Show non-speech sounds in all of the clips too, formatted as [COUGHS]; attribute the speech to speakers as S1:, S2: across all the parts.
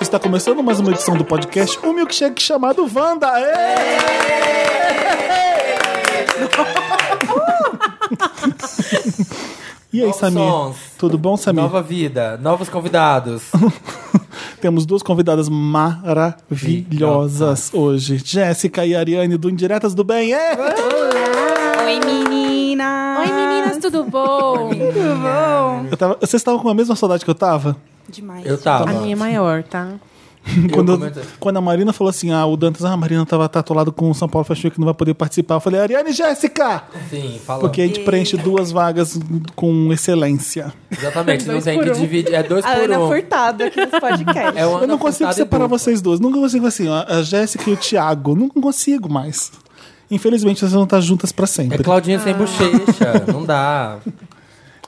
S1: Está começando mais uma edição do podcast Um Milkshake chamado Wanda.
S2: [LAUGHS]
S1: Ê! E aí,
S2: Novos
S1: Samir?
S2: sons.
S1: Tudo bom, Samir?
S2: Nova vida, novos convidados.
S1: Temos duas convidadas maravilhosas hoje. Jéssica e Ariane do Indiretas do Bem. Ê!
S3: Oi, meninas!
S4: Oi meninas, tudo bom?
S3: Tudo bom?
S1: Eu tava- vocês estavam com a mesma saudade que eu tava?
S3: Demais.
S2: Eu tava.
S4: A minha é maior, tá?
S1: quando,
S2: comentei.
S1: quando a Marina falou assim, ah, o Dantas, ah, a Marina tava tatuado com o São Paulo Fashion Week, não vai poder participar. Eu falei, Ariane e Jéssica!
S2: Sim, falando.
S1: Porque a gente preenche duas vagas com excelência.
S2: Exatamente, não tem que dividir. É dois
S3: A
S2: por
S3: Ana
S2: um.
S3: Furtado aqui nesse podcast. [LAUGHS]
S2: É o
S1: um. eu não consigo separar
S2: você.
S1: vocês duas. Nunca consigo assim, ó, a Jéssica e o Thiago. Nunca consigo mais. Infelizmente, vocês vão estar juntas pra
S2: É
S1: sempre.
S2: Claudinha
S3: Ah.
S2: sem bochecha, não dá.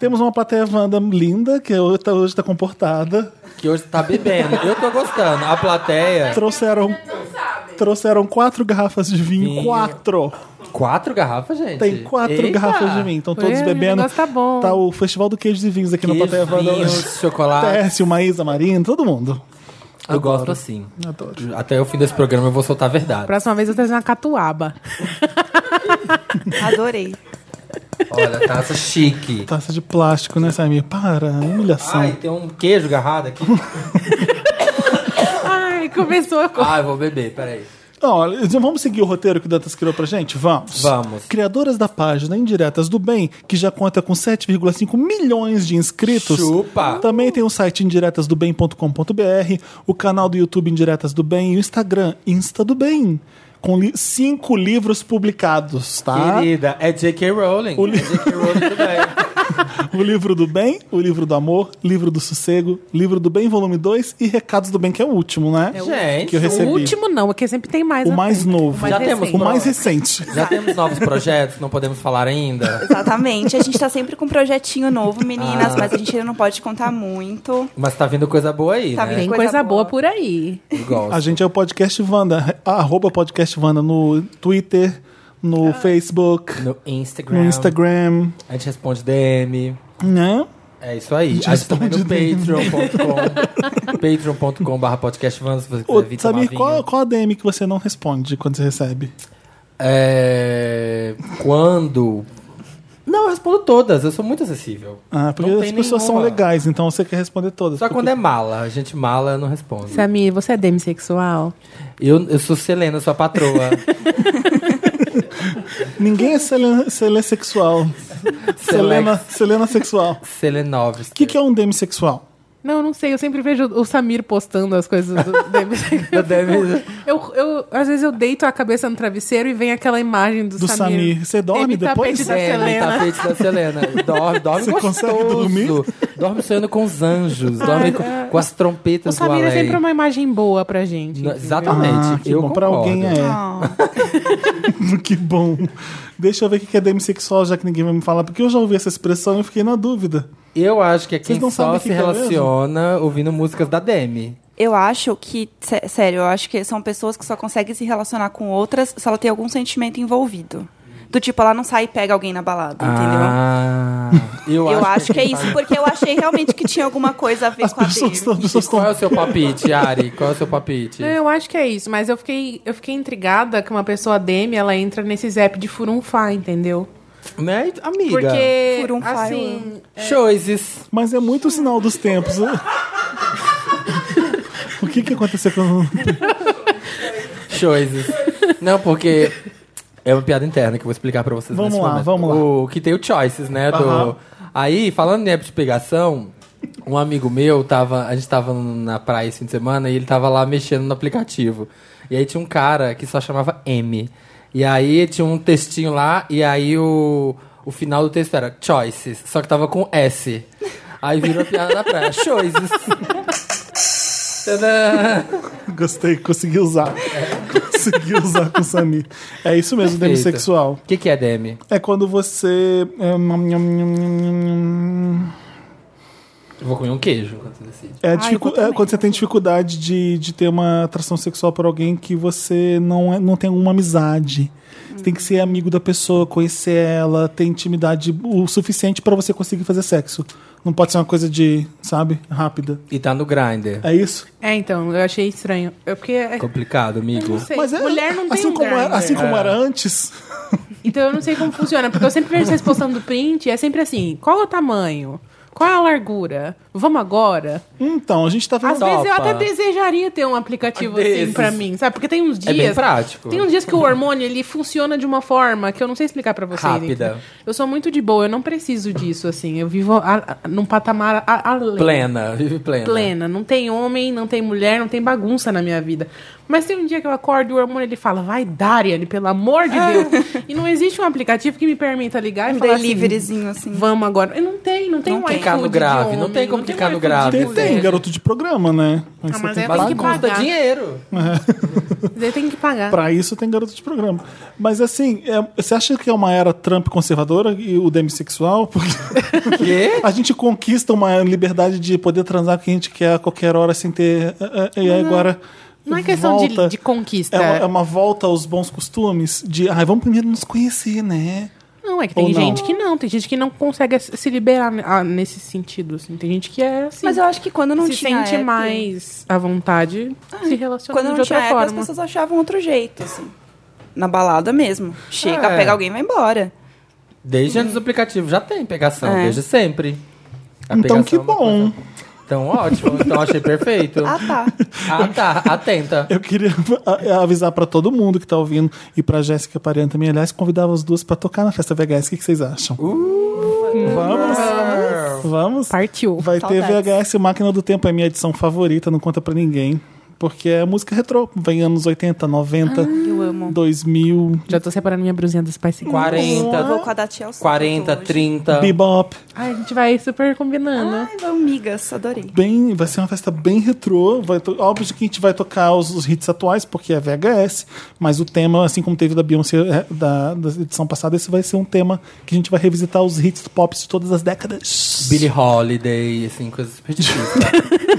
S1: Temos uma plateia Wanda linda, que hoje tá, hoje tá comportada.
S2: Que hoje tá bebendo. Eu tô gostando. A plateia.
S1: Trouxeram. Trouxeram quatro garrafas de vinho.
S2: Vinho.
S1: Quatro!
S2: Quatro garrafas, gente.
S1: Tem quatro
S2: Eita.
S1: garrafas de vinho. Estão todos
S4: Ué, o
S1: bebendo.
S4: negócio tá bom.
S1: o Festival do Queijos e Vinhos aqui na plateia Wanda. hoje.
S2: Queijinhos, chocolate.
S1: Tércio, Maísa, Marina, todo mundo.
S2: Eu gosto assim.
S1: Adoro.
S2: Até o fim desse programa eu vou soltar a verdade.
S4: Próxima vez eu trazer uma catuaba.
S3: Adorei.
S2: Olha, taça chique.
S1: Taça de plástico, né, Samir? Para, humilhação.
S2: Ai, tem um queijo garrado
S1: [LAUGHS]
S2: aqui.
S4: Ai, começou a co...
S2: Ah, eu vou beber, peraí.
S1: Não, olha, então vamos seguir o roteiro que o Dantas criou pra gente? Vamos.
S2: Vamos.
S1: Criadoras da página Indiretas do Bem, que já conta com 7,5 milhões de inscritos.
S2: Chupa.
S1: Também tem o site indiretasdobem.com.br, o canal do YouTube Indiretas do Bem e o Instagram Insta do Bem, com li- cinco livros publicados, tá?
S2: Querida, é J.K. Rowling. É J.K. Rowling do bem.
S1: O livro do bem, o livro do amor, livro do sossego, livro do bem, volume 2 e Recados do Bem, que é o último, né?
S2: Gente,
S1: que eu
S4: O
S1: recebi.
S4: último não, porque sempre tem mais. né?
S1: O
S4: na
S1: mais
S4: frente.
S1: novo.
S2: Já temos
S1: O
S4: recente.
S1: mais recente.
S2: Já temos novos projetos, não podemos falar ainda.
S3: Exatamente. A gente tá sempre com um projetinho novo, meninas,
S2: Ah.
S3: mas a gente ainda não pode contar muito.
S2: Mas tá vindo coisa boa aí,
S3: Tá
S2: né?
S4: Tem
S3: vindo.
S4: coisa,
S3: Coisa boa.
S4: boa. por aí.
S2: Eu gosto.
S1: A gente é o Podcast Wanda, [LAUGHS] a- arroba Podcast Wanda no Twitter, no
S4: Ah.
S1: Facebook,
S2: No Instagram.
S1: no Instagram,
S2: A gente responde DM.
S1: né?
S2: É isso aí. A gente também no [LAUGHS] patreon.com. patreon.com barra podcast Vans, se você
S1: Ô,
S2: quiser vir tomar
S1: Samir,
S2: vinho.
S1: qual, qual a DM que você não responde quando você recebe?
S2: É... Quando... Não, eu respondo todas. Eu sou muito acessível.
S1: Ah, porque
S2: Não
S1: as
S2: tem
S1: pessoas são
S2: nenhuma.
S1: legais, então você quer responder todas.
S2: Só
S1: porque-
S2: quando é mala. A gente mala, eu não respondo.
S4: Samir, você é demissexual?
S2: Eu, eu sou Selena, sua patroa.
S1: Ninguém é Selena,
S2: [LAUGHS]
S1: Selena sexual. [LAUGHS] Selena, Selena sexual.
S2: Selenovski.
S1: O que, que é um demissexual?
S4: Não, não sei. Eu sempre vejo o Samir postando as coisas
S2: [LAUGHS]
S1: [LAUGHS]
S4: do
S2: Eu
S4: demissexual.
S2: deve...
S4: Eu, eu, às vezes eu deito a cabeça no travesseiro e vem aquela imagem do,
S1: Do Samir. Você dorme
S4: Ele tá
S1: depois?
S4: perdido. da
S2: Dorme no
S4: Selena.
S2: tapete da Selena. Dorme, dorme
S1: Você
S2: gostoso.
S1: consegue dormir?
S2: Dorme sonhando com os anjos. Dorme com, com as
S4: Ah, é. O
S2: trompetas do
S4: Samir
S2: além.
S4: é sempre uma imagem boa pra gente.
S2: Não,
S4: entendeu?
S2: Exatamente.
S1: Ah, que
S2: eu
S1: bom. Pra
S2: concordo.
S1: alguém é.
S3: Ah,
S4: Ah.
S1: [LAUGHS] que bom. Deixa eu ver o que que é demissexual, já que ninguém vai me falar. Porque eu já ouvi essa expressão e eu fiquei na dúvida.
S2: Eu acho que é quem
S1: não sabem
S2: só
S1: o
S2: se
S1: que que é
S2: relaciona ouvindo músicas da Demi.
S3: eu acho que, sé- sério, eu acho que são pessoas que só conseguem se relacionar com outras se ela tem algum sentimento envolvido. Do tipo, ela não sai e pega alguém na balada, entendeu?
S2: Ah, eu,
S3: Eu acho que é
S2: quem
S3: isso, porque eu achei realmente que tinha alguma coisa a ver
S1: As
S3: com a
S1: pessoas
S3: dele.
S1: estão.
S2: faz- E
S1: Pessoas
S2: qual é
S1: tão-
S2: o seu palpite, Ari? Qual é o seu
S4: [LAUGHS]
S2: palpite?
S4: Não, eu acho que é isso, mas eu fiquei, eu fiquei intrigada que uma pessoa DM, ela entra nesse zap de furunfá, entendeu?
S2: Né, amiga?
S4: Porque,
S3: Furunfá,
S4: assim,
S2: Choices.
S1: Mas é muito sinal dos tempos. o que, que aconteceu com.
S2: Choices. Não, porque... É uma piada interna que eu vou explicar pra vocês
S1: Vamos
S2: nesse
S1: lá,
S2: momento.
S1: vamos lá.
S2: O, que tem o Choices, né? do-
S1: Aham.
S2: Aí, falando em app de pegação, um amigo meu tava. A gente tava na praia esse fim de semana e ele tava lá mexendo no aplicativo. E aí tinha um cara que só chamava M. E aí tinha um textinho lá, e aí o, o final do texto era Choices, só que tava com S. Aí virou piada na praia. [LAUGHS]
S1: [LAUGHS]
S2: Choices. Tadã!
S1: Gostei, consegui usar. consegui usar com o Samir. É isso mesmo,
S2: Perfeito.
S1: demissexual.
S2: O que, que é DM?
S1: É quando você. é, nham, nham, nham, nham, nham, nham.
S2: Eu Vou vou comer um queijo enquanto você decide.
S1: É,
S4: Ah,
S3: Ai,
S1: dificu-
S3: eu também.
S1: é quando você tem dificuldade de, de ter uma atração sexual por alguém que você não, é- não tem uma amizade. Você tem que ser amigo da pessoa, conhecer ela, ter intimidade o suficiente pra você conseguir fazer sexo. Não pode ser uma coisa de, sabe, rápida.
S2: E tá no grinder.
S1: É isso?
S4: É, então, eu achei estranho. É porque. é-
S2: Complicado,
S4: eu
S2: amigo.
S4: não sei.
S1: Mas é,
S4: Mulher não tem
S1: assim
S4: um
S1: como era,
S4: grinder.
S1: Assim como era antes.
S4: Então eu não sei como funciona, porque eu sempre vejo vocês postando print e é sempre assim: qual é o tamanho? Qual é a largura? Vamos agora?
S1: Então, a gente tá
S4: Às
S1: vendo.
S4: vezes eu
S2: Topa.
S4: até desejaria ter um aplicativo assim
S2: Desses.
S4: pra mim, sabe? Porque tem uns
S2: É
S4: dias.
S2: bem prático.
S4: Tem uns dias que o hormônio ele funciona de uma forma que eu não sei explicar pra vocês.
S2: Rápida.
S4: entendeu? Eu sou muito de boa, eu não preciso disso assim. Eu vivo a- a- num patamar a- além.
S2: Plena, vive
S3: É, né?
S2: plena.
S4: Plena. Não tem homem, não tem mulher, não tem bagunça na minha vida. Mas tem um dia que eu acordo e o hormônio ele fala: "Vai, Dariane, pelo amor de Deus". E não existe um aplicativo que me permita ligar e
S3: É. Um
S4: falar
S3: deliveryzinho
S4: assim:
S3: assim.
S4: "Vamos agora". E não tem, não tem
S3: Não
S4: um
S3: tem.
S4: iFood
S2: Clicar no
S4: de
S2: grave,
S4: homem,
S2: não tem como
S4: um
S2: clicar no
S4: iFood de
S2: grave.
S1: Tem, tem,
S4: mulher.
S1: garoto de programa, né?
S4: Ah,
S1: você
S4: mas
S1: tem
S4: é
S1: que
S2: Mas
S4: tem
S2: que
S4: que
S1: pagar.
S2: custa
S4: pagar.
S2: dinheiro.
S4: Você tem que pagar.
S1: Pra isso tem garoto de programa. Mas assim, é, você acha que é uma era Trump conservadora e o demissexual? Porque
S2: Quê?
S1: a gente conquista uma liberdade de poder transar com quem a gente quer a qualquer hora sem ter. é, é, E aí agora.
S4: Não é questão de-
S1: volta.
S4: de conquista.
S1: É uma, é uma volta aos bons costumes de. Ai, vamos primeiro nos conhecer, né?
S4: Não, é que
S1: Ou
S4: tem
S1: não?
S4: gente que não, tem gente que não consegue se se liberar ne- ah, nesse sentido, assim. Tem gente que é assim.
S3: Mas eu acho que quando não
S4: se
S3: tinha
S4: sente
S3: app- Ah,
S4: mais à vontade, se relaciona
S3: Quando
S4: de
S3: não
S4: outra
S3: tinha app, as
S4: forma.
S3: pessoas achavam outro jeito, assim. Na balada mesmo. Chega,
S2: É.
S3: pega alguém e vai embora.
S2: Desde antes do aplicativo já tem pegação,
S3: É.
S2: desde sempre. A pegação
S1: Então que
S2: é uma
S1: bom.
S2: coisa- Então ótimo, então achei perfeito.
S3: Ah, tá.
S2: [LAUGHS] Ah tá, atenta.
S1: Eu queria [LAUGHS] a- é, avisar pra todo mundo que tá ouvindo e pra Jéssica Parian também, aliás, convidava as duas pra tocar na festa VHS. O que, que vocês acham? vamos?
S2: Ah,
S1: Vamos?
S4: Partiu.
S1: Vai ter
S3: Saudades.
S1: VHS Máquina do Tempo, é minha edição favorita, não conta pra ninguém. Porque é música retrô, vem anos 80, 90,
S4: Ah.
S3: Eu amo.
S1: 2000,
S4: Já tô separando minha brusinha dos pais.
S2: 40,
S3: Eu vou com a da Tia Elsa
S2: 40,
S3: hoje.
S2: 30.
S1: bebop.
S4: Ai, a gente vai super combinando.
S3: Ai, vamos, migas, adorei.
S1: Bem, vai ser uma festa bem retrô. Vai to- Óbvio que a gente vai tocar os, os hits atuais, porque é VHS, mas o tema, assim como teve da Beyoncé é, da, da edição passada, esse vai ser um tema que a gente vai revisitar os hits pop de todas as décadas.
S2: Billie Holiday, assim, coisas super difíceis.
S1: [LAUGHS]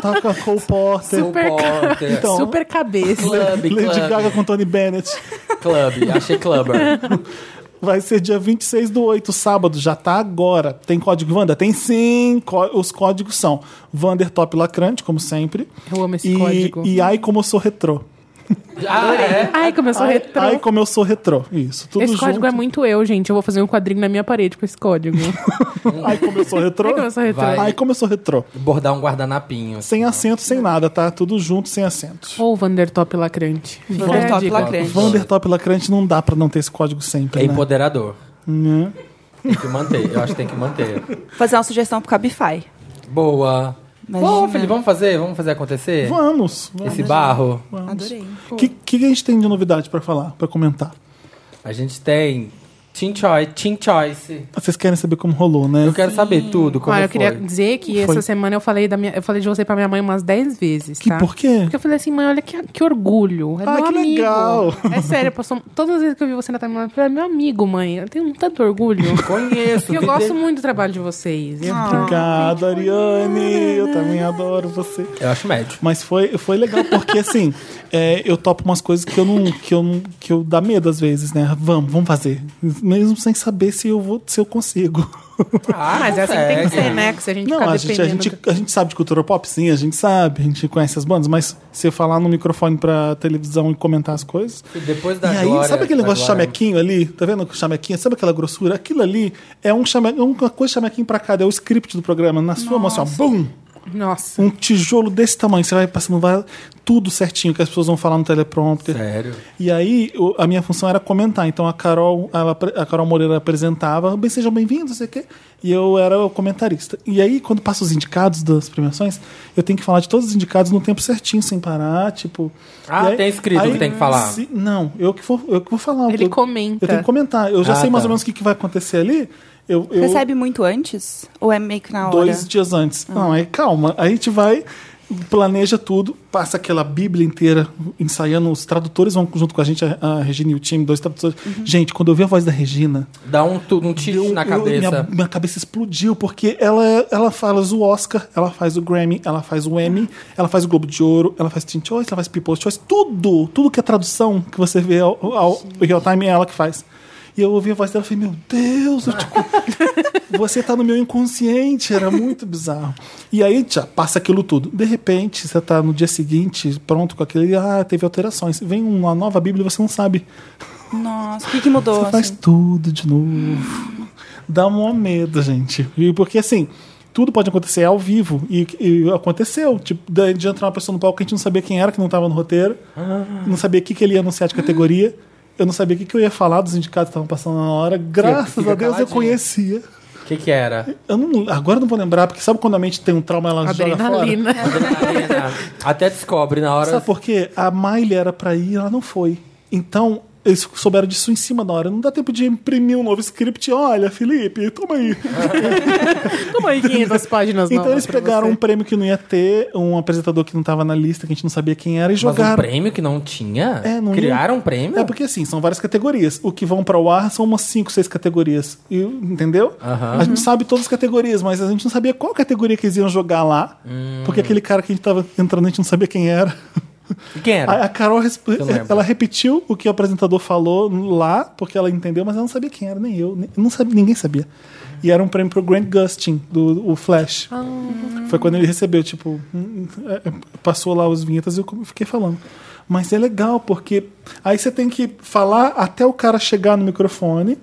S1: Toca Cole Porter,
S2: Cole Porter,
S1: Então,
S4: Super cabeça.
S2: Club,
S1: Lady
S2: Club,
S1: Gaga com Tony Bennett.
S2: Club, achei Clubber.
S1: Vai ser dia 26 do 8, sábado, já tá agora. Tem código Wanda? Tem sim! Có- os códigos são Vander Top Lacrante, como sempre.
S4: Eu amo esse
S1: e,
S4: código.
S1: E ai como eu sou retrô.
S2: Ah, é?
S4: Ai, começou
S1: ai,
S4: retrô.
S1: ai como eu sou retrô. Isso, tudo
S4: esse
S1: junto.
S4: código é muito eu, gente. Eu vou fazer um quadrinho na minha parede com esse [LAUGHS] código.
S1: Ai como eu sou retrô.
S4: Ai, como eu sou retrô.
S2: Vai.
S1: Ai como eu sou retrô.
S2: Bordar um guardanapinho.
S1: Sem acento, sem nada, tá? Tudo junto, sem acento.
S4: Ou Vandertop Lacrante. Fica
S3: Vander
S4: a
S3: Top
S4: dica.
S3: Lacrante.
S1: Vander Top Lacrante não dá pra não ter esse código sempre,
S2: É
S1: né?
S2: empoderador. Tem que manter, eu acho que tem que manter.
S3: Fazer uma sugestão pro Cabify.
S2: Boa.
S3: Imagina.
S2: Boa, Felipe, vamos fazer? Vamos fazer acontecer?
S1: Vamos, vamos.
S2: Esse barro.
S3: Adorei.
S4: Tipo-
S1: O que, que a gente tem de novidade pra falar, pra comentar?
S2: A gente tem Teen Choice. Teen Choice.
S1: Vocês querem saber como rolou, né?
S2: Eu quero saber tudo, como
S4: Ah, eu
S2: foi.
S4: queria dizer que
S1: Foi.
S4: essa semana eu falei, da minha, eu falei de você pra minha mãe umas 10 vezes,
S1: Que
S4: tá?
S1: por quê?
S4: Porque eu falei assim, mãe, olha que, que orgulho. É
S1: Ah,
S4: meu
S1: que
S4: amigo.
S1: legal.
S4: É sério, passou, todas as vezes que eu vi você na timeline, eu falei, é meu amigo, mãe. Eu tenho tanto [LAUGHS] orgulho.
S2: Conheço.
S1: [LAUGHS]
S4: Porque eu
S2: vi
S4: gosto
S2: de-
S4: muito do trabalho de vocês. Eu- Ah,
S1: Obrigado, Ariane. Eu também adoro você.
S2: Eu acho médio.
S1: Mas foi, foi legal, porque assim, é, eu topo umas coisas que eu não. que eu não, que eu dá medo às vezes, né? Vamos, vamos fazer. Mesmo sem saber se eu vou, se eu consigo.
S2: Ah,
S4: Mas é assim que tem que ser,
S2: consegue.
S4: né? Que se a gente
S1: Não,
S4: ficar
S1: a gente, a,
S4: dependendo...
S1: gente, a gente sabe de cultura pop, sim, a gente sabe, a gente conhece as bandas, mas se eu falar no microfone pra televisão e comentar as coisas.
S2: E Depois
S1: E
S2: da
S1: aí,
S2: glória,
S1: sabe aquele
S2: da
S1: negócio de
S2: glória-
S1: chamequinho ali? Tá vendo o chamequinho? Sabe aquela grossura? Aquilo ali é um chame, uma coisa de chamequinho pra cada, é o script do programa. Na sua mão, assim, ó, bum!
S4: Nossa.
S1: um tijolo desse tamanho, você vai passando vai tudo certinho que as pessoas vão falar no teleprompter.
S2: é Sério.
S1: E aí, o- a minha função era comentar. Então a Carol, ela apre- a Carol Moreira apresentava, bem, sejam bem-vindos, não sei o quê. E eu era o comentarista. E aí, quando passa os indicados das premiações, eu tenho que falar de todos os indicados no tempo certinho, sem parar, tipo.
S2: Ah,
S1: E aí-
S2: tem escrito o que tem que falar.
S1: se- não, eu que vou, eu que vou falar.
S4: Ele
S1: eu,
S4: comenta.
S1: Eu tenho que comentar. Eu já
S2: Ah,
S1: sei mais
S2: tá.
S1: ou menos o que, que vai acontecer ali. Eu, eu,
S3: Recebe muito antes? Ou é meio que na hora?
S1: dois dias antes. Não, aí calma. Aí a gente vai. planeja tudo, passa aquela Bíblia inteira ensaiando. Os tradutores vão junto com a gente, a, a Regina e o time, dois tradutores.
S3: Uhum.
S1: Gente, quando eu vi a voz da Regina,
S2: Dá um, tu- um tilt
S1: eu-
S2: na
S1: eu-
S2: cabeça.
S1: minha, minha cabeça explodiu, porque ela, é- ela faz o Oscar, ela faz o Grammy, ela faz o Emmy, ela faz o Globo de Ouro, ela faz Teen Choice, ela faz People's Choice, tudo, tudo que é tradução que você vê ao, ao real time é ela que faz. E eu ouvi a voz dela e falei, meu Deus, eu te você tá no meu inconsciente, era muito bizarro. E aí, já passa aquilo tudo. De repente, você tá no dia seguinte, pronto com aquilo, e ah, teve alterações. Vem uma nova Bíblia e você não sabe.
S3: Nossa, o que, que mudou?
S1: Você faz
S3: assim?
S1: tudo de novo. Dá um medo, gente. E porque assim, tudo pode acontecer ao vivo. E, e aconteceu. Tipo, da- de entrar uma pessoa no palco que a gente não sabia quem era, que não estava no roteiro.
S2: Ah.
S1: Não sabia o que, que ele ia anunciar de categoria. Eu não sabia o que, que eu ia falar dos indicados que estavam passando na hora. Graças
S2: fica
S1: a Deus eu
S2: caladinho.
S1: conhecia.
S2: O que que era?
S1: Eu não, agora eu não vou lembrar, porque sabe quando a mente tem um trauma ela joga fora? [LAUGHS]
S4: Adrenalina.
S2: Adrenalina. Até descobre na hora.
S1: Sabe por quê? A Miley era pra ir e ela não foi. Então, eles souberam disso em cima na hora. Não dá tempo de imprimir um novo script. Olha, Felipe, toma aí.
S4: Toma aí 500 páginas
S1: então
S4: novas
S2: é
S1: eles
S4: pra
S1: pegaram
S4: você.
S1: um prêmio que não ia ter, um apresentador que não tava na lista, que a gente não sabia quem era, e
S2: Mas um
S1: jogaram.
S2: prêmio que não tinha?
S1: É, não
S2: Criaram
S1: ia-
S2: um prêmio?
S1: É porque assim, são várias categorias. O que vão para o ar são umas 5, 6 categorias. E, entendeu?
S2: Aham.
S1: A gente sabe todas as categorias, mas a gente não sabia qual categoria que eles iam jogar lá.
S2: Hum.
S1: Porque aquele cara que a gente tava entrando, a gente não sabia quem era.
S2: E Quem era?
S1: A, a Carol resp-
S2: não lembro.
S1: ela repetiu o que o apresentador falou lá, porque ela entendeu, mas ela não sabia quem era, nem eu. nem- não sabia, ninguém sabia. E era um prêmio pro Grant Gustin, do o Flash. Foi quando ele recebeu, tipo, hum, é, é, passou lá os vinhetas e eu com- fiquei falando. Mas é legal, porque aí você tem que falar até o cara chegar no microfone.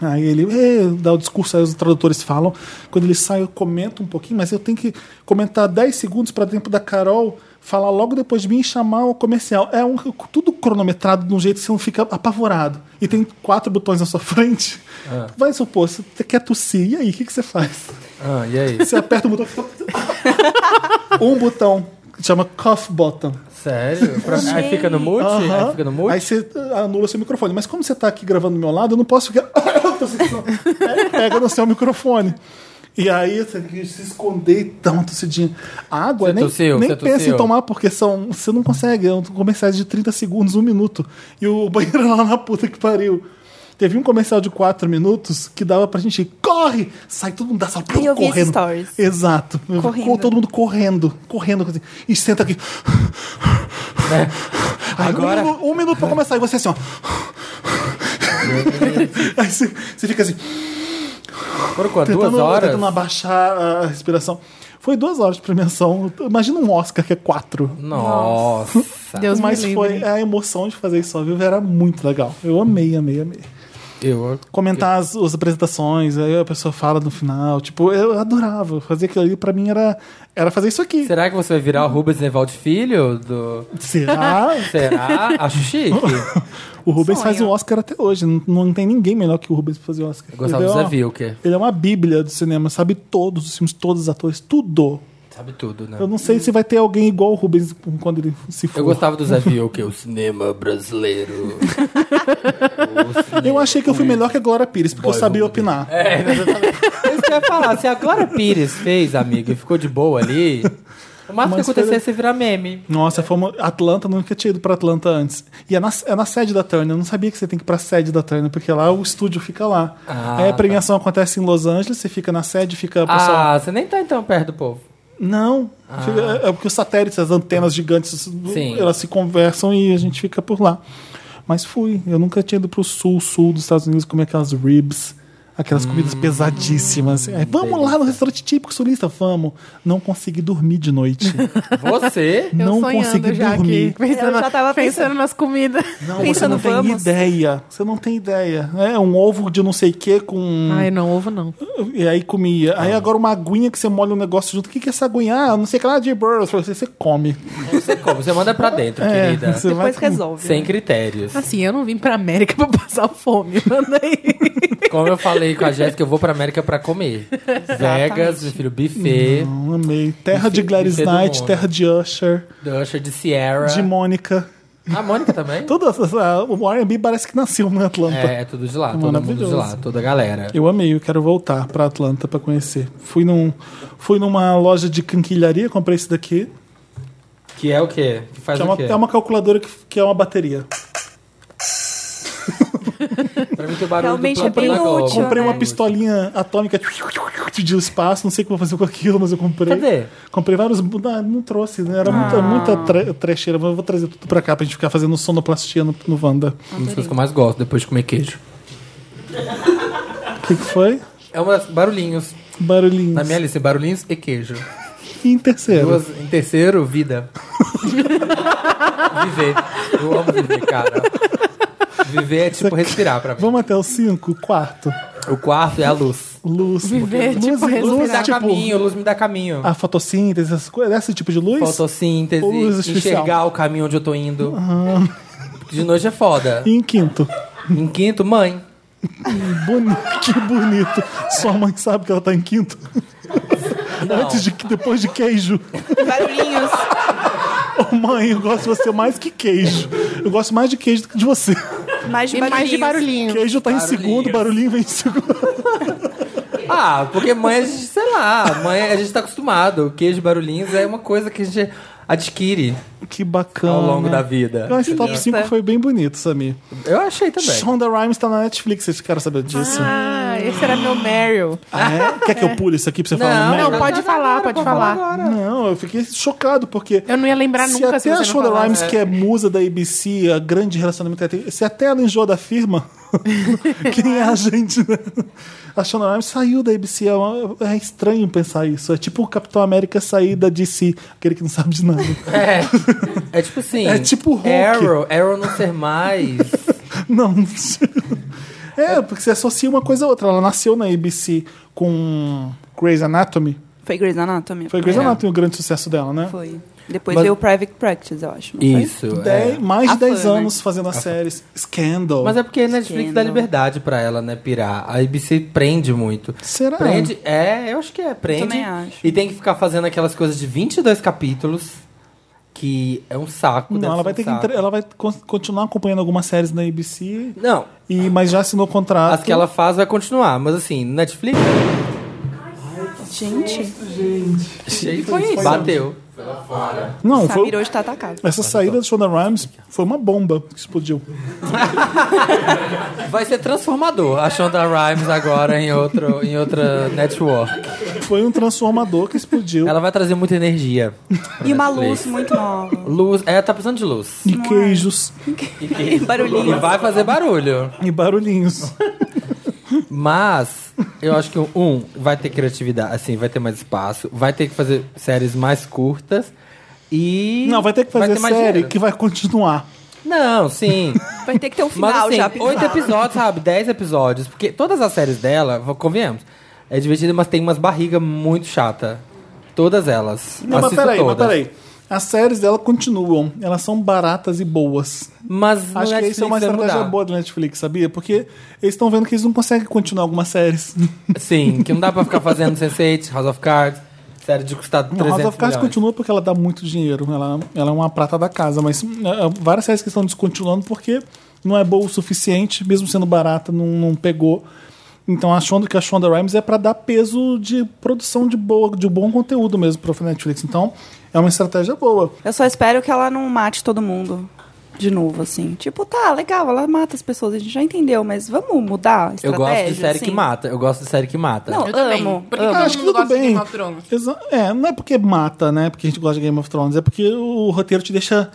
S1: Aí ele "Ê", dá o discurso, aí os tradutores falam. Quando ele sai, eu comento um pouquinho, mas eu tenho que comentar 10 segundos para tempo da Carol falar logo depois de mim e chamar o comercial. É um, tudo cronometrado de um jeito que você não fica apavorado. E tem quatro botões na sua frente. Vai supor, você quer tossir, e aí, o que, que você faz?
S2: Ah, e
S1: [LAUGHS]
S2: aí?
S1: Você aperta o botão. um botão, que chama cough button.
S2: Sério? Pra- Aí fica no mute?
S1: Aham.
S2: Aí fica no mute?
S1: Aí você ah, anula seu microfone. Mas como você tá aqui gravando do meu lado, eu não posso ficar. [COUGHS] É, Pega no seu microfone. E aí você tem que se esconder e dar uma tossidinha. A água,
S2: Você
S1: nem,
S2: tossiu?
S1: nem
S2: Você
S1: pensa
S2: tossiu?
S1: em tomar, porque são. Você não consegue, é um comerciais de 30 segundos, um minuto. E o banheiro [LAUGHS] lá na puta que pariu. Teve um comercial de 4 minutos que dava pra gente ir, corre! Sai todo mundo da sala
S3: Ai, eu vi
S1: correndo.
S3: esses stories.
S1: Exato.
S3: Correndo.
S1: Todo mundo correndo, correndo. assim. E senta aqui. Aí,
S2: Agora-
S1: Um, minu- um minuto pra começar, e
S2: [LAUGHS]
S1: você assim, ó. Aí você, você fica assim,
S2: Foram quanto? Duas
S1: tentando,
S2: horas?
S1: tentando abaixar a respiração. Foi duas horas de premiação. Imagina um Oscar que é quatro.
S2: Nossa.
S4: Deus me
S1: Mas
S4: livre.
S1: foi a emoção de fazer isso ao vivo era muito legal. Eu amei, amei, amei.
S2: Eu...
S1: Comentar as, as apresentações, aí a pessoa fala no final. Tipo, eu adorava. Fazer aquilo ali pra mim era, era fazer isso aqui.
S2: Será que você vai virar o Rubens Nevaldo Filho? Do... [LAUGHS]
S1: Será?
S2: Será? Acho chique.
S1: O Rubens
S3: Sonho.
S1: faz o Oscar até hoje. Não, não tem ninguém melhor que o Rubens pra fazer o Oscar.
S2: Eu gostava do
S1: Ele é
S2: Zé
S1: uma-
S2: Vilker.
S1: Ele é uma bíblia do cinema, sabe todos os filmes, todos os atores, tudo.
S2: Sabe tudo, né?
S1: Eu não sei se vai ter alguém igual o Rubens quando ele se for.
S2: Eu gostava do Zé Vilker, o cinema
S1: [LAUGHS]
S2: brasileiro. O cinema-
S1: Eu achei que eu fui melhor que a Glória Pires, porque eu sabia opinar.
S2: É, exatamente. É isso que eu ia falar. Se a Glória Pires fez, amigo, e ficou de boa ali, o máximo
S1: Mas
S2: que acontecer é você virar meme.
S1: Nossa, foi uma... Atlanta, eu nunca tinha ido pra Atlanta antes. E é na, é na sede da Turner, eu não sabia que você tem que ir pra sede da Turner, porque lá o estúdio fica lá.
S2: Ah,
S1: Aí a premiação acontece em Los Angeles, você fica na sede, fica o pessoal.
S2: Ah, você nem tá então perto do povo.
S1: Não.
S4: Ah.
S1: É- É porque os satélites, as antenas gigantes,
S2: Sim.
S1: elas se conversam e a gente fica por lá. Mas fui. Eu nunca tinha ido pro sul, sul dos Estados Unidos comer aquelas ribs, aquelas comidas
S4: Hum.
S1: pesadíssimas. É, vamos lá no restaurante típico sulista, vamos. Não consegui dormir de noite.
S2: Você?
S4: [LAUGHS] Eu
S1: não
S4: sonhando
S1: consegui
S4: já
S1: dormir.
S4: aqui, [LAUGHS] Então pensando,
S3: Eu já tava
S4: pensando
S3: pensando.
S4: nas comidas.
S1: Não, você
S3: Pensa
S1: não
S3: no
S1: tem
S3: vamos.
S1: ideia. Você não tem ideia. É um ovo de não sei o que com.
S4: Ai, Ah. não, ovo não.
S1: E aí comia. Aí agora uma aguinha que você molha um negócio junto. O que, que é essa aguinha? Ah, não sei o que lá de burros. Você você come.
S2: Você como? Você manda pra dentro,
S1: É,
S2: querida.
S1: você vai
S3: Depois
S1: com-
S3: resolve.
S2: Sem critérios.
S4: Assim, eu não vim pra América [LAUGHS] pra passar fome. [LAUGHS] Manda aí.
S2: Como eu falei com a Jéssica, eu vou pra América pra comer. Vegas, meu filho, buffet,
S1: Não, amei. Terra de Gladys
S2: buffet do
S1: Knight,
S2: mundo.
S1: terra de Usher,
S2: Dusher de Sierra.
S1: de Mônica.
S2: A Mônica também?
S1: Todas as- a- o R&B parece que nasceu na Atlanta.
S2: É, é tudo de lá, todo mundo de
S1: Maravilhoso.
S2: lá, toda a galera.
S1: Eu amei, eu quero voltar pra Atlanta pra conhecer. Fui, num, fui numa loja de quinquilharia, comprei esse daqui.
S2: Que é o quê? Que faz
S1: Que é,
S2: o
S1: uma,
S2: quê?
S1: é uma calculadora que, que é uma bateria.
S2: Pra mim tem o barulho
S3: Realmente
S2: do
S3: é bem
S2: da Globo.
S3: útil,
S1: Comprei
S3: né?
S1: uma pistolinha atômica de espaço, não sei o que eu vou fazer com aquilo, mas eu comprei.
S2: Cadê? Ah.
S1: Comprei vários. Ah, não trouxe, né? Era muita, muita tre- trecheira, mas eu vou trazer tudo pra cá pra gente ficar fazendo sonoplastia no, no Wanda.
S2: Uma das coisas que eu mais gosto depois de comer queijo.
S1: O que, que foi?
S2: É uma das barulhinhos.
S1: Barulhinhos.
S2: Na minha lista, barulhinhos e queijo.
S1: E em terceiro.
S2: Duas- em terceiro,
S1: [LAUGHS]
S2: vida. viver. Eu amo viver, cara. Viver é tipo respirar pra mim.
S1: Vamos até o cinco, quarto.
S2: O quarto é a luz.
S1: Luz.
S4: Viver,
S1: luz,
S4: tipo,
S1: luz,
S2: Luz me dá
S1: tipo,
S2: caminho, luz me dá caminho.
S1: A fotossíntese, essas coisas, esse tipo de luz?
S2: Fotossíntese,
S1: Ou luz artificial.
S2: enxergar o caminho onde eu tô indo. De noite é foda.
S1: E em quinto.
S2: Em quinto, mãe.
S1: Boni- [LAUGHS] que bonito. Sua mãe sabe que ela tá em quinto.
S2: Não.
S1: Antes de que depois de queijo.
S3: Barulhinhos.
S1: Ô mãe, eu gosto de você mais que queijo. Eu gosto mais de queijo do que de você.
S3: Mais de
S4: E mais de barulhinho.
S1: Queijo tá em
S2: Barulhinho.
S1: segundo, barulhinho vem em segundo.
S2: Ah, porque mãe, a gente, sei lá, mãe, a gente tá acostumado. Queijo, barulhinhos é uma coisa que a gente adquire
S1: Que bacana.
S2: ao longo da vida.
S1: Então, esse top
S3: Isso.
S1: 5 foi bem bonito, Samir.
S2: Eu achei também.
S1: Shonda Rhimes tá na Netflix, vocês querem saber disso? Ah,
S4: Ah, esse era meu Meryl.
S1: é? Quer que eu pule isso aqui pra você falar?
S4: Não,
S1: merda?
S4: pode falar, pode falar.
S1: Não, eu fiquei chocado, porque...
S4: Eu não ia lembrar
S1: se
S4: nunca
S1: até
S4: se
S1: a
S4: você não
S1: Shonda
S4: falasse.
S1: Rhimes, que é musa da ABC, a grande relacionamento, que ela tem, se até ela enjoa da
S4: [LAUGHS]
S1: firma, quem é a gente, né? A Shonda Rhimes saiu da ABC, é, uma- é estranho pensar isso. É tipo o Capitão América sair da DC, aquele que não sabe de nada. [LAUGHS]
S2: É. É tipo assim.
S1: É tipo Hulk.
S2: Arrow, Arrow não ser mais.
S1: Não. É, porque você associa uma coisa a outra. Ela nasceu na ABC com Grey's Anatomy.
S3: Foi Grey's Anatomy. É.
S1: Foi
S4: É.
S1: Grey's Anatomy o grande sucesso dela, né?
S3: Foi. Depois
S2: Mas-
S3: veio o Private Practice, eu acho. não foi?
S2: Isso. é.
S1: Dez- mais de
S3: A
S1: 10
S3: fã, né?
S1: anos fazendo as séries. Scandal.
S2: Mas é porque a Netflix dá
S3: Entendo.
S2: liberdade pra ela, né, pirar. A ABC prende muito.
S1: Será?
S2: Prende, é, eu acho que é, prende.
S3: Ah. Também acho.
S2: E tem que ficar fazendo aquelas coisas de 22 capítulos, que é um saco. deve
S1: Não, ela
S2: ser
S1: vai
S2: um
S1: ter que
S2: saco.
S1: entre- ela vai con- continuar acompanhando algumas séries na ABC,
S2: Não,
S1: e mas já assinou contrato.
S2: as que ela faz vai continuar, mas assim, Netflix...
S3: Gente,
S2: Gente, [LAUGHS] foi isso. Bateu.
S1: Não,
S3: o
S1: foi
S3: Samir hoje tá atacado.
S1: essa saída da Shonda Rhimes foi uma bomba que explodiu.
S2: Vai ser transformador a Shonda Rhimes agora em, outro, em outra network.
S1: Foi um transformador que explodiu.
S2: Ela vai trazer muita energia. pra
S3: E uma
S2: Netflix.
S3: luz muito nova.
S2: Luz, é, tá precisando de luz.
S1: E queijos
S3: E
S2: E
S3: [LAUGHS] barulhinho.
S2: vai fazer barulho.
S1: e barulhinhos.
S2: Mas eu acho que um vai ter criatividade, assim, vai ter mais espaço, vai ter que fazer séries mais curtas e
S1: Não, vai ter que fazer
S2: mais
S1: série
S2: dinheiro.
S1: que vai continuar.
S2: Não,
S1: [LAUGHS]
S2: sim.
S3: Vai ter que ter um
S2: Mas
S3: final
S2: assim,
S3: já
S2: oito
S3: pensado.
S2: episódios, sabe? Dez episódios, porque todas as séries dela, v- convenhamos, é divertida, mas tem umas barrigas muito chata. Todas elas.
S1: Não, mas
S2: Assisto
S1: peraí, mas
S2: todas.
S1: peraí. As séries dela continuam, elas são baratas e boas.
S2: Mas
S1: Acho
S2: no
S1: que
S2: Netflix
S1: isso é uma
S2: vai
S1: estratégia
S2: mudar.
S1: boa do Netflix, sabia? Porque eles estão vendo que eles não conseguem continuar algumas séries.
S2: Sim, que não dá pra ficar fazendo Sense8, House of Cards, série de custar 300
S1: House of Cards
S2: milhões.
S1: continua porque ela dá muito dinheiro. Ela, ela é uma prata da casa, mas é, várias séries que estão descontinuando porque não é boa o suficiente, mesmo sendo barata, não, não pegou. Então achando que a Shonda Rhimes é para dar peso de produção de boa, de bom conteúdo mesmo para Netflix. Então é uma estratégia boa.
S3: Eu só espero que ela não mate todo mundo de novo, assim. Tipo, tá, legal, ela mata as pessoas, a gente já entendeu, mas vamos mudar a
S2: Eu
S3: estratégia?
S2: gosto de série que
S3: assim?
S2: mata. Eu gosto de série que mata.
S3: Não,
S5: Eu também.
S3: amo.
S5: Por que
S3: amo.
S5: que
S1: Ah, acho que
S5: mundo
S1: tudo
S5: gosta de
S1: bem.
S5: Game of Thrones.
S1: Exa- É, não é porque mata, né? Porque a gente gosta de Game of Thrones, é porque o roteiro te deixa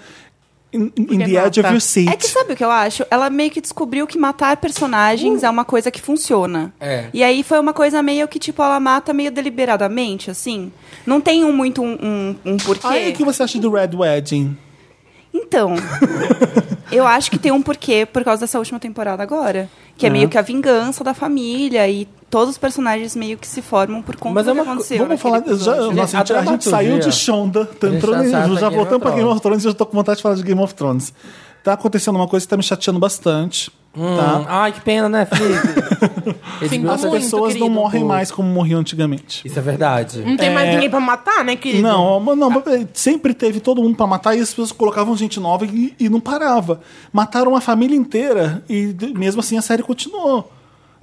S1: in, in the edge of
S4: mata.
S1: your seat.
S3: É que sabe o que eu acho? Ela meio que descobriu que matar personagens é uma coisa que funciona.
S2: Uh. É.
S3: E aí foi uma coisa meio que, tipo, ela mata meio deliberadamente, assim. Não tem um muito um, um, um porquê.
S2: é
S1: Aí, o que você acha do Red Wedding? [LAUGHS]
S3: Então, eu acho que tem um porquê por causa dessa última temporada agora. Que é, meio que a vingança da família e todos os personagens meio que se formam por conta
S2: Mas é
S3: do que
S2: uma co-
S3: aconteceu.
S1: Vamos falar.
S3: naquele
S1: Já,
S3: episódio.
S1: nossa, a gente,
S2: A
S1: a gente
S2: dramaturgia.
S1: saiu de Shonda, tá
S2: A gente
S1: entrando
S2: já
S1: em-
S2: sabe
S1: já
S2: Game
S1: voltamos
S2: of
S1: pra Game
S2: Thrones.
S1: of Thrones e eu tô com vontade de falar de Game of Thrones. Tá acontecendo uma coisa que tá me chateando bastante.
S2: Hum,
S1: tá?
S2: Ai, que pena, né, Felipe? [LAUGHS] Esse
S1: As
S2: grupo-
S4: muito,
S1: pessoas não
S4: querido.
S1: morrem mais como morriam antigamente.
S2: Isso é verdade.
S4: Não tem mais ninguém pra matar, né, querido?
S1: Não, mas
S2: Ah.
S1: não, mas sempre teve todo mundo pra matar e as pessoas colocavam gente nova e, e não parava. Mataram uma família inteira e de- mesmo assim a série continuou.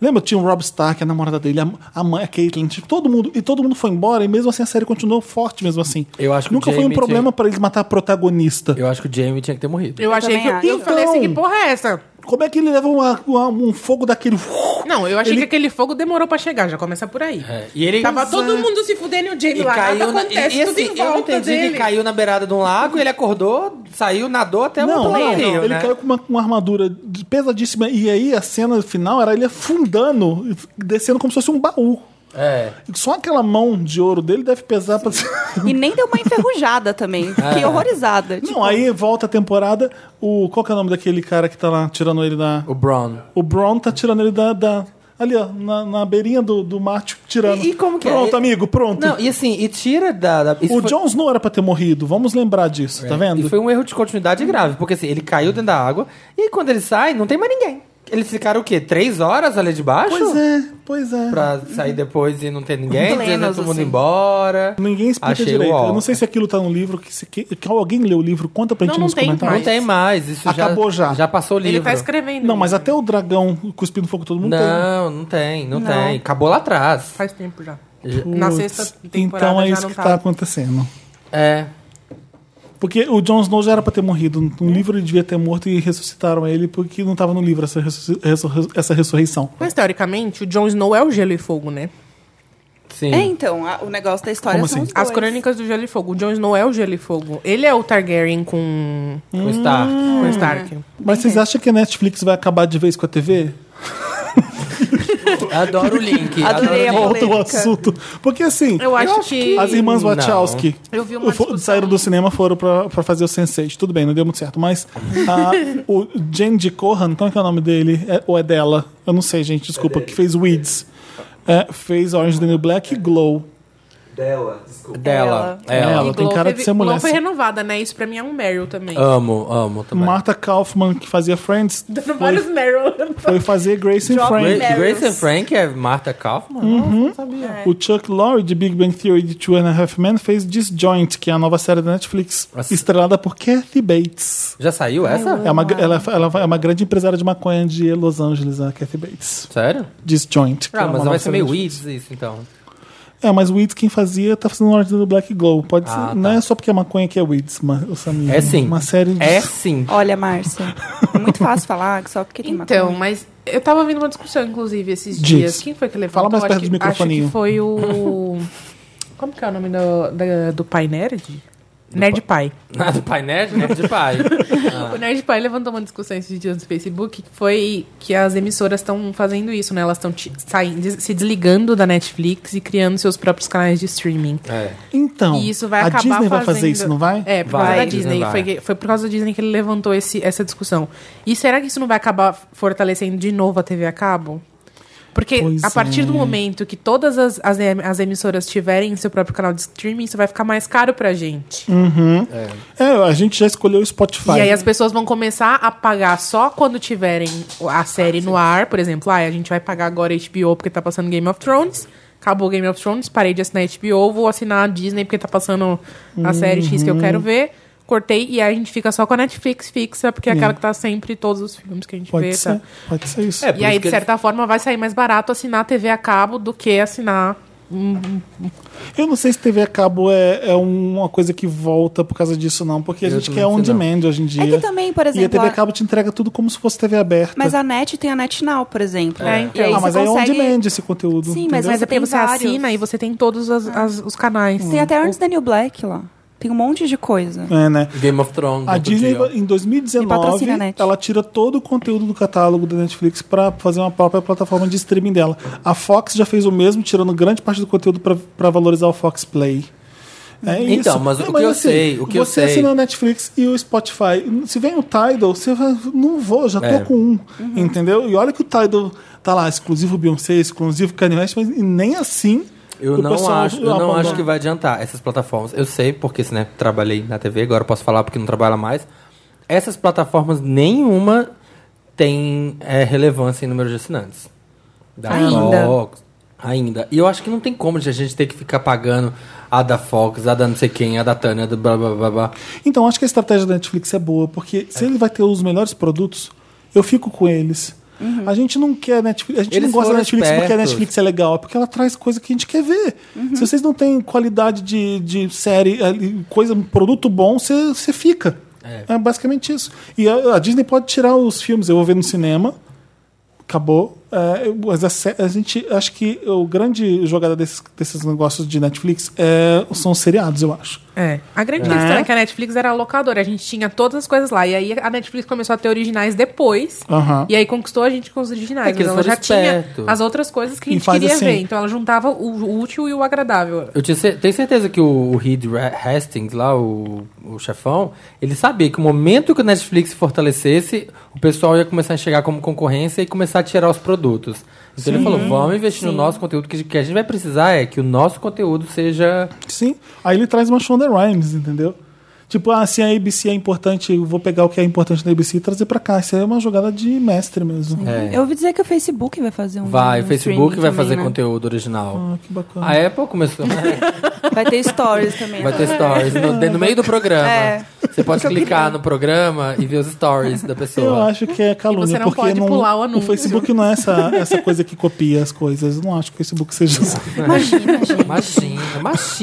S1: Lembra? Tinha o Rob Stark, a namorada dele, a, a mãe, a Caitlyn, tipo, todo mundo. E todo mundo foi embora, e mesmo assim a série continuou forte mesmo assim.
S2: Eu acho que o
S1: Nunca foi um
S2: Jaime
S1: problema
S2: tinha-
S1: pra eles matar a protagonista.
S2: Eu acho que o Jamie tinha que ter morrido.
S4: Eu achei que.
S3: também acho.
S4: Eu falei assim, que
S1: Então.
S4: porra é essa?
S1: Como é que ele leva uma- uma- um fogo daquele.
S4: Não, eu achei que aquele fogo demorou pra chegar, já começa por aí.
S2: É, E ele
S4: Tava todo mundo se fudendo e o Jamie
S2: E
S4: lá,
S2: caiu
S4: nada
S2: na,
S4: acontece,
S2: e, e
S4: tudo
S2: assim,
S4: em
S2: eu
S4: volta
S2: entendi
S4: dele.
S2: que caiu na beirada de um lago, ele acordou, saiu, nadou até o
S1: Não,
S2: outro
S1: não,
S2: lado.
S1: ele
S2: né?
S1: caiu com uma, com uma armadura de- pesadíssima. E aí a cena final era ele afundando, descendo como se fosse um baú.
S2: É.
S1: Só aquela mão de ouro dele deve pesar pra.
S2: [LAUGHS]
S3: E nem deu uma enferrujada também.
S1: [LAUGHS]
S3: Fiquei
S2: É.
S3: horrorizada. tipo,
S1: Não, aí volta a temporada. O, qual que é o nome daquele cara que tá lá tirando ele da.
S2: O Bron.
S1: O Bron tá tirando ele da. da- ali, ó, na, na beirinha do, do mate, tirando.
S2: E- e como que é?
S1: Pronto,
S2: E-
S1: amigo, pronto.
S2: Não, e assim, e tira da. da- isso
S1: o
S2: foi-
S1: Jones não era pra ter morrido, vamos lembrar disso, tá vendo?
S2: E foi um erro de continuidade grave, porque assim, ele caiu dentro da água e aí, quando ele sai, não tem mais ninguém. Eles ficaram o quê? Três horas ali de baixo?
S1: Pois é, pois é.
S2: Pra sair depois e não ter ninguém,
S3: Plenos,
S2: dizendo todo mundo
S3: assim.
S2: embora.
S1: Ninguém explica
S2: Achei
S1: direito.
S2: uó.
S1: Eu não sei se aquilo tá no livro. Que se, que, que alguém leu o livro, conta pra gente
S4: Não, não
S1: nos
S4: tem
S1: comentários.
S2: Não tem mais, isso
S1: Acabou já.
S2: Já passou o
S4: Ele
S2: livro.
S4: tá escrevendo.
S1: Não, mas até o dragão cuspindo fogo todo mundo tem.
S2: Não, não tem, não,
S3: Não.
S2: tem. Acabou lá atrás.
S4: Faz tempo já.
S1: Putz,
S4: Na sexta temporada
S1: Então é
S4: já
S1: isso
S4: não
S1: que
S4: tá.
S1: tá acontecendo.
S2: É.
S1: Porque o Jon Snow já era pra ter morrido. No livro ele devia ter morto e ressuscitaram ele porque não tava no livro essa, ressu- ressu- essa ressurreição.
S4: Mas teoricamente, o Jon Snow é o Gelo e Fogo, né?
S2: Sim.
S3: É, então, a- o negócio da história
S1: Como
S3: são
S1: assim?
S3: os dois.
S4: As crônicas do Gelo e Fogo. O Jon Snow é o Gelo e Fogo. Ele é o Targaryen com,
S2: O Stark.
S4: com o Stark.
S1: Mas vocês acham que a Netflix vai acabar de vez com a TV? então.
S2: Adoro o link.
S3: [LAUGHS] Adorei
S2: adoro o link.
S1: Volta o
S3: polêmica.
S1: É assunto. Porque assim,
S4: Eu acho
S2: acho
S4: que.
S1: as irmãs
S2: Não.
S1: Wachowski
S4: Eu vi uma
S1: fo-
S4: discussão.
S1: saíram do cinema foram pra, pra fazer o Sense8. Tudo bem, não deu muito certo. Mas
S4: [LAUGHS]
S1: a, o Jandy Corran, como é que é o nome dele? É- ou é dela? Eu não sei, gente, desculpa. que fez Weeds. É, fez Orange is the New Black e Glow.
S5: Dela, desculpa.
S2: Dela.
S1: É, ela
S2: Ela.
S1: tem cara de ser mulher,
S4: Glow foi
S1: sim.
S4: renovada, né? Isso pra mim é um Meryl também.
S2: Amo, amo também.
S1: Martha Kaufman, que fazia Friends,
S4: Dando vários Meryl.
S1: foi fazer Grace and Frank.
S2: Gra- Grace and Frank é Martha Kaufman?
S1: Hum.
S2: Nossa, não sabia.
S1: O Chuck Lorre de Big Bang Theory de Two and a Half Men fez Disjoint, que é a nova série da Netflix,
S2: Nossa.
S1: estrelada por Kathy Bates.
S2: Já saiu essa?
S1: É uma, gr- ela, ela é uma grande empresária de maconha de Los Angeles, a Kathy Bates.
S2: Sério?
S1: Disjoint. que é
S2: Ah,
S1: uma
S2: mas
S1: nova
S2: vai ser
S1: série
S2: meio
S1: da-
S2: Weeds isso, então.
S1: É, mas o Weeds quem fazia tá fazendo Lorde do Black Glow. Pode ser,
S2: Ah, tá.
S1: Não é só porque é maconha que é Weeds, mas, o Samir.
S2: É sim.
S1: Uma série de...
S2: É sim. [LAUGHS]
S3: Olha, Márcia, é muito fácil falar que só porque tem
S4: Então,
S3: maconha.
S4: mas eu tava ouvindo uma discussão, inclusive, esses
S1: Diz.
S4: dias. Quem foi que levantou?
S1: Fala mais
S4: Acho
S1: perto
S4: que-
S1: do microfoninho.
S4: Acho que foi
S1: [LAUGHS]
S4: o... Como que é o nome do, da- do pai nerd? Nerd pai.
S2: Ah, do pai nerd, nerd de
S1: [LAUGHS]
S2: pai.
S1: Ah.
S4: O Nerd Pai levantou uma discussão esses dias no Facebook que foi que as emissoras estão fazendo isso, né? Elas estão se desligando da Netflix e criando seus próprios canais de streaming.
S2: É.
S1: Então,
S4: E isso vai
S1: a
S4: acabar
S1: Disney vai fazer
S4: fazendo-
S1: isso, não vai?
S4: É, por
S2: Vai,
S4: causa da
S2: Disney
S4: Disney.
S2: vai.
S4: Foi, que- foi por causa da Disney que ele levantou esse, essa discussão. E será que isso não vai acabar fortalecendo de novo a TV a cabo? Porque
S1: Pois
S4: a partir do
S1: é.
S4: momento que todas as, as, em- as emissoras tiverem seu próprio canal de streaming, isso vai ficar mais caro pra gente.
S1: É, a gente já escolheu o Spotify.
S4: E aí as pessoas vão começar a pagar só quando tiverem a série no ar, por exemplo, ah, a gente vai pagar agora HBO porque tá passando Game of Thrones. Acabou Game of Thrones, parei de assinar HBO, vou assinar a Disney porque tá passando a série X que eu quero
S1: Uhum.
S4: ver. Cortei e aí a gente fica só com a Netflix fixa, porque é aquela que tá sempre todos os filmes que a gente
S1: Pode
S4: vê. tá?
S1: ser, pode ser isso.
S2: É, por
S4: E aí,
S2: isso que
S4: de certa forma, vai sair mais barato assinar a TV a cabo do que assinar. um- um-
S1: Eu não sei se TV a cabo é, é uma coisa que volta por causa disso, não, porque a
S2: Eu
S1: gente
S2: também
S1: quer
S2: não
S1: on
S2: sei, não.
S1: demand hoje em dia.
S3: É que também, por
S1: e a
S3: exemplo,
S1: TV a
S3: a-
S1: cabo te entrega tudo como se fosse TV aberta.
S3: mas a NET tem a NET Now, por exemplo.
S4: É, então.
S3: E aí
S1: ah,
S3: você
S1: mas aí é on
S3: consegue...
S1: demand esse conteúdo.
S3: Sim, mas-
S4: Mas é porque
S3: tem
S4: você
S3: vários.
S4: assina e você tem todos as- as- os canais.
S3: Tem até Orange is the New Black lá. Tem um monte de coisa.
S1: É, né?
S2: Game of Thrones.
S1: A
S2: outro
S1: Disney,
S2: dia, ó.
S1: em
S3: E patrocina a
S1: 2019,
S3: Net.
S1: ela tira todo o conteúdo do catálogo da Netflix pra fazer uma própria plataforma de streaming dela. A Fox já fez o mesmo, tirando grande parte do conteúdo pra- pra valorizar o Fox Play. É
S2: Então,
S1: isso.
S2: mas o que eu sei, o que eu
S1: você
S2: sei-
S1: assina a Netflix e o Spotify. Se vem o Tidal, você vai, não vou, já tô
S2: É.
S1: com um, entendeu? E olha que o Tidal tá lá, exclusivo Beyoncé, exclusivo Kanye West, mas nem assim
S2: Eu
S1: o
S2: não,
S1: pessoal
S2: acho, eu não
S1: abandona.
S2: acho que vai adiantar essas plataformas. Eu sei, porque se, né, trabalhei na TV, agora eu posso falar porque não trabalha mais. Essas plataformas nenhuma tem é, relevância em número de assinantes. Da
S3: Ainda.
S2: Fox. Ainda. E eu acho que não tem como de a gente ter que ficar pagando a da Fox, a da não sei quem, a da Tânia, a do blá blá blá blá. É.
S1: Então, acho que a estratégia da Netflix é boa, porque se ele vai ter os melhores produtos, eu fico com eles. A gente não quer Netflix, a gente
S2: Uhum. Eles
S1: não gosta da
S2: foram
S1: Netflix porque a
S2: espertos. Uhum.
S1: Netflix é legal, é porque ela traz coisa que a gente quer ver. Se vocês não têm qualidade de, de série, ali, coisa, produto bom, você você fica. É. basicamente isso. E a, a Disney pode tirar os filmes, eu vou ver no cinema, acabou. É, eu- mas a, sé- a gente acho que o grande jogada desses, desses negócios de Netflix é, são os seriados, eu acho.
S4: É. A grande
S1: É.
S4: questão é que a Netflix era a locadora, a gente tinha todas as coisas lá. E aí a Netflix começou a ter originais depois.
S1: Aham.
S4: E aí conquistou a gente com os originais.
S2: É que
S4: mas
S2: eles
S4: ela já
S2: foram espertos.
S4: tinha as outras coisas que a
S1: E
S4: gente
S1: faz
S4: queria
S1: assim.
S4: ver. Então ela juntava o útil e o agradável.
S2: Eu tinha cer- tenho certeza que o Reed Ra- Hastings, lá, o, o chefão, ele sabia que o momento que o Netflix se fortalecesse, o pessoal ia começar a chegar como concorrência e começar a tirar os produtos. Então ele falou, vamos investir no nosso conteúdo, que, que a gente vai precisar é que o nosso conteúdo seja...
S1: Sim. Aí ele traz uma Shonda Rhimes, entendeu? Tipo, ah, se a ABC é importante, eu vou pegar o que é importante da ABC e trazer pra cá. Isso aí é uma jogada de mestre mesmo.
S2: É.
S3: Eu ouvi dizer que o Facebook vai fazer um.
S2: Vai, o
S3: um
S2: Facebook
S3: Uhum. streaming
S2: vai
S3: também,
S2: fazer
S3: né? Uhum.
S2: conteúdo original.
S1: Ah, que bacana.
S2: A Apple começou,
S3: [LAUGHS]
S2: né?
S3: Vai
S2: [LAUGHS]
S3: ter stories também.
S2: Vai ter
S3: né?
S2: stories no, no meio do programa.
S3: É.
S2: Você pode clicar no programa e ver os stories da
S1: Eu
S2: pessoa.
S1: acho que é calúnia,
S4: E você não
S1: porque
S4: pode pular o anúncio.
S1: Facebook não é essa, essa coisa que copia as coisas. Eu não acho que o Facebook
S2: [LAUGHS]
S1: seja assim. isso.
S2: Imagina,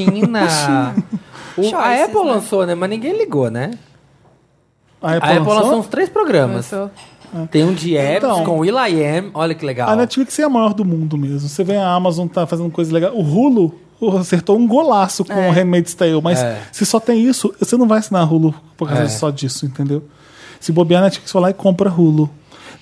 S2: imagina. O- a
S3: Choices,
S2: Apple
S3: né?
S2: lançou, né? Mas ninguém ligou, né?
S1: A É.
S2: A Apple lançou um uns três programas.
S4: Lançou.
S2: Tem um de apps
S1: Então.
S2: com o Will I Am. Olha que legal.
S1: A Netflix é a maior do mundo mesmo. Você vê a Amazon tá fazendo coisa legal. O Hulu acertou um golaço com o Handmaid's Tale, mas
S2: É.
S1: se só tem isso, você não vai assinar Hulu por causa
S2: É.
S1: só disso, entendeu? Se bobear, a Netflix vai lá e compra Hulu.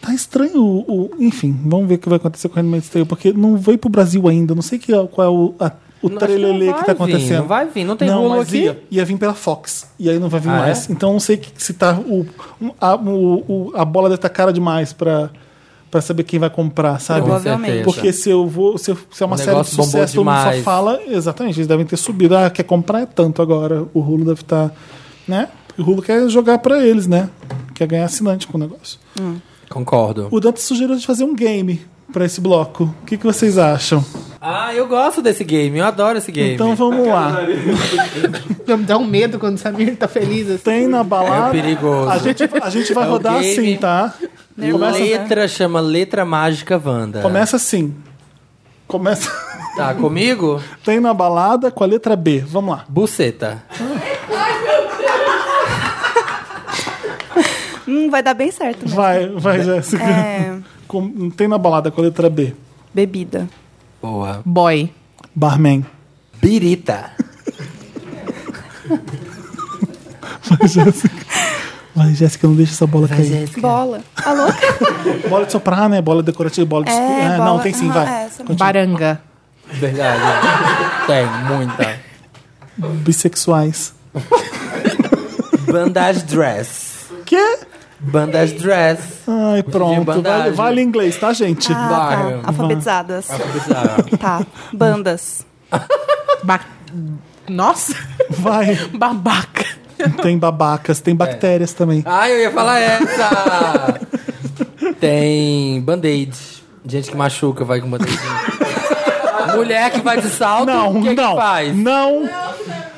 S1: Tá estranho o, o- Enfim, vamos ver o que vai acontecer com o Handmaid's Tale, porque não veio pro Brasil ainda. Não sei que, qual é o, a,
S2: Não,
S1: o
S2: acho que não
S1: trelelê que,
S2: vai
S1: tá
S2: vir,
S1: acontecendo.
S2: não vai vir, não tem Hulu
S1: mas
S2: aqui.
S1: Ia, ia vir pela Fox, e aí não vai vir
S2: Ah,
S1: mais.
S2: é?
S1: Então não sei que- se tá. O, um- a, o- o- a bola deve tá cara demais pra, pra saber quem vai comprar, sabe?
S2: Com
S3: Provavelmente.
S2: certeza.
S1: Porque se eu vou. Se, eu- se é uma
S2: O
S1: série de
S2: negócio bombou
S1: sucesso, todo mundo só
S2: demais.
S1: fala. Exatamente, eles devem ter subido. Ah, quer comprar é tanto agora. O Rulo deve estar. né? O Rulo quer jogar pra eles, né? Quer ganhar assinante com o negócio.
S2: Concordo.
S1: O Dante sugeriu de fazer um game pra esse bloco. O que, que vocês acham?
S2: Ah, eu gosto desse game. Eu adoro esse game.
S1: Então vamos lá.
S6: Me dá um medo quando o Samir tá feliz assim.
S1: Tem na
S2: É
S1: balada.
S2: perigoso.
S1: a, gente, a gente vai
S2: É o
S1: rodar
S2: game.
S1: assim, tá?
S2: E
S3: Nervosa.
S2: letra chama Letra Mágica Wanda.
S1: Começa assim. Começa. [LAUGHS]
S2: Tá comigo?
S1: Tem na balada com a letra B. Vamos lá.
S2: Buceta.
S3: Hum, vai dar bem certo. Né?
S1: Vai, vai, Jéssica.
S3: É,
S1: Com- Tem na balada com a letra B.
S3: bebida.
S2: Boa.
S4: Boy.
S1: Barman.
S2: Birita.
S1: Mas, Jéssica, não deixa essa bola cair.
S3: Bola. Alô?
S1: Bola de soprar, né? Bola decorativa, bola de...
S3: [LAUGHS] É,
S1: Ah,
S3: bola-
S1: Não, tem sim,
S3: Aham, é,
S1: vai.
S3: essa
S1: Continua.
S4: Baranga.
S2: Verdade.
S1: [LAUGHS]
S2: Tem, muita.
S3: é.
S1: Bissexuais.
S2: Bandage Dress.
S1: Quê?
S2: Bandage Dress.
S1: Ai, pronto. Vale,
S2: bandagem.
S1: vale inglês, tá, gente?
S2: Vai.
S3: Ah, tá. Alfabetizadas.
S2: Bizarro.
S3: Tá. Bandas.
S4: Ba- Nossa.
S1: Vai.
S4: [LAUGHS] Babaca.
S1: Tem babacas,
S2: É.
S1: tem bactérias também.
S2: Ai, Ah, eu ia falar essa! Tem band-aid. Gente que machuca vai com band-aid. Mulher que vai de salto,
S1: Não,
S2: Ah, o que, que
S1: não,
S2: faz?
S1: não.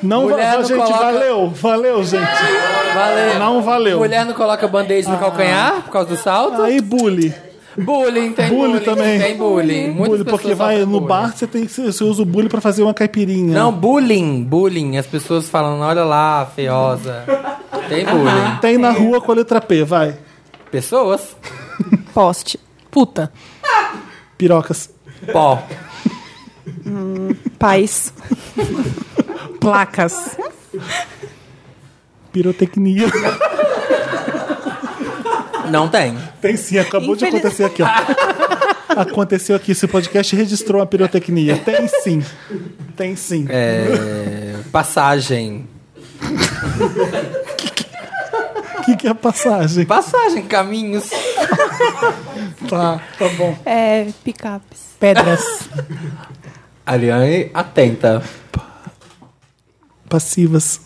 S1: Não, va-
S2: Mulher não
S1: gente,
S2: coloca-
S1: valeu, valeu, gente.
S2: Valeu.
S1: Não valeu. Ah.
S2: Mulher não coloca band-aid no calcanhar por causa do
S3: Ah.
S2: salto?
S1: Aí, bully.
S2: Bullying, tem
S1: Bullying
S2: bullying.
S1: também.
S2: Tem bullying. Muitas
S1: bully,
S2: pessoas
S1: porque vai
S2: sofrem
S1: no
S2: bullying.
S1: bar, você, tem, você você usa o bully pra fazer uma caipirinha.
S2: Não, bullying, bullying. As pessoas falam, olha lá, feiosa. Tem bullying.
S1: Tem na rua com a letra P, vai.
S2: Pessoas,
S3: Poste.
S4: Puta.
S1: Pirocas.
S2: pó.
S3: Paz.
S4: [LAUGHS] Placas.
S1: Pirotecnia. [LAUGHS]
S2: Não tem.
S1: Tem sim, acabou de
S3: Infeliz-
S1: acontecer aqui, ó. Aconteceu aqui, esse podcast registrou a pirotecnia. Tem sim. Tem sim.
S2: É, Passagem.
S1: O que, que é passagem?
S2: Passagem, caminhos.
S1: Tá, tá bom.
S3: É, picapes.
S4: Pedras.
S2: Ariane, atenta.
S1: Passivas.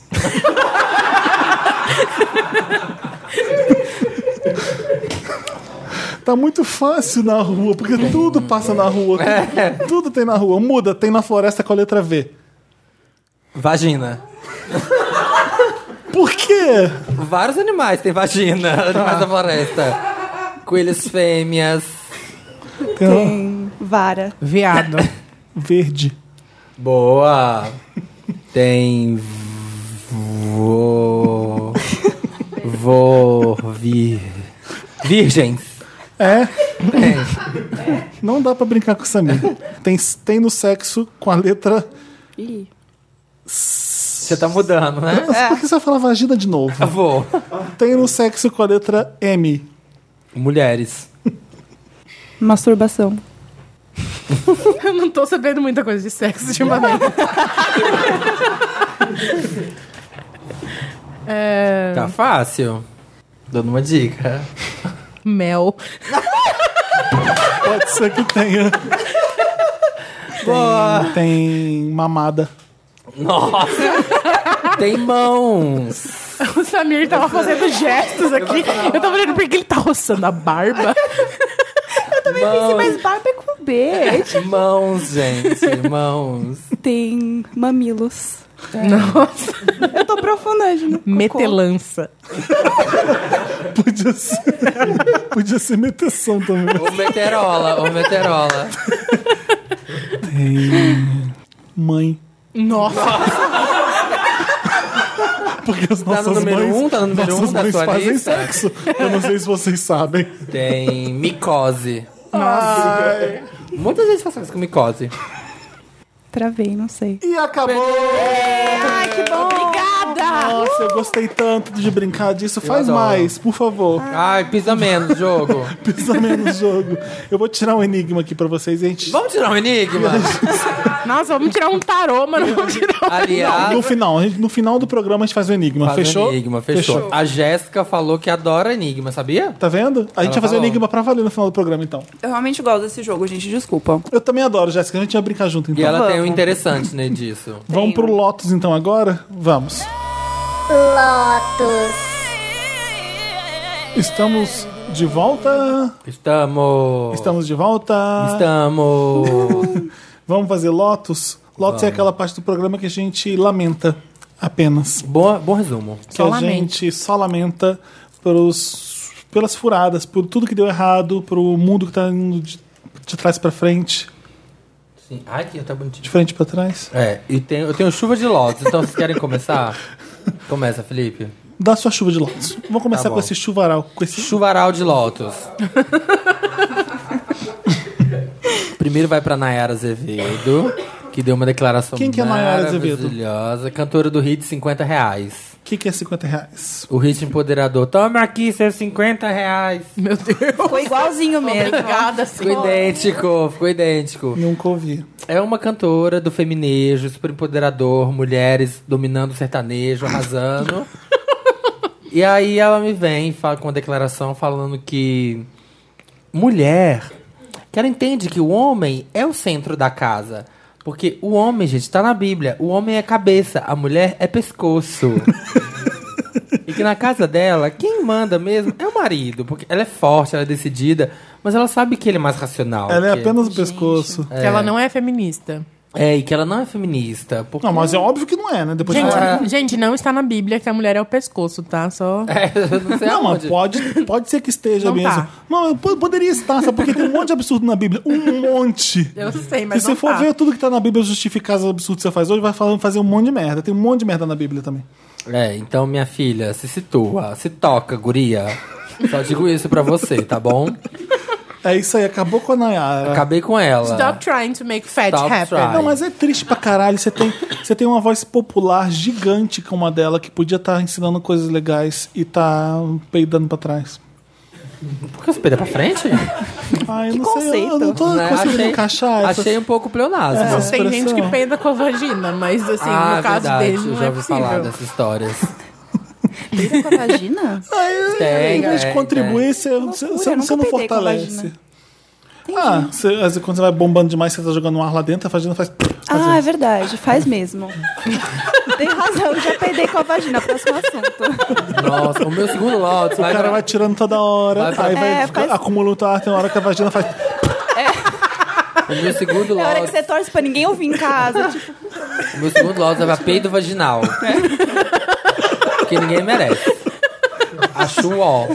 S1: Tá muito fácil na rua, porque tudo passa na rua. Tudo, tudo tem na rua. Muda, tem na floresta com a letra V.
S2: Vagina.
S1: Por quê?
S2: [LAUGHS] Vários animais têm vagina. Animais da floresta. Coelhos fêmeas.
S1: Tem uma
S3: Tem vara.
S4: Viado.
S1: verde.
S2: Boa! Tem. Vou. Vou. Vir. Virgens.
S1: É. Não dá pra brincar com essa mina. Tem, tem no sexo com a letra.
S3: Ih.
S2: Você tá mudando, né?
S1: Por que você vai falar vagina de novo?
S2: Vou.
S1: Tem no sexo com a letra M.
S2: Mulheres.
S3: Masturbação.
S4: Eu não tô sabendo muita coisa de sexo [LAUGHS] ultimamente. é...
S2: Tá fácil. Dando uma dica.
S4: Mel.
S1: Pode ser que tenha. Tem, tem mamada.
S2: Nossa! Tem mãos.
S4: O Samir tava fazendo gestos aqui. Eu tava olhando porque ele tá roçando a barba.
S2: Mãos,
S3: Mas barba é com
S4: [LAUGHS]
S3: B.
S2: mãos, gente. Mãos.
S3: Tem mamilos.
S4: Nossa.
S3: [LAUGHS] Eu tô né? profundando.
S4: Metelança.
S1: Podia ser, podia ser meteção também.
S2: Ou meterola, ou meterola.
S1: Mãe.
S4: Nossa.
S1: Porque as
S2: no
S1: nossas
S2: número
S1: mães,
S2: um? Tá no número
S1: nossas
S2: um da
S1: mães
S2: sua
S1: fazem
S2: lista?
S1: sexo. Eu não sei se vocês sabem.
S2: Tem micose. Nossa. Muitas vezes faço isso com micose.
S3: Travei, não sei.
S1: E acabou!
S3: Ai, que bom. Obrigada.
S1: Nossa, eu gostei tanto de brincar disso. Faz
S2: adoro.
S1: mais, por favor.
S2: Ai, pisa menos, jogo.
S1: Pisa menos jogo. Eu vou tirar um enigma aqui pra vocês, gente.
S2: Vamos tirar um enigma?
S4: Nossa, vamos tirar um tarô, mas não vamos tirar um...
S1: No
S2: Aliás,
S1: final, a gente- no final do programa a gente faz o enigma.
S2: faz um
S1: fechou?
S2: enigma, fechou. A Jéssica falou que adora enigma, sabia?
S1: Tá vendo? A gente vai fazer o
S2: falou.
S1: enigma pra valer no final do programa, então.
S3: Eu realmente gosto desse jogo, gente. Desculpa.
S1: Eu também adoro, Jéssica. A gente vai brincar junto,
S2: E
S1: então.
S2: ela tem um
S3: Vamos.
S2: interessante, né, disso.
S1: Vamos pro Lotus, então, agora? Vamos.
S7: Lotus.
S1: Estamos de volta.
S2: Estamos...
S1: Estamos de volta.
S2: [LAUGHS] Estamos...
S1: Vamos fazer Lotus? Lotus é aquela parte do programa que a gente lamenta apenas.
S2: bom, bom resumo.
S1: que a gente só lamenta pelos, pelas furadas, por tudo que deu errado, pro mundo que tá indo de, de trás pra frente,
S2: Sim. Ai, que tá
S1: de
S2: bonitinho.
S1: frente pra trás.
S2: É, e tem, eu tenho chuva de lotes, então vocês querem [LAUGHS] começar? Começa, Felipe.
S1: Dá sua chuva de lotes. Vamos começar
S2: Tá bom.
S1: com esse chuvaral, com esse
S2: Chuvaral de Lotus. Primeiro vai pra Nayara Azevedo, que deu uma declaração
S1: Quem que é Nayara Azevedo?
S2: maravilhosa. Cantora do hit 50 reais.
S1: O que, que é 50 reais?
S2: O hit empoderador. Toma aqui seus 50 reais.
S4: Meu Deus.
S3: Foi igualzinho mesmo.
S4: Obrigada,
S3: assim.
S2: Ficou
S4: senhor.
S2: idêntico, ficou idêntico.
S1: Nunca ouvi.
S2: É uma cantora do feminejo, super empoderador, mulheres dominando o sertanejo,
S1: [LAUGHS]
S2: arrasando. e aí ela me vem fala, com uma declaração falando que mulher, que ela entende que o homem é o centro da casa. Porque o homem, gente, tá na Bíblia. O homem é cabeça, a mulher é
S1: [LAUGHS]
S2: pescoço. E que na casa dela, quem manda mesmo é o marido. Porque ela é forte, ela é decidida, mas ela sabe que ele é mais racional.
S1: Ela é
S2: que-
S1: apenas o pescoço.
S4: Que ela não é feminista.
S2: é, e que ela não é feminista. Porque...
S1: Não, mas é óbvio que não é, né? Depois
S4: Gente,
S1: de...
S4: gente, não está na Bíblia que a mulher é o pescoço, tá? Só.
S2: É, eu não sei
S1: Não, mas
S2: aonde.
S1: pode, pode ser que esteja
S4: Não
S1: mesmo.
S4: tá.
S1: Não, eu po- poderia estar, sabe? Porque tem um monte de absurdo na Bíblia.
S4: [LAUGHS]
S1: Um monte.
S4: Eu sei,
S1: Se
S4: mas
S1: você
S4: não
S1: for
S4: tá.
S1: ver tudo que tá na Bíblia justificar os absurdos que você faz hoje, vai falando- fazer um monte de merda. Tem um monte de merda na Bíblia também.
S2: É, então minha filha, se situa, se toca, guria. Só digo isso pra você, tá bom?
S1: É isso aí, acabou com a Nayara.
S2: Acabei com ela.
S4: Stop trying to make fat
S2: Stop
S4: happen.
S2: trying.
S1: Não, mas é triste pra caralho. Você tem, você tem uma voz popular gigante como a dela que podia estar ensinando coisas legais e tá peidando pra trás.
S2: Por que você perdeu pra frente?
S1: Ai, eu não sei, eu- eu
S3: conceito.
S1: não tô
S2: Né,
S1: conseguindo encaixar essa.
S2: achei um pouco pleonasmo.
S1: É.
S4: Tem gente
S1: expressão.
S4: que peida com a vagina, mas assim,
S2: Ah,
S4: no caso
S2: verdade,
S4: dele,
S2: eu
S4: não
S2: já
S4: é
S2: ouvi falar
S4: possível.
S2: dessas histórias.
S3: Tem com a vagina?
S1: Ai,
S2: Tem,
S1: em vez de
S2: tem,
S1: contribuir, você, você,
S3: Loucura,
S1: você
S3: eu
S1: não- você não
S3: nunca né? peidei com a
S1: fortalece.
S3: vagina.
S1: Ah, você, às vezes quando você vai bombando demais, você tá jogando um ar lá dentro, a vagina faz.
S3: Ah, é verdade. Faz mesmo. [LAUGHS] Tem razão. eu Já peidei com a vagina. Próximo assunto.
S2: Nossa, o meu segundo lote
S1: O
S2: vai,
S1: cara
S2: pra,
S1: vai tirando toda
S2: Vai
S1: hora,
S2: pra-
S1: aí vai
S3: É,
S1: fica-
S3: faz-
S1: acumulando ar, tem uma hora que a vagina faz.
S2: o meu segundo
S3: É a hora que
S2: lote,
S3: você torce pra ninguém ouvir em casa. Tipo,
S2: o meu segundo lote vai pra peido vaginal. Porque ninguém merece. Acho um ó.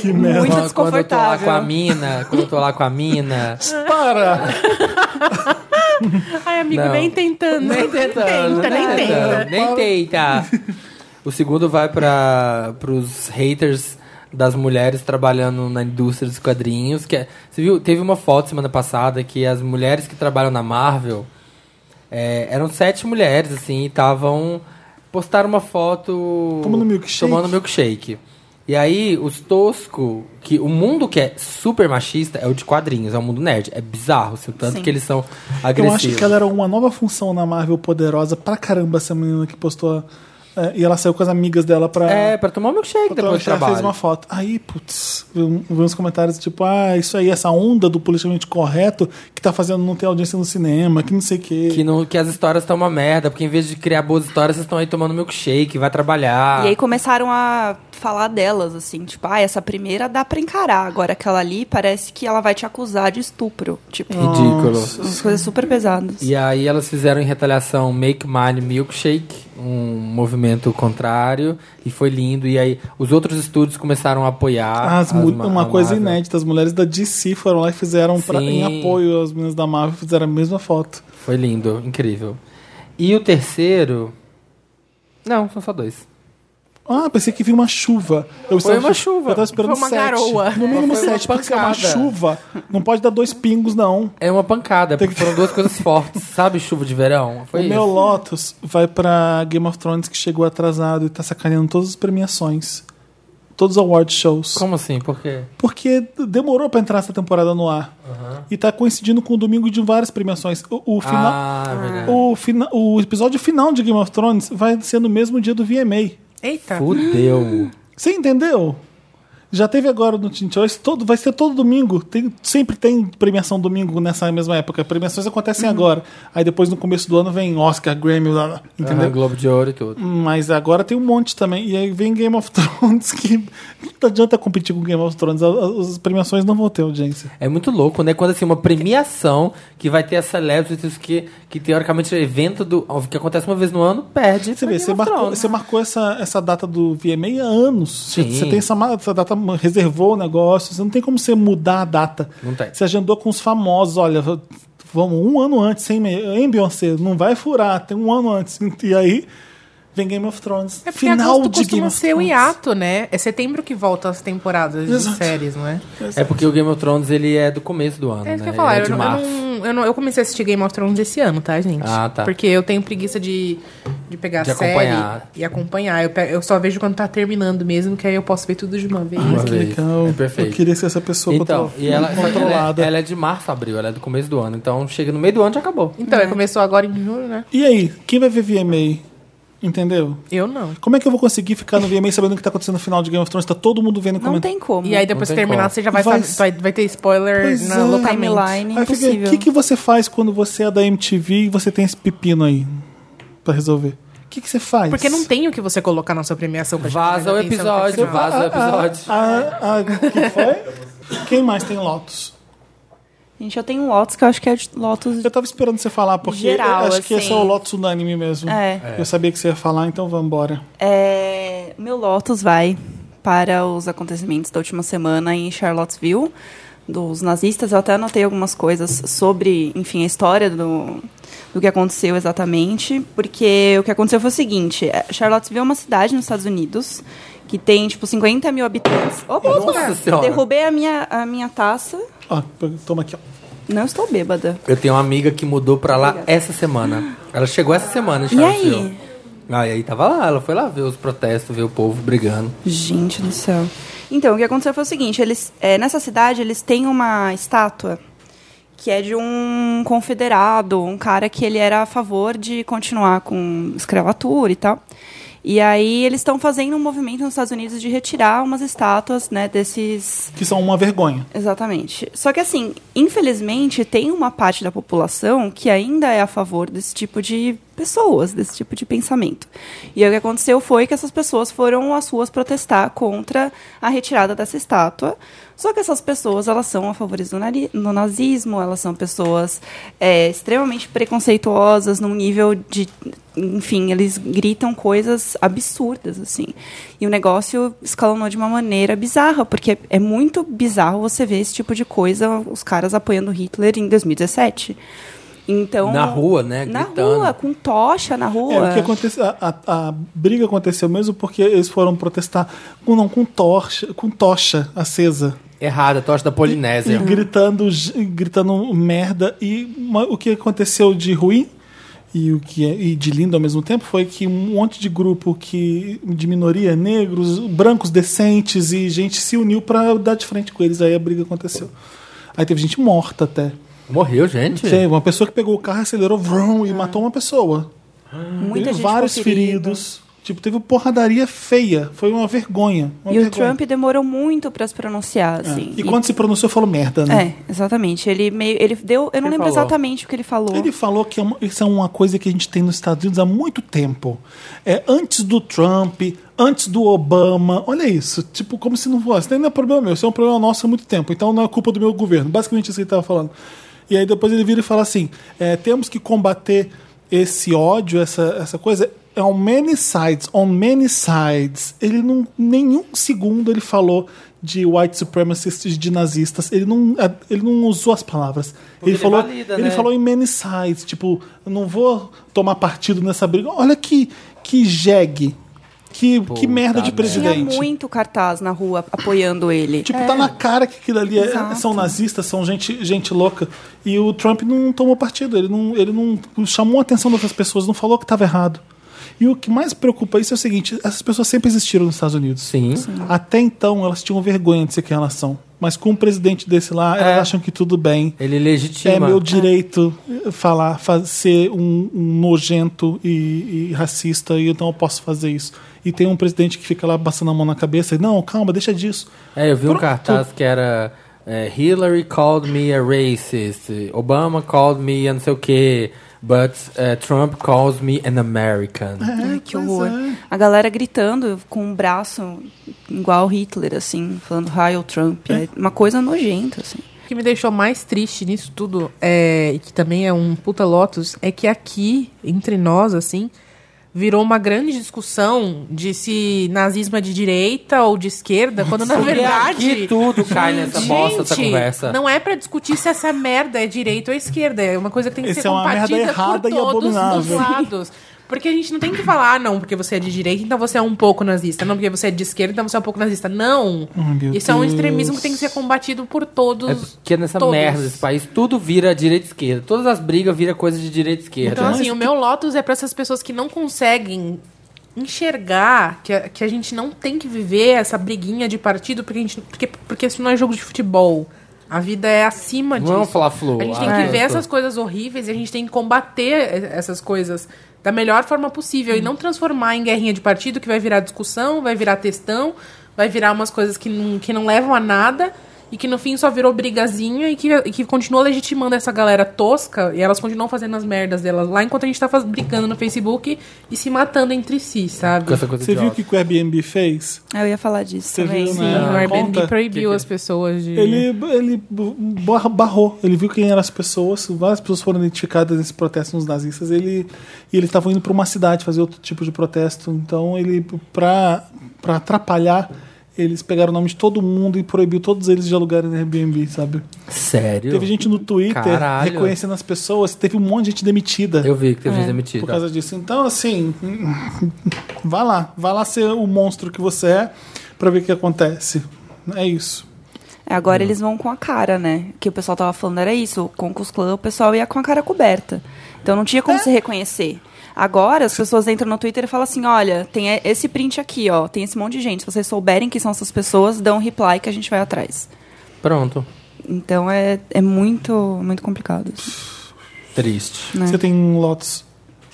S1: Que merda.
S3: Muito
S2: Quando- Quando eu tô lá
S3: desconfortável.
S2: com a mina, quando eu tô lá com a mina.
S1: Para!
S4: Ai, amigo,
S2: Não.
S4: nem tentando.
S2: Nem né? tenta,
S4: tenta, nem tenta.
S2: Nem tenta. O segundo vai para os haters das mulheres trabalhando na indústria dos quadrinhos. Que é- você viu? Teve uma foto semana passada que as mulheres que trabalham na Marvel é, eram sete mulheres, assim, e estavam. Postaram uma foto.
S1: Tomando milkshake.
S2: Tomando milkshake. E aí, os tosco, que o mundo que é super machista é o de quadrinhos, é o mundo nerd. É bizarro, assim, o tanto
S3: Sim.
S2: que eles são
S1: Eu
S2: agressivos.
S1: acho que ela era uma nova função na Marvel poderosa pra caramba, essa menina que postou. é, e ela saiu com as amigas dela pra.
S2: É, pra tomar um milkshake depois do
S1: ela
S2: trabalho.
S1: fez uma foto. Aí, putz, vemos comentários tipo, ah, isso aí, essa onda do politicamente correto que tá fazendo não ter audiência no cinema, que não sei o quê.
S2: Que, não, que as histórias estão uma merda, porque em vez de criar boas histórias, vocês estão aí tomando milkshake, vai trabalhar.
S3: E aí começaram a falar delas, assim, tipo, ah, essa primeira dá pra encarar, agora aquela ali parece que ela vai te acusar de estupro. Tipo,
S2: Ridículo.
S3: umas coisas super pesadas.
S2: E aí elas fizeram em retaliação Make Mine Milkshake, um movimento contrário, e foi lindo. E aí os outros estúdios começaram a apoiar.
S1: Ah, As mu-
S2: ma-
S1: uma
S2: a
S1: coisa
S2: Marvel.
S1: inédita, as mulheres da DC foram lá e fizeram pra,
S2: Sim.
S1: em apoio às meninas da Marvel, fizeram a mesma foto.
S2: Foi lindo, incrível. E o terceiro. Não, são só dois.
S1: Ah, pensei que vinha uma chuva. Eu
S2: Foi
S1: estava-
S2: uma chuva.
S1: Eu tava esperando
S4: Foi uma
S1: sete.
S4: garoa.
S1: No mínimo
S2: Foi uma
S1: sete, porque se é uma
S2: pancada.
S1: chuva, não pode dar dois pingos, não.
S2: É uma pancada, porque foram duas coisas fortes,
S1: [LAUGHS]
S2: sabe? Chuva de verão. Foi
S1: o
S2: isso.
S1: meu Lotus vai pra Game of Thrones que chegou atrasado e tá sacaneando todas as premiações. Todos os award shows.
S2: Como assim? Por quê?
S1: Porque demorou pra entrar essa temporada no ar. E tá coincidindo com o domingo de várias premiações. O, o final.
S2: Ah, é verdade.
S1: O, fina- o episódio final de Game of Thrones vai ser no mesmo dia do VMA.
S4: Eita.
S2: Fudeu.
S1: Você entendeu? Já teve agora no Teen Choice, todo, vai ser todo domingo. Tem- sempre tem premiação domingo nessa mesma época. Premiações
S2: Uhum.
S1: acontecem agora. Aí depois, no começo do ano, vem Oscar, Grammy, blá, blá, entendeu?
S2: Aham, Globo de Ouro e tudo.
S1: Mas agora tem um monte também. E aí vem Game of [LAUGHS] Thrones, que não adianta competir com Game of Thrones. As, as premiações não vão ter audiência.
S2: É muito louco, né? Quando assim, uma premiação que vai ter as celebrities que, que teoricamente é evento do. que acontece uma vez no ano, perde. pra
S1: Você vê,
S2: Game
S1: você
S2: of
S1: marcou,
S2: Thrones.
S4: né?
S1: você marcou essa, essa data do VMA há anos. Você-
S2: Sim.
S1: Você tem essa, ma- essa data, reservou o negócio. Você não tem como você mudar a data.
S2: Não tem.
S1: Você agendou com os famosos. Olha, v- vamos um ano antes, hein, Me- hein, Beyoncé? Não vai furar, tem um ano antes. E aí vem Game of Thrones.
S4: É porque
S1: Final
S4: agosto
S1: de Game
S4: costuma
S1: of
S4: ser o
S1: Thrones.
S4: hiato, né? É setembro que voltam as temporadas
S1: Exato.
S4: de séries, não é?
S2: É porque o Game of Thrones ele é do começo do ano.
S4: É
S2: né?
S4: isso que eu ia falar.
S2: Ele
S4: Eu,
S2: de
S4: não, eu,
S2: março.
S4: não, eu, não- eu comecei a assistir Game of Thrones esse ano, tá, gente?
S2: Ah, tá.
S4: Porque eu tenho preguiça de, de pegar
S2: De
S4: a série
S2: acompanhar.
S4: e acompanhar. Eu, pe- eu só vejo quando tá terminando mesmo, que aí eu posso ver tudo de uma vez.
S2: Uma
S1: Que
S2: vez.
S1: legal.
S2: É perfeito.
S1: Eu queria ser essa pessoa
S2: Então,
S1: contro-
S2: e ela, ela,
S1: controlada.
S2: é, ela é de março a abril, ela é do começo do ano. Então chega no meio do ano já acabou.
S4: Então, aí começou agora em julho, né?
S1: E aí, quem vai ver VMA? Entendeu?
S4: Eu não.
S1: Como é que eu vou conseguir ficar no VMA sabendo o que tá acontecendo no final de Game of Thrones? Tá todo mundo vendo
S3: Não
S1: comentando.
S3: tem como.
S4: E aí depois
S2: tem
S4: que terminar,
S2: como.
S4: você já vai,
S1: Vai-
S4: saber- vai, vai ter spoiler
S1: Pois
S4: na
S1: é.
S4: locamente.
S3: timeline,
S1: Aí fica,
S3: impossível.
S1: o que, que você faz quando você é da MTV e você tem esse pepino aí pra resolver? O que, que você faz?
S4: Porque não tem o que você colocar na sua premiação. pra chamar
S2: Vaza o
S4: mais atenção pro
S2: episódio,
S4: final.
S2: vaza o episódio.
S1: Ah, ah, que foi? Quem mais tem Lotus?
S3: Gente, eu tenho um Lotus que eu acho que é de Lotus.
S1: Eu tava esperando você falar, porque
S3: Geral,
S1: eu acho que esse é o
S3: assim.
S1: Lotus unânime mesmo.
S3: É.
S1: Eu sabia que você ia falar, então vambora.
S3: É, meu Lotus vai para os acontecimentos da última semana em Charlottesville, dos nazistas. Eu até anotei algumas coisas sobre, enfim, a história do, do que aconteceu exatamente. Porque o que aconteceu foi o seguinte: é, Charlottesville é uma cidade nos Estados Unidos que tem, tipo, 50 mil habitantes. Opa,
S2: Nossa
S3: opa,
S2: Senhora.
S3: derrubei a minha, a minha taça.
S1: Ó, toma aqui, ó.
S3: Não estou bêbada.
S2: Eu tenho uma amiga que mudou pra lá essa semana. Ela chegou essa semana em
S3: E aí?
S2: Charlottesville. Ah, e aí tava lá, ela foi lá ver os protestos, ver o povo brigando.
S3: Gente do céu. Então, o que aconteceu foi o seguinte: eles, eh, nessa cidade, eles têm uma estátua que é de um confederado, um cara que ele era a favor de continuar com escravatura e tal. E aí eles estão fazendo um movimento nos Estados Unidos de retirar umas estátuas, né, desses
S1: Que são uma vergonha.
S3: Exatamente. Só que, assim, infelizmente, tem uma parte da população que ainda é a favor desse tipo de pessoas desse tipo de pensamento. E aí o que aconteceu foi que essas pessoas foram às ruas protestar contra a retirada dessa estátua. Só que essas pessoas, elas são a favor do, nari- do nazismo, elas são pessoas é, extremamente preconceituosas num nível de... Enfim, eles gritam coisas absurdas, assim. E o negócio escalonou de uma maneira bizarra, porque é muito bizarro você ver esse tipo de coisa, os caras apoiando Hitler em 2017. Então,
S2: Na rua, né?
S3: Na
S2: Gritando.
S3: rua, com tocha na
S1: É,
S3: rua.
S1: o que aconteceu, a, a- a briga aconteceu mesmo porque eles foram protestar com, não, com, torcha, com tocha acesa.
S2: Errada, tocha da
S1: E
S2: Polinésia.
S1: gritando, j- gritando merda. E uma- o que aconteceu de ruim e o que é- e de lindo ao mesmo tempo foi que um monte de grupo que de minoria, negros, brancos decentes e gente se uniu pra dar de frente com eles. Aí a briga aconteceu. Aí teve gente morta até.
S2: Morreu, gente?
S1: Teve uma pessoa que pegou o carro, acelerou vrum, e matou uma pessoa.
S3: Muita
S1: teve
S3: gente
S1: vários
S3: ficou ferida.
S1: feridos. Tipo, teve porradaria feia. Foi uma vergonha. uma
S3: E o
S1: vergonha.
S3: Trump demorou muito para se pronunciar,
S1: É.
S3: assim.
S1: E quando se pronunciou, falou merda, né?
S3: É, exatamente. Ele meio. Ele deu. Eu não
S2: Ele
S3: lembro
S2: falou.
S3: exatamente o que ele falou.
S1: Ele falou que é uma- isso é uma coisa que a gente tem nos Estados Unidos há muito tempo. É antes do Trump, antes do Obama. Olha isso. Tipo, como se não fosse. Isso não é problema meu, isso é um problema nosso há muito tempo. Então não é culpa do meu governo. Basicamente isso que ele estava falando. E aí depois ele vira e fala assim: é, temos que combater esse ódio, essa, essa coisa. É on many sides, on many sides. Ele não. Nenhum segundo ele falou de white supremacists, de nazistas. Ele não, é, ele não usou as palavras. Ele,
S2: ele
S1: falou,
S2: valida,
S1: ele
S2: né?
S1: falou em many sides, tipo, eu não vou tomar partido nessa briga. Olha que que jegue. Que, que
S2: Puta
S1: merda
S2: merda.
S1: de
S3: Tinha
S1: presidente.
S3: muito cartaz na rua apoiando ele.
S1: Tipo, tá na cara que aquilo ali é-
S3: Exato.
S1: são nazistas, são gente, gente louca. E o Trump não tomou partido, ele não, ele não chamou a atenção das outras pessoas, não falou que estava errado. E o que mais preocupa isso é o seguinte: essas pessoas sempre existiram nos Estados Unidos.
S2: Sim.
S1: Até então elas tinham vergonha de ser quem elas são. Mas com um presidente desse lá, elas
S2: É.
S1: acham que tudo bem.
S2: Ele
S1: É
S2: legitima.
S1: meu direito eh, falar, fa- ser um, um nojento e, e racista, e então eu posso fazer isso. E tem um presidente que fica lá passando a mão na cabeça e, não, calma, deixa disso.
S2: É, eu vi um
S1: Pronto.
S2: cartaz que era é, Hillary called me a racist, Obama called me a não sei o quê, but é, Trump calls me an American.
S3: Ai, que
S1: pois
S3: horror.
S1: é.
S3: A galera gritando com o braço igual Hitler, assim, falando Heil Trump. É uma coisa nojenta, assim.
S4: O que me deixou mais triste nisso tudo, é, e que também é um puta Lotus, é que aqui, entre nós, assim, virou uma grande discussão de se nazismo é de direita ou de esquerda, quando na É verdade.
S2: Aqui tudo cai nessa bosta, essa
S4: Gente,
S2: conversa.
S4: Não é pra discutir se essa merda é direita ou esquerda. É uma coisa que tem que
S1: Essa
S4: ser
S1: é uma merda
S4: combatida
S1: errada
S4: por
S1: e
S4: todos os
S1: abominável.
S4: lados. Porque a gente não tem que falar, "Ah, não, porque você é de direita, então você é um pouco nazista. Não, porque você é de esquerda, então você é um pouco nazista. Não.
S1: Ai, meu
S4: Isso é um
S1: Deus.
S4: extremismo que tem que ser combatido por todos.
S2: É porque nessa
S4: todos.
S2: merda desse país tudo vira direita e esquerda. Todas as brigas vira coisa de direita e esquerda.
S4: Então, assim, o meu Lotus é pra essas pessoas que não conseguem enxergar que a, que a gente não tem que viver essa briguinha de partido, porque, a gente, porque, porque isso não é jogo de futebol. A vida é acima
S2: Não
S4: disso.
S2: é um fla-flu.
S4: A gente tem
S2: Ah,
S4: que
S2: é.
S4: ver essas coisas horríveis e a gente tem que combater e- essas coisas da melhor forma possível e não transformar em guerrinha de partido que vai virar discussão, vai virar textão, vai virar umas coisas que não, que não levam a nada e que no fim só virou brigazinha e que, e que continua legitimando essa galera tosca e elas continuam fazendo as merdas delas lá enquanto a gente tá faz- brigando no Facebook e se matando entre si, sabe?
S2: com essa coisa
S1: Você viu o
S2: idiota.
S1: que que o Airbnb fez?
S3: Eu ia falar disso
S1: Você
S3: também.
S1: viu,
S4: Sim,
S1: né?
S4: o Airbnb
S1: Conta.
S4: proibiu as pessoas de...
S1: Ele, ele bar- barrou, ele viu quem eram as pessoas, várias pessoas foram identificadas nesse protesto nos nazistas, ele, e eles estavam indo para uma cidade fazer outro tipo de protesto, então ele, para atrapalhar, eles pegaram o nome de todo mundo e proibiu todos eles de alugarem no Airbnb, sabe?
S2: Sério?
S1: Teve gente no Twitter
S2: Caralho.
S1: reconhecendo as pessoas, teve um monte de gente demitida
S2: Eu vi que
S4: É.
S2: teve gente demitida.
S1: por causa disso. Então, assim, [LAUGHS] vá lá, vá lá ser o monstro que você é para ver o que acontece. É isso.
S3: É, Agora eles vão com a cara, né? O que o pessoal tava falando era isso. Com o Ku Klux Klan, o pessoal ia com a cara coberta. Então não tinha
S1: É.
S3: como se reconhecer. Agora as pessoas entram no Twitter e falam assim: olha, tem e- esse print aqui, ó. Tem esse monte de gente. Se vocês souberem que são essas pessoas, dão um reply que a gente vai atrás.
S2: Pronto.
S3: Então é, é muito, muito complicado. assim.
S2: Triste.
S3: É.
S1: Você tem um Lotus.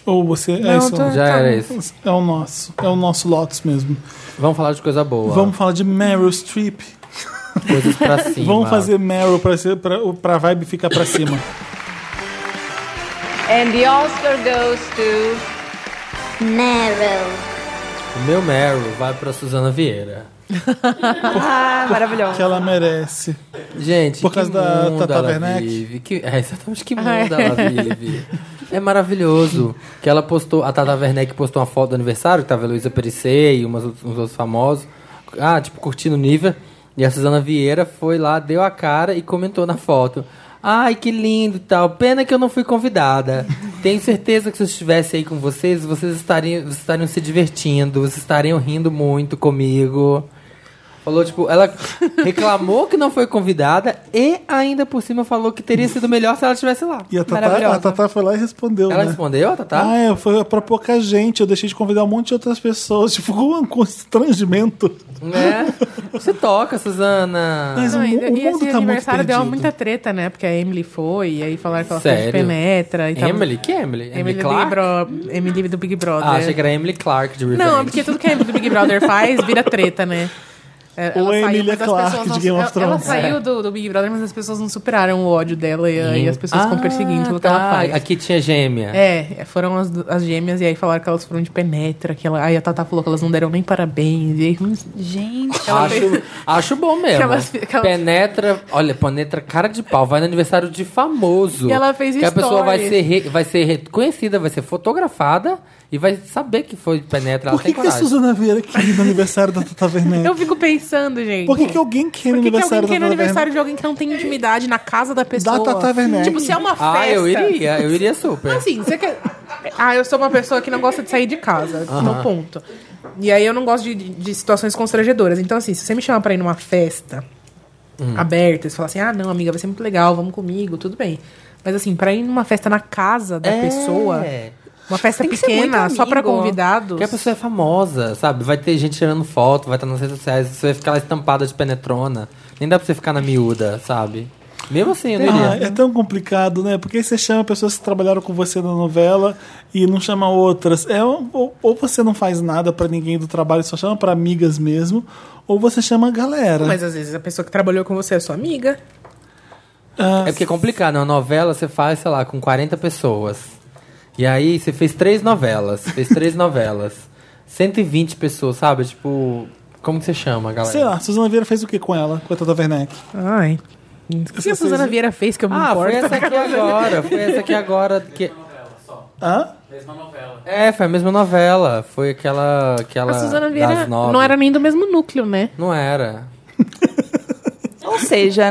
S1: Ou você. é
S4: Né. Não,
S1: isso.
S4: tô-
S2: Então, Já
S4: tá
S2: era
S4: bom.
S2: isso.
S1: É o nosso. É o nosso Lotus mesmo.
S2: Vamos falar de coisa boa.
S1: Vamos falar de Meryl Streep.
S2: Coisas pra cima.
S4: [LAUGHS]
S1: Vamos fazer Meryl pra, ser- pra, pra vibe ficar pra cima.
S7: And the Oscar goes to.
S8: Meryl.
S2: O meu Meryl vai pra Suzana Vieira.
S3: Ah, maravilhoso.
S1: Que ela merece.
S2: Gente,
S1: Por
S2: que
S1: causa da
S2: mundo
S1: Tata
S2: ela
S1: Werneck?
S2: vive. Que, é, exatamente que mundo ela vive. É maravilhoso. Que ela postou, a Tata Werneck postou uma foto do aniversário, que tava a Luísa Perissei e umas outras- uns outros famosos. Ah, tipo, curtindo o nível. E a Suzana Vieira foi lá, deu a cara e comentou na foto. Ai, que lindo e tal. Pena que eu não fui convidada. Tenho certeza que se eu estivesse aí com vocês, vocês estariam, vocês estariam se divertindo, vocês estariam rindo muito comigo. Falou, tipo, ela [LAUGHS] reclamou que não foi convidada e ainda por cima falou que teria sido melhor se ela estivesse lá.
S1: E a Tatá,
S3: Maravilhosa.
S1: a Tatá foi lá e respondeu,
S2: Ela
S1: né?
S2: respondeu, tá? Tatá?
S1: Ah, é, foi pra pouca gente. Eu deixei de convidar um monte de outras pessoas. [LAUGHS] Tipo, com um constrangimento.
S2: Né? Você toca, Suzana.
S1: Mas o,
S4: Não,
S1: mu-
S4: e,
S1: o
S4: e
S1: mundo
S4: esse
S1: tá muito
S4: aniversário deu
S1: perdido.
S4: muita treta, né? Porque a Emily foi, e aí falaram que ela foi
S2: Sério?
S4: de penetra. E tava-
S2: Emily? Que Emily? Emily,
S4: Emily, do Big
S2: Clark?
S4: Bro... Emily do Big Brother.
S2: Ah, achei que era Emily Clark de Revenge.
S4: Não, é porque tudo que a Emily do Big Brother faz vira treta, né? É,
S1: Ou
S4: ela
S1: a
S4: saiu,
S1: Emilia
S4: mas as
S1: Clarke
S4: pessoas não-
S1: de Game of
S4: ela- Ela
S1: Thrones.
S4: saiu do, do Big Brother, mas as pessoas não superaram o ódio dela e, aí as pessoas ficam
S2: Ah,
S4: perseguindo pelo que
S2: tá.
S4: ela faz.
S2: Aqui tinha gêmea.
S4: É, foram as, du- as gêmeas e aí falaram que elas foram de penetra, que ela, aí a Tata falou que elas não deram nem parabéns. E aí, hum,
S3: Gente,
S2: Acho, acho bom mesmo.
S4: Que elas- que elas-
S2: Penetra, olha, penetra cara de pau, vai no aniversário de famoso.
S4: E ela fez
S2: Que a pessoa vai
S4: stories.
S2: ser, re- vai ser reconhecida, vai ser fotografada e vai saber que foi penetra.
S1: Por que, que a Suzana Vieira queria ir no aniversário da Tata Werneck?
S4: eu fico pensando, gente.
S1: É. Por que, que alguém quer ir no
S4: Por que que
S1: aniversário
S4: alguém quer ir
S1: da
S4: no
S1: Tata Werneck?
S4: aniversário de alguém que não tem intimidade na casa da pessoa?
S1: Tata Werneck.
S4: Tipo, se é uma festa.
S2: Ah, eu iria, eu iria super.
S4: Assim, você quer. Ah, eu sou uma pessoa que não gosta de sair de casa, no ponto. E aí eu não gosto de, de- de situações constrangedoras. Então, assim, se você me chama pra ir numa festa aberta, você fala assim: ah, não, amiga, vai ser muito legal, vamos comigo, tudo bem. Mas, assim, pra ir numa festa na casa da
S2: É.
S4: pessoa, uma festa
S3: Tem que ser
S4: pequena,
S3: muito
S4: só pra
S3: amigo.
S4: convidados.
S2: Porque a pessoa é famosa, sabe? Vai ter gente tirando foto, vai estar nas redes sociais, você vai ficar lá estampada de penetrona. Nem dá pra você ficar na miúda, sabe? Mesmo assim, eu não
S1: Ah,
S2: iria.
S1: é tão complicado, né? Porque aí você chama pessoas que trabalharam com você na novela e não chama outras. É, ou, ou você não faz nada pra ninguém do trabalho, só chama pra amigas mesmo, ou você chama a galera.
S4: Mas às vezes a pessoa que trabalhou com você é sua amiga.
S1: Ah,
S2: É porque é complicado, né? Uma novela você faz, sei lá, com 40 pessoas. E aí você fez três novelas. Fez três novelas. 120 pessoas, sabe? Tipo, como que você chama, galera?
S1: Sei lá, Suzana Vieira fez o que com ela, com a Tata Werneck?
S2: É,
S4: Ai. O que a Suzana Vieira fez que eu me
S2: Ah, foi
S4: importo?
S2: essa
S1: [LAUGHS]
S2: aqui agora. Foi essa aqui agora. Que...
S1: Hã?
S2: É, foi a mesma novela. Foi aquela. aquela
S4: A Suzana Vieira
S2: das nove.
S4: não era nem do mesmo núcleo, né?
S2: Não era.
S3: ou seja,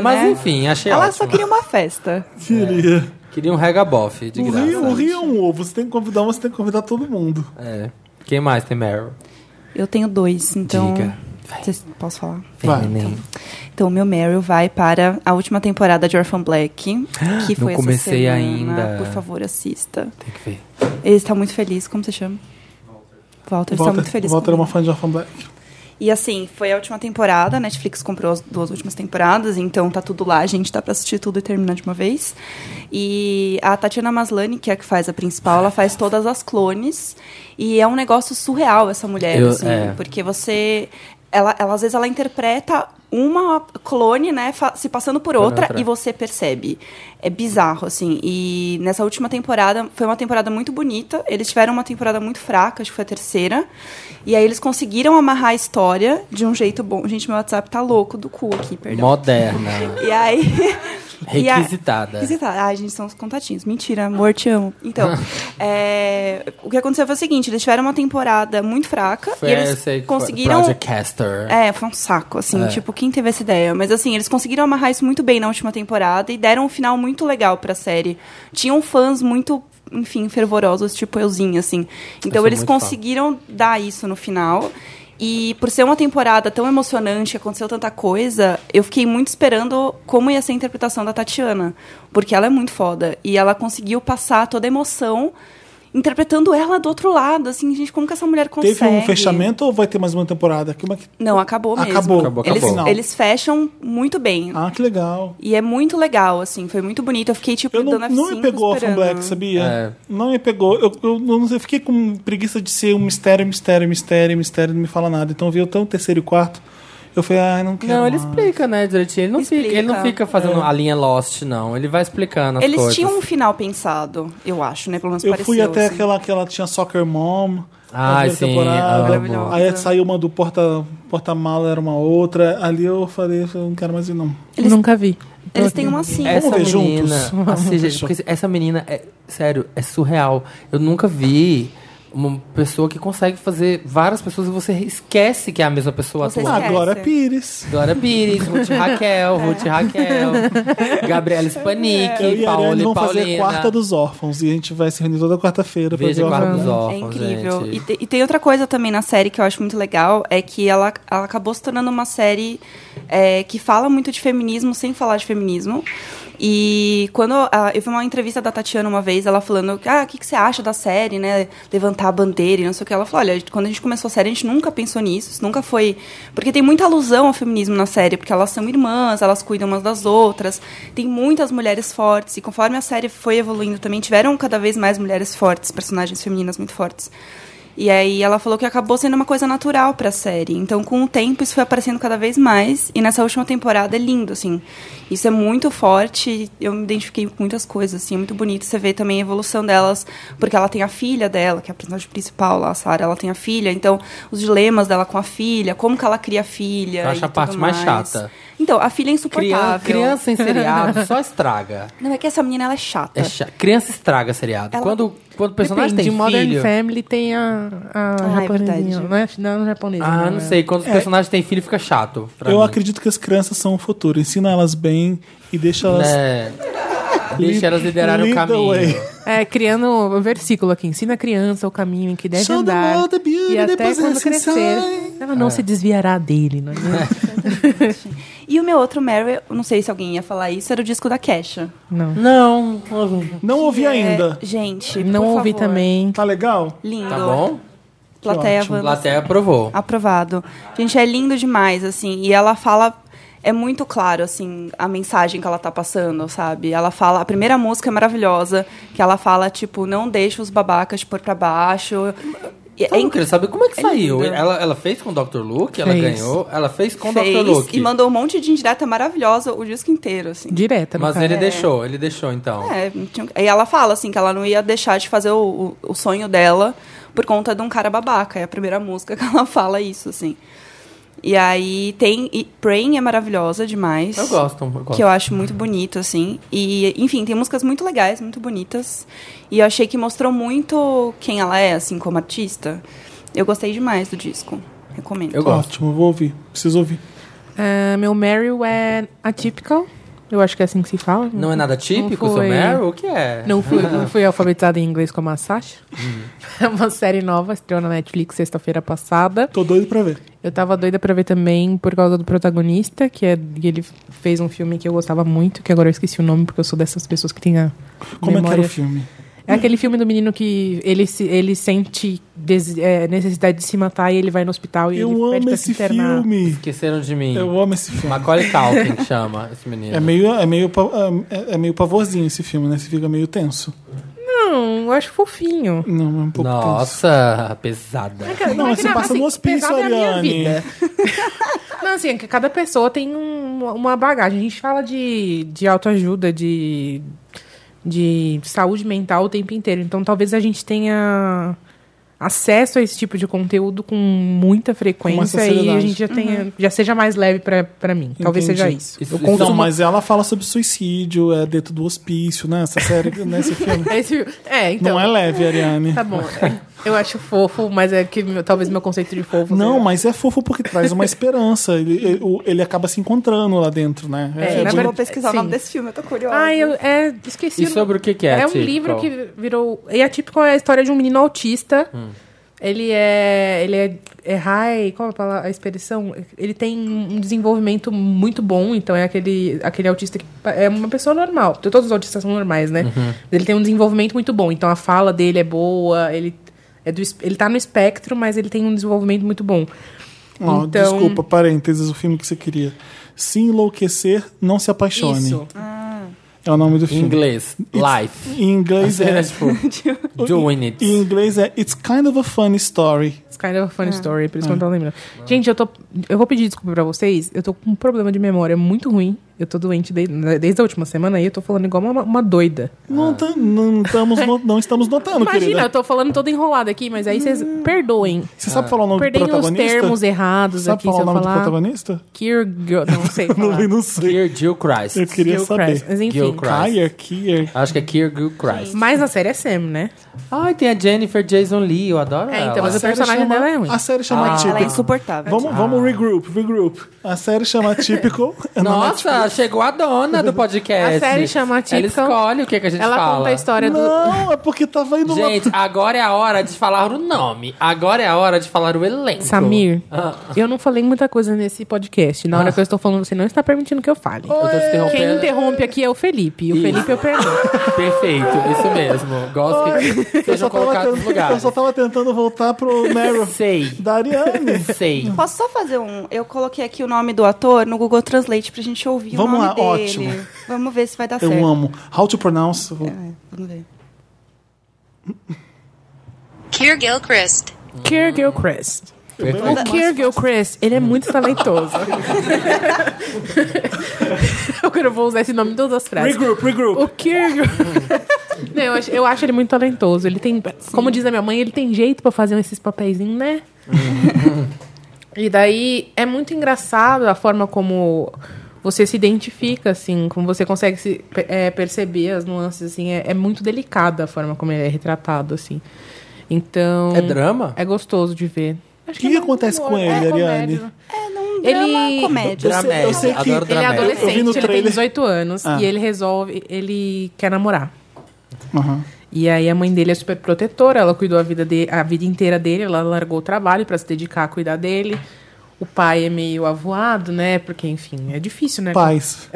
S2: [LAUGHS] Mas
S3: né?
S4: é-
S2: enfim, achei
S3: ela
S2: ótimo.
S3: só queria uma festa.
S1: Queria.
S2: Queria um regabof, de
S1: O
S2: graça.
S1: Rio, o Rio é um ovo, você tem que convidar um, você tem que convidar todo mundo.
S2: É. Quem mais tem Meryl?
S3: Eu tenho dois, então.
S2: Diga.
S3: Vocês- Posso falar?
S1: Vai.
S2: Neném.
S3: Então, o meu Meryl vai para a última temporada de
S2: [GASPS]
S3: Orphan Black, que foi essa
S2: comecei
S3: semana.
S2: ainda.
S3: Por favor, assista.
S2: Tem que ver.
S3: Ele está muito feliz, como você chama? Walter, está muito feliz.
S1: Walter é
S3: comigo.
S1: uma fã de Orphan Black.
S3: E assim, foi a última temporada, a Netflix comprou as duas últimas temporadas, então tá tudo lá, gente, dá pra assistir tudo e terminar de uma vez. E a Tatiana Maslany, que é a que faz a principal, ela faz todas as clones, e é um negócio surreal essa mulher,
S2: Eu-
S3: assim,
S2: é.
S3: porque você... Ela, ela, às vezes ela interpreta uma clone, né, fa- se passando por outra,
S2: outra.
S3: e você percebe. É bizarro, assim. E nessa última temporada, foi uma temporada muito bonita. Eles tiveram uma temporada muito fraca, acho que foi a terceira. E aí eles conseguiram amarrar a história de um jeito bom. Gente, meu WhatsApp tá louco do cu aqui, perdão.
S4: [LAUGHS]
S2: Moderna.
S3: E aí. [LAUGHS] e a-
S2: Requisitada.
S3: Requisitada. Ai, gente, são os contatinhos. Mentira, amor, te amo.
S2: [LAUGHS]
S3: Então, é, o que aconteceu foi o seguinte: eles tiveram uma temporada muito fraca
S2: Foi
S3: e eles
S2: essa aí que foi-
S3: conseguiram.
S2: Project Caster.
S3: É, foi um saco, assim.
S2: É.
S3: Tipo, quem teve essa ideia? Mas, assim, eles conseguiram amarrar isso muito bem na última temporada e deram um final muito legal pra série. Tinham fãs muito, enfim, fervorosos, tipo euzinha, assim.
S2: Eu
S3: Então,
S2: sou
S3: eles
S2: é muito fã.
S3: conseguiram dar isso no final. E por ser uma temporada tão emocionante, aconteceu tanta coisa, eu fiquei muito esperando como ia ser a interpretação da Tatiana. Porque ela é muito foda. E ela conseguiu passar toda a emoção interpretando ela do outro lado. Assim, gente, como que essa mulher consegue?
S1: Teve um fechamento ou vai ter mais uma temporada? Que uma que-
S3: Não, acabou mesmo.
S1: Acabou.
S2: Acabou,
S3: Eles,
S2: acabou.
S3: eles fecham muito bem.
S1: Ah, que legal.
S3: E é muito legal, assim. Foi muito bonito. Eu fiquei, tipo,
S1: Eu não,
S3: dando F5
S1: não me pegou Orphan
S3: esperando. né?
S1: Black, sabia?
S2: É.
S1: Não me pegou. Eu, eu não sei, eu fiquei com preguiça de ser um mistério, mistério, mistério, mistério, não me fala nada. Então eu vi até o terceiro e quarto. Eu falei, ai, não quero.
S2: Não, ele
S1: mais.
S2: explica, né, direitinho. Ele não,
S3: Explica.
S2: fica, ele não fica
S1: É.
S2: fazendo a linha Lost, não. Ele vai explicando as
S3: Eles
S2: coisas.
S3: tinham um final pensado, eu acho, né? Pelo menos
S1: Eu
S3: pareceu.
S1: fui até
S3: assim.
S1: aquela que ela tinha Soccer Mom. na
S2: Ai, Ah,
S1: primeira
S2: sim,
S1: temporada.
S2: amo.
S1: Aí saiu uma do porta- porta-mala, era uma outra. Ali eu falei, eu não quero mais ir, não.
S3: Eles-
S4: Nunca vi.
S3: Eles têm uma assim.
S2: Essa [LAUGHS]
S1: ver
S2: menina,
S1: juntos? Vamos
S2: assim,
S1: ver
S2: gente,
S1: juntos.
S2: porque essa menina é sério, é surreal. Eu nunca vi uma pessoa que consegue fazer várias pessoas e você esquece que é a mesma pessoa
S3: Você
S2: atuando.
S3: esquece.
S1: Agora Ah, Pires.
S2: Glória Pires, Ruth
S3: [LAUGHS]
S2: Raquel, Ruth Raquel, Gabriela
S1: Eu
S2: Spanik,
S1: e a Ariane
S2: Paola e
S1: vão fazer
S2: Paulina.
S1: quarta dos órfãos. E a gente vai se reunir toda quarta-feira pra ver
S2: Veja
S1: o
S2: Quarta dos
S1: Orfanato.
S3: É
S2: Órfãos,
S3: incrível. E,
S2: gente.
S3: te- e tem outra coisa também na série que eu acho muito legal, é que ela, ela acabou se tornando uma série é, que fala muito de feminismo sem falar de feminismo. E quando ah, eu vi uma entrevista da Tatiana uma vez, ela falando, ah, o que, que você acha da série, né? Levantar a bandeira e não sei o que. Ela falou, olha, quando a gente começou a série, a gente nunca pensou nisso, isso nunca foi. Porque tem muita alusão ao feminismo na série, porque elas são irmãs, elas cuidam umas das outras, tem muitas mulheres fortes, e conforme a série foi evoluindo também, tiveram cada vez mais mulheres fortes, personagens femininas muito fortes. E aí ela falou que acabou sendo uma coisa natural pra série. Então, com o tempo, isso foi aparecendo cada vez mais. E nessa última temporada é lindo, assim. Isso é muito forte. Eu me identifiquei com muitas coisas, assim. É muito bonito você ver também a evolução delas. Porque ela tem a filha dela, que é a personagem principal lá, a Sarah. Ela tem a filha. Então, os dilemas dela com a filha. Como que ela cria a filha.
S2: Eu acho
S3: e
S2: a
S3: tudo
S2: parte mais chata.
S3: Então, a filha é
S2: Criança,
S3: insuportável.
S2: criança em
S3: [LAUGHS]
S2: seriado só estraga.
S3: Não, é que essa menina, ela é chata.
S2: É chata. Criança estraga seriado.
S3: Ela-
S2: Quando, quando o personagem
S4: Depende,
S2: tem
S4: Modern
S2: filho...
S4: Family tem a, a
S3: Ah, é
S4: japonesinha.
S3: verdade.
S4: não é não, japonesa.
S2: Ah,
S4: né?
S2: não sei. Quando o personagem tem filho, fica chato. pra
S1: Eu
S2: mim.
S1: acredito que as crianças são o futuro. Ensina elas bem e deixa elas.
S2: Né? Deixa elas liderarem o
S1: lead the
S2: caminho.
S1: way.
S4: É, criando um versículo aqui. Ensina a criança o caminho em que deve
S1: Show the
S4: andar.
S1: world the beauty,
S4: e até
S1: depois
S4: quando
S1: ela se
S4: crescer,
S1: sai.
S4: ela
S2: É.
S4: não se desviará
S2: [LAUGHS]
S4: dele, não é mesmo?
S3: E o meu outro Mary, eu não sei se alguém ia falar isso, era o disco da Kesha.
S2: Não.
S1: Não ouvi ainda.
S3: É, gente,
S4: Não
S3: por
S4: ouvi
S3: favor.
S4: também.
S1: Tá legal?
S3: Lindo.
S2: Tá bom?
S3: Plateia
S1: ótimo.
S3: Wanda.
S2: Plateia
S3: Ah,
S2: aprovou.
S3: Aprovado. Gente, é lindo demais, assim. E ela fala. É muito claro, assim, a mensagem que ela tá passando, sabe? Ela fala. A primeira música é maravilhosa, que ela fala, tipo, não deixa os babacas te pôr pra baixo. E
S2: Então,
S3: é
S2: eu queria saber como é que
S3: É
S2: saiu.
S3: linda.
S2: Ela, ela fez com o Dr. Luke, ela
S4: Fez.
S2: ganhou. Ela fez com o Dr.
S3: Fez,
S2: Luke.
S3: e mandou um monte de indireta maravilhosa o disco inteiro, assim.
S4: Direta, no
S2: Mas
S4: caso.
S2: ele deixou, ele deixou então.
S3: É, não tinha- e ela fala, assim, que ela não ia deixar de fazer o, o, o sonho dela por conta de um cara babaca. É a primeira música [LAUGHS] que ela fala isso, assim. E aí tem. E Praying é maravilhosa demais.
S2: Eu gosto, eu gosto.
S3: Que eu acho muito bonito, assim. E, enfim, tem músicas muito legais, muito bonitas. E eu achei que mostrou muito quem ela é, assim, como artista. Eu gostei demais do disco. Recomendo.
S2: Eu gosto.
S1: Ótimo, vou ouvir. Preciso ouvir.
S4: Ah, meu Meryl é atypical. Eu acho que é assim que se fala.
S2: Não é nada típico,
S4: Não
S2: seu
S4: foi.
S2: Meryl? O que é?
S1: [LAUGHS]
S4: Não fui, não fui alfabetizada em inglês como a Sasha.
S1: Uhum.
S4: [LAUGHS] É uma série nova, estreou na Netflix sexta-feira passada.
S1: Tô doido pra ver.
S4: Eu tava doida pra ver também por causa do protagonista, que é que ele fez um filme que eu gostava muito, que agora eu esqueci o nome porque eu sou dessas pessoas que tem a
S1: Como é que era
S4: memória.
S1: o filme?
S4: É aquele filme do menino que ele, se, ele sente des- é, necessidade de se matar e ele vai no hospital e
S1: Eu
S4: ele pede
S1: amo
S4: pra se
S1: esse
S4: internar.
S1: filme.
S2: Esqueceram de mim.
S1: Eu amo esse filme.
S2: Macaulay Culkin que chama esse menino.
S1: É meio, é, meio, pa- é é meio pavorzinho esse filme, né? Você fica meio tenso.
S4: Não, eu acho fofinho.
S1: Não, é um pouco tenso.
S2: Nossa, pesada.
S1: Não,
S4: Mas
S1: você
S4: não,
S1: passa
S4: assim,
S1: no hospício,
S4: pesado é a minha
S1: Ariane.
S4: vida. Não, assim, é que cada pessoa tem um- uma bagagem. A gente fala de, de autoajuda, de, de saúde mental o tempo inteiro. Então, talvez a gente tenha acesso a esse tipo de conteúdo com muita frequência e a
S1: facilidade.
S4: gente já, tenha, já seja mais leve pra pra mim. Talvez
S1: Entendi.
S4: seja isso.
S2: Isso-
S4: Eu
S2: isso
S4: consumo-
S1: Não, mas ela fala sobre suicídio, é dentro do hospício, né? Essa série, nesse filme.
S4: Esse- é, [LAUGHS] então.
S1: Não é leve, Ariane.
S4: Tá bom. Eu acho fofo, mas é que meu- talvez meu conceito de fofo.
S1: Não,
S4: seja-
S1: mas é fofo porque traz
S4: [LAUGHS]
S1: uma esperança. Ele, ele, o- ele acaba se encontrando lá dentro, né?
S3: Gente,
S4: É, na
S3: eu
S4: verdade-
S3: vou pesquisar o nome
S4: sim.
S3: desse filme, eu tô curiosa.
S4: Ah, eu é, esqueci.
S2: E
S4: o nome.
S2: sobre o que que é
S4: É um
S2: Atypical?
S4: livro que virou. E atípico é a história de um menino autista. Ele é. Ele é. é high, qual é a, palavra, a expressão? Ele tem um desenvolvimento muito bom, então é aquele, aquele autista que pa- é uma pessoa normal. Todos os autistas são normais, né? Ele tem um desenvolvimento muito bom, então a fala dele é boa, ele, é do, es- ele tá no espectro, mas ele tem um desenvolvimento muito bom.
S1: Ó,
S4: então-
S1: Desculpa, parênteses, o filme que você queria. Se enlouquecer, não se apaixone.
S4: Isso.
S1: É o nome do
S2: Em
S1: filme.
S2: inglês, Life.
S1: Em inglês é.
S2: Era tipo,
S1: [LAUGHS]
S2: doing it.
S1: Em inglês é It's kind of a funny story.
S4: It's kind of a funny story, por isso
S1: É.
S4: que eu não tô lembrando. Gente, eu tô. Eu vou pedir desculpa pra vocês. Eu tô com um problema de memória muito ruim. Eu tô doente de- né, desde a última semana e eu tô falando igual uma, uma doida.
S1: Não, tá- não, estamos, no- não estamos notando,
S4: Ah. Imagina,
S1: querida.
S4: eu tô falando toda enrolada aqui, mas aí vocês perdoem.
S1: Você sabe falar o nome do
S4: Perdem os
S1: Hum. protagonista?
S4: termos errados
S1: sabe
S4: aqui, se
S1: falar o
S4: eu
S1: nome do
S4: falar.
S1: protagonista?
S4: Kiergirl, não sei falar.
S1: [LAUGHS] Não, não sei.
S2: Dear Jill Christ.
S1: Eu queria
S4: Gil
S1: saber.
S4: Christ, Mas enfim.
S2: Gil Christ.
S1: Kier, Kier.
S2: Acho que é Kier Gil Christ.
S4: Mas a série é Sam, né?
S2: Ai, tem a Jennifer Jason Lee, eu adoro
S4: É,
S2: ela.
S4: então, mas o personagem dela é ruim.
S1: A série chama
S3: Ela é
S2: Tipo,
S1: Atypical.
S3: insuportável.
S1: Vamos, vamos regroup, regroup. Ah. A série [LAUGHS] chama Atypical. É na
S2: Nossa, chegou a dona do podcast.
S4: A série chama
S2: Ela
S4: Atypical.
S2: escolhe o que, que a gente
S4: Ela
S2: fala.
S4: conta a história do.
S1: Não, é porque tava indo uma-
S2: Gente, agora é a hora de falar o nome. Agora é a hora de falar o elenco.
S4: Samir,
S2: Ah,
S4: eu não falei muita coisa nesse podcast. Na hora
S1: Ah.
S4: que eu estou falando, você não está permitindo que eu fale.
S2: eu tô te
S4: Quem
S2: interrompendo.
S4: interrompe aqui é o Felipe. O
S2: Isso.
S4: Felipe eu pergunto.
S2: Perfeito, isso mesmo. Gosto que
S1: Eu só,
S2: sejam
S1: tava
S2: colocados nos
S1: tentando, eu
S2: lugares.
S1: só tava tentando voltar pro
S4: [LAUGHS]
S1: Meryl.
S2: Sei,
S1: da Ariane.
S2: sei.
S3: Posso só fazer um? Eu coloquei aqui o nome do ator no Google Translate pra gente ouvir
S1: Vamos
S3: o nome
S1: lá,
S3: dele.
S1: ótimo.
S3: Vamos ver se vai
S4: Tá
S3: dar
S1: Eu
S3: certo.
S1: amo. How to pronounce.
S3: É, vamos ver.
S8: Kier Gilchrist.
S4: Kier Gilchrist.
S2: Perfeito.
S4: O Kier Gilchrist, ele é muito talentoso. [LAUGHS] Agora eu vou usar esse nome em todas as frases.
S1: Regroup, regroup.
S4: O Kier Gil- [LAUGHS] Não, eu acho, eu acho ele muito talentoso. Ele tem, como diz a minha mãe, ele tem jeito pra fazer esses papeizinhos, né? e daí é muito engraçado a forma como você se identifica, assim, como você consegue se, pe- eh, perceber as nuances, assim, é, é muito delicada a forma como ele é retratado, assim. Então.
S2: É drama?
S4: É gostoso de ver. Acho
S1: O que
S4: é muito
S1: acontece com
S4: humor.
S1: ele,
S4: É comédia.
S1: Ariane?
S3: Um
S4: Ele-
S3: drama comédia.
S1: Eu sei- eu
S2: Dramédia,
S1: sei que-
S2: adoro
S4: Ele é
S2: dramédia.
S1: Eu vi no
S4: adolescente, ele tem
S1: trailer.
S4: 18 anos
S1: Ah.
S4: e ele resolve, ele quer namorar.
S1: Aham.
S4: E aí a mãe dele é super protetora, ela cuidou a vida, de, a vida inteira dele, ela largou o trabalho pra se dedicar a cuidar dele. O pai é meio avoado, né? Porque, enfim, é difícil, né?
S1: Paz.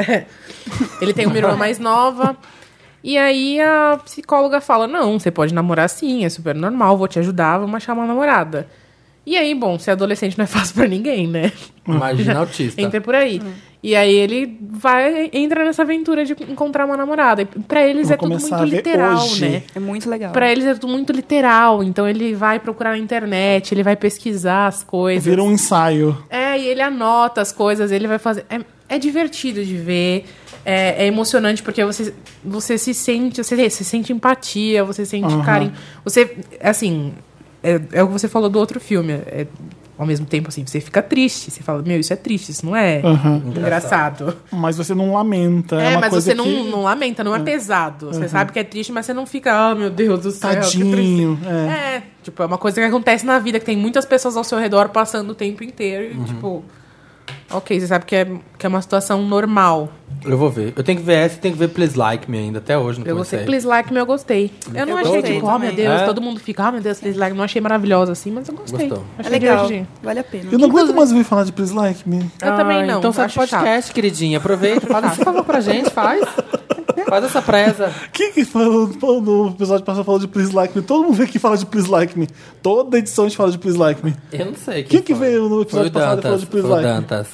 S4: Ele tem uma irmã mais nova. E aí a psicóloga fala: Não, você pode namorar sim, é super normal, vou te ajudar, vamos achar uma namorada. E aí, bom, ser adolescente não é fácil pra ninguém, né?
S2: Imagina autista.
S4: Entra por aí. E aí ele vai entra nessa aventura de encontrar uma namorada. E pra eles
S1: Vou
S4: é tudo
S1: começar
S4: muito
S1: a ver
S4: literal,
S1: hoje.
S4: né?
S3: É muito legal.
S4: Pra eles é tudo muito literal, então ele vai procurar na internet, ele vai pesquisar as coisas.
S1: Vira um ensaio.
S4: É, e ele anota as coisas, ele vai fazer. É, é divertido de ver, é, é emocionante porque você, você se sente, você, você sente empatia, você sente
S1: Aham.
S4: carinho. Você, assim, é, é o que você falou do outro filme. é, ao mesmo tempo, assim, você fica triste, você fala, meu, isso é triste, isso não é
S1: Aham.
S4: engraçado.
S1: Mas você não lamenta. É,
S4: É,
S1: uma
S4: mas
S1: coisa
S4: você não,
S1: que... Uhum.
S4: não lamenta, não é pesado. Você sabe que é triste, mas você não fica, ah, meu Deus do céu, que triste.
S1: Tadinho. É.
S4: É, tipo, é uma coisa que acontece na vida, que tem muitas pessoas ao seu redor passando o tempo inteiro. E,
S1: Uhum.
S4: tipo, ok, você sabe que é, que é uma situação normal.
S2: Eu vou ver. Eu tenho que ver essa e tenho que ver Please Like Me ainda, até hoje não
S4: Eu
S2: comecei.
S4: gostei. Please like me, eu gostei. Eu não
S3: Eu
S4: achei,
S3: gostei
S4: tipo, oh meu
S3: também.
S4: Deus,
S2: É?
S4: todo mundo fica, oh meu Deus, please like, não achei maravilhosa assim, mas eu gostei.
S2: Gostou.
S3: É
S4: Achei
S3: legal.
S4: divertido.
S3: Vale a pena.
S1: Eu não aguento mais ouvir falar de Please Like Me.
S4: Eu também não.
S2: Então sai do
S4: acho chato.
S2: podcast, queridinha. Aproveita, faz esse favor pra gente,
S4: [LAUGHS]
S2: faz. Faz essa presa.
S1: Quem que falou falou no episódio passado falou de Please Like Me? Todo mundo aqui fala de Please Like Me. Toda edição a gente fala de Please Like Me.
S2: Eu não sei.
S1: Quem que veio no episódio passado e falou de Please
S2: foi o
S1: Like Me?
S2: Dantas.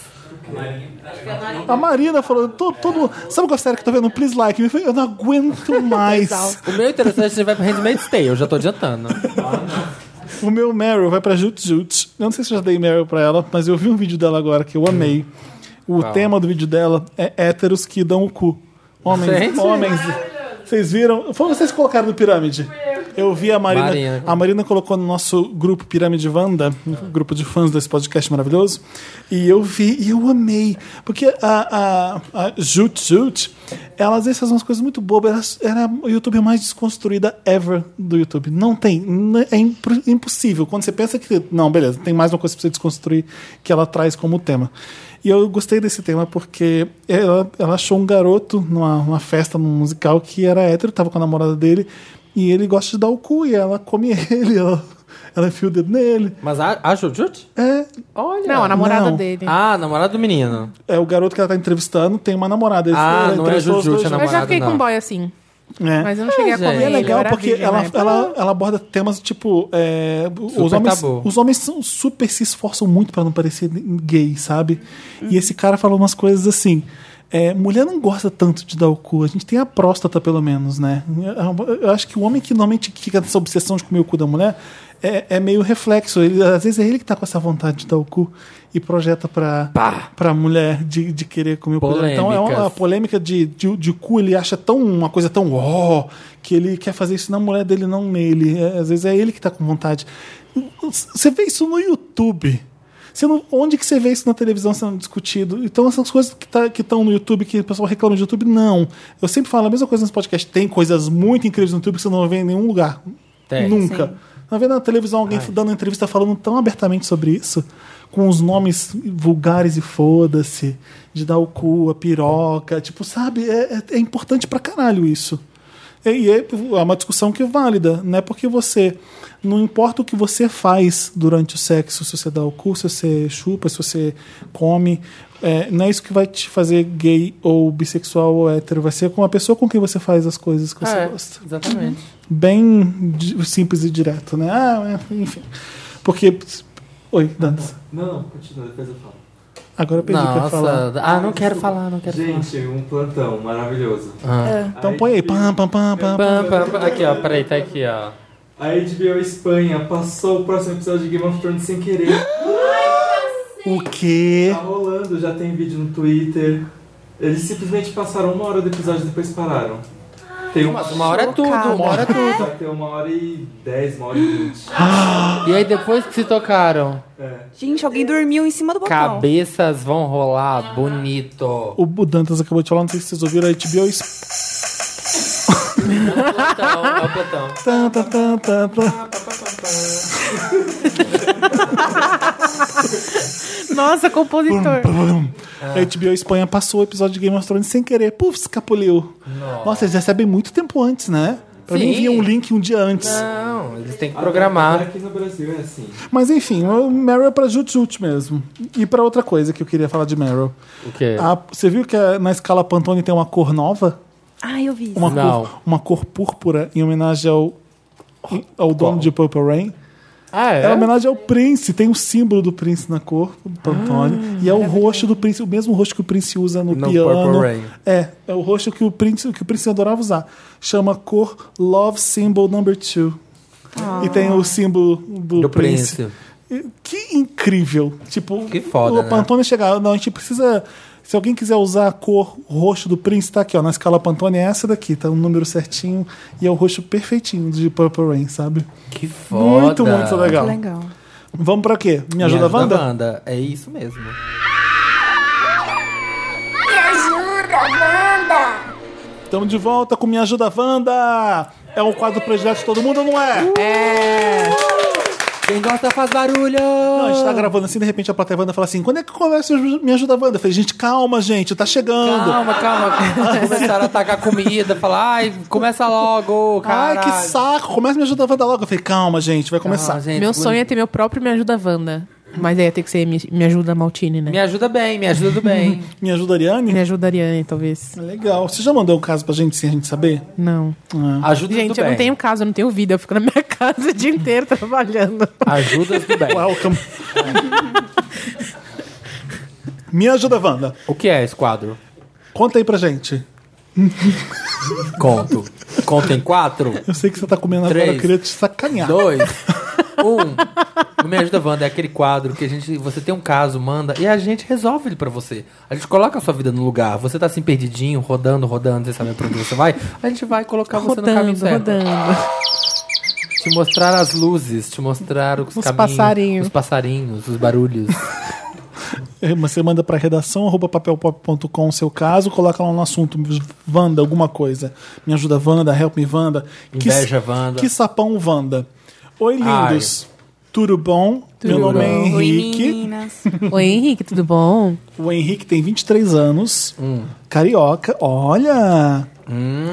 S1: A Marina falou, todo, todo sabe qual série que eu tô vendo? Please Like Me. Eu falei, Eu não aguento mais.
S2: O meu interessante é vai pra Handmaid's Tale, eu já tô adiantando.
S1: o meu Meryl vai pra Jut Jut. Eu não sei se eu já dei Meryl pra ela, mas eu vi um vídeo dela agora que eu amei. O tema do vídeo dela é héteros que dão o cu. Homens,
S2: Gente.
S1: homens. Vocês viram? Foi vocês que colocaram no Pirâmide. Eu vi a Marina.
S2: Marina.
S1: A Marina colocou no nosso grupo Pirâmide Wanda, um grupo de fãs desse podcast maravilhoso. E eu vi e eu amei. Porque a, a, a Jut Jut, ela às vezes faz umas coisas muito bobas. Ela era a youtuber mais desconstruída ever do YouTube. Não tem. n- É impro- impossível. Quando você pensa que. Não, beleza, tem mais uma coisa pra você desconstruir que ela traz como tema. E eu gostei desse tema porque ela, ela achou um garoto numa, numa festa, num musical, que era hétero, tava com a namorada dele, e ele gosta de dar o cu, e ela come [LAUGHS] ele, ela, ela enfia o dedo nele.
S2: Mas a, a Jujut?
S1: É,
S2: Olha.
S4: Não, a namorada
S1: Não.
S4: dele.
S2: Ah, namorada do menino.
S1: é o garoto que ela tá entrevistando, tem uma namorada. eles-
S2: Ah,
S1: ela
S2: não é
S1: entrevistou os
S2: Jujut,
S1: dois
S2: é
S1: juntos.
S4: eu já
S2: namorada,
S4: fiquei
S2: não.
S4: com boy assim.
S1: É.
S4: Mas eu não cheguei a
S2: gente.
S4: comer.
S1: E é
S4: ele, eu
S1: legal
S4: era
S1: porque
S4: virgem
S1: ela,
S4: na época.
S1: ela, ela aborda temas tipo. é, os, homens,
S2: tabu.
S1: os homens são super se esforçam muito pra não parecer gay, sabe? E esse cara fala umas coisas assim. é, mulher não gosta tanto de dar o cu. A gente tem a próstata, pelo menos, né? Eu- Eu acho que o homem que normalmente fica nessa obsessão de comer o cu da mulher é, é meio reflexo. Ele- às vezes é ele que tá com essa vontade de dar o cu e projeta pra, pra mulher de, de querer comer o cu. dela. Então é uma
S2: Polêmicas.
S1: polêmica de, de, de cu, ele acha tão uma coisa tão ó, que ele quer fazer isso na mulher dele, não nele. É, às vezes é ele que tá com vontade. Você vê isso no YouTube. Você não- onde que você vê isso na televisão sendo discutido? Então essas coisas que tá, que estão no YouTube, que o pessoal reclama de YouTube, não. Eu sempre falo a mesma coisa nos podcasts. Tem coisas muito incríveis no YouTube que você não vê em nenhum lugar.
S2: Tem.
S1: Nunca. Não vê na televisão alguém dando entrevista falando tão abertamente sobre isso, com os nomes vulgares e foda-se, de dar o cu, a piroca, tipo, sabe? É, é- é importante pra caralho isso. E é é uma discussão que é válida, né? Porque você, não importa o que você faz durante o sexo, se você dá o cu, se você chupa, se você come, é, não é isso que vai te fazer gay ou bissexual ou hétero, vai ser com a pessoa com quem você faz as coisas que você
S2: É,
S1: gosta
S2: exatamente.
S1: bem di- simples e direto, né? Ah, é, enfim. Porque. Oi, Dantas.
S5: Não, não, continua, depois eu falo.
S1: Agora eu perdi o que eu ia falar.
S2: Nossa. Ah, não quero falar, não quero
S5: Gente, um plantão maravilhoso.
S2: falar.
S3: Ah,
S1: Então põe aí. Pam, pam, pam, pam.
S2: Pam, pam, pam. Aqui, ó, peraí, tá aqui, ó.
S5: A HBO Espanha passou o próximo episódio de Game of Thrones sem querer.
S1: O quê?
S5: Tá rolando, já tem vídeo no Twitter. Eles simplesmente passaram uma hora do episódio e depois pararam. Tem uma,
S2: Uma hora é tudo, uma hora é tudo.
S5: Vai ter uma hora e dez, uma hora e vinte.
S2: E aí depois que se tocaram,
S5: É.
S3: Gente, alguém dormiu em cima do botão.
S2: cabeças vão rolar bonito.
S1: O o Dantas acabou de falar, não sei se vocês ouviram a HBO Espanha.
S2: [LAUGHS] Platão, é o Platão.
S1: Tan, tan, tan, tan, tan.
S4: Nossa, compositor.
S2: É.
S1: A HBO Espanha passou o episódio de Game of Thrones sem querer. Puf, escapuliu. Nossa, eles recebem muito tempo antes, né? Pra mim
S2: Sim. É.
S1: vinha um link um dia antes.
S2: Não, eles têm que programar.
S5: Aqui no Brasil é assim.
S1: Mas enfim, o Meryl é pra Jutjut mesmo. E pra outra coisa que eu queria falar de Meryl.
S2: O quê?
S1: A- Ah, você viu que a- na escala Pantone tem uma cor nova?
S3: Ah, eu vi isso.
S1: Uma,
S2: Não.
S1: Cor, uma cor púrpura em homenagem ao, ao dono de Purple Rain.
S2: Ah,
S1: É uma homenagem ao Prince, tem o símbolo do Prince na cor, do Pantone. e é o roxo do Prince, o mesmo roxo que o Prince usa no,
S2: Ah. No
S1: piano.
S2: Purple Rain.
S1: É, é o roxo que o Prince, que o Prince adorava usar. Chama cor Love Symbol Number Two. E tem o símbolo do,
S2: Do
S1: Prince.
S2: Prince.
S1: Que incrível. Tipo,
S2: Que foda,
S1: o
S2: né?
S1: Pantone chegar. Não, a gente precisa. Se alguém quiser usar a cor roxo do Prince, tá aqui, ó. Na escala Pantone é essa daqui, tá um número certinho e é o roxo perfeitinho de Purple Rain, sabe?
S2: Que foda.
S1: Muito, muito legal.
S3: Legal.
S1: Vamos pra quê? Me ajuda, Wanda?
S2: Wanda. É isso mesmo.
S1: Estamos de volta com Me Ajuda, Wanda! É um quadro predileto de todo mundo, ou não
S2: Uh!
S1: é?
S2: Quem gosta faz barulho.
S1: Não, a gente tá gravando assim, de repente a plateia Wanda fala assim: quando é que começa o Me Ajuda, Wanda? Eu falei, gente, calma, gente, tá chegando.
S2: Calma, calma.
S1: [LAUGHS]
S2: Começaram a atacar comida, falar, ai, começa logo,
S1: Ai,
S2: caralho.
S1: que saco! Começa a Me Ajuda, Wanda logo. Eu falei, calma, gente, vai começar.
S2: Não, gente,
S4: Meu
S2: bonito.
S4: sonho é ter meu próprio Me Ajuda Wanda. Mas aí ia ter que ser Me, Me Ajuda Maltini, né?
S2: Me ajuda bem, me ajuda do
S1: [LAUGHS]
S2: bem.
S1: Me ajuda, Ariane?
S4: Me Ajuda Ariane, talvez.
S1: Legal. Você já mandou um caso pra gente sem a gente saber?
S4: Não.
S2: Ajuda
S4: Gente,
S2: do
S4: eu
S2: bem.
S4: não tenho casa, eu não tenho vida. Eu fico na minha [LAUGHS] casa o dia inteiro trabalhando.
S2: Tá Ajuda do bem.
S1: [LAUGHS] Welcome. Me ajuda, Wanda.
S2: O que é esse quadro?
S1: Conta aí pra gente.
S2: Conto. Conto em quatro,
S1: Eu sei que você tá comendo agora,
S2: Três.
S1: eu queria te sacanear.
S2: dois, [LAUGHS] um. O Me Ajuda Wanda é aquele quadro que a gente, você tem um caso, manda, e a gente resolve ele pra você. A gente coloca a sua vida no lugar. Você tá assim perdidinho, rodando, rodando, sem saber pra onde você vai. A gente vai colocar você no caminho
S4: rodando,
S2: certo.
S4: rodando.
S2: Te mostrar as luzes, te mostrar os,
S4: Os
S2: caminhos,
S4: passarinhos.
S2: os passarinhos, os barulhos.
S1: É, mas Você manda pra redação, arroba papelpop.com o seu caso, coloca lá no assunto, Wanda, alguma coisa. Me ajuda, Wanda, help me, Wanda.
S2: Inveja,
S1: que,
S2: Wanda.
S1: Que sapão, Wanda. Oi,
S2: Ai.
S1: lindos. Tudo bom? Meu nome é
S2: bom.
S3: Oi,
S1: Henrique.
S3: meninas.
S4: Oi, Henrique, tudo bom?
S1: O Henrique tem 23 anos,
S2: Hum.
S1: carioca. Olha!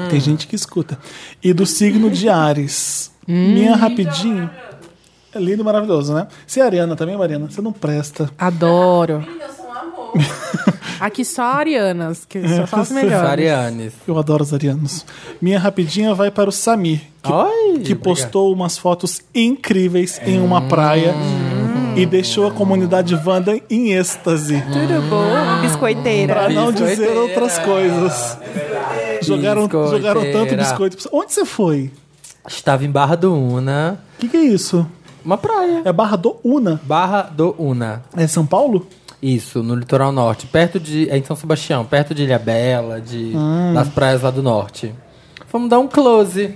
S1: Tem gente que escuta. E do signo de Ares. Minha rapidinho. É lindo e maravilhoso, né? Você é Ariana também, Mariana? Você não presta.
S4: Adoro. [LAUGHS] Aqui só arianas, que só só
S2: [LAUGHS]
S4: as melhores.
S2: Arianes.
S1: Eu adoro os arianos. Minha rapidinha vai para o Samir, que,
S2: Ai,
S1: que
S2: obrigado. Hum.
S1: postou umas fotos incríveis em uma praia e deixou a comunidade Wanda em êxtase.
S3: Tudo bom?
S1: Pra
S3: Biscoiteira.
S1: não dizer
S2: Hum. Biscoiteira.
S1: outras coisas. Jogaram,
S2: Biscoiteira.
S1: jogaram tanto biscoito. Onde você foi?
S2: Estava em Barra do Una,
S1: O que, que é isso?
S2: uma praia.
S1: É Barra do Una?
S2: Barra do Una.
S1: É São Paulo?
S4: [LAUGHS]
S2: Isso, no litoral norte, perto de. é em São Sebastião, perto de Ilhabela, de,
S1: Ah.
S2: das praias lá do norte. Vamos dar um close.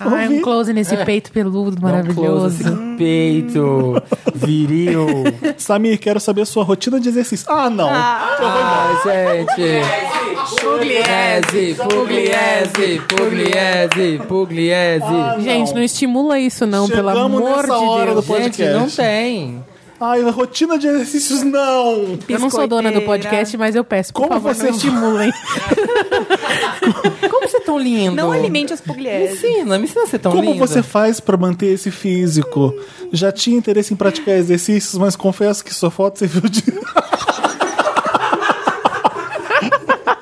S4: Ai, um close nesse peito peludo
S2: Dar um é. close,
S4: maravilhoso.
S2: assim, peito, viril.
S1: Samir, quero saber a sua rotina de exercício. Ah, não.
S2: ah, gente. Pugliese, Pugliese, Pugliese, Pugliese.
S4: Gente, não estimula isso não, pelo
S1: Chegamos
S4: amor de
S1: nessa Ah, hora do
S4: Deus.
S1: podcast.
S2: Gente, não tem.
S1: Ai, rotina de exercícios, não.
S4: Eu não sou dona do
S3: Biscoiteira.
S4: podcast, mas eu peço, por
S1: Como
S4: favor,
S1: você
S4: não
S1: [LAUGHS]
S4: estimulem.
S2: Como você é tão lindo?
S3: Não alimente as
S2: Me
S3: pugliese.
S2: ensina, me ensina a ser tão
S1: Como
S2: lindo.
S1: você faz pra manter esse físico? Já tinha interesse em praticar exercícios, mas confesso que sua foto você viu
S4: [LAUGHS]
S1: de.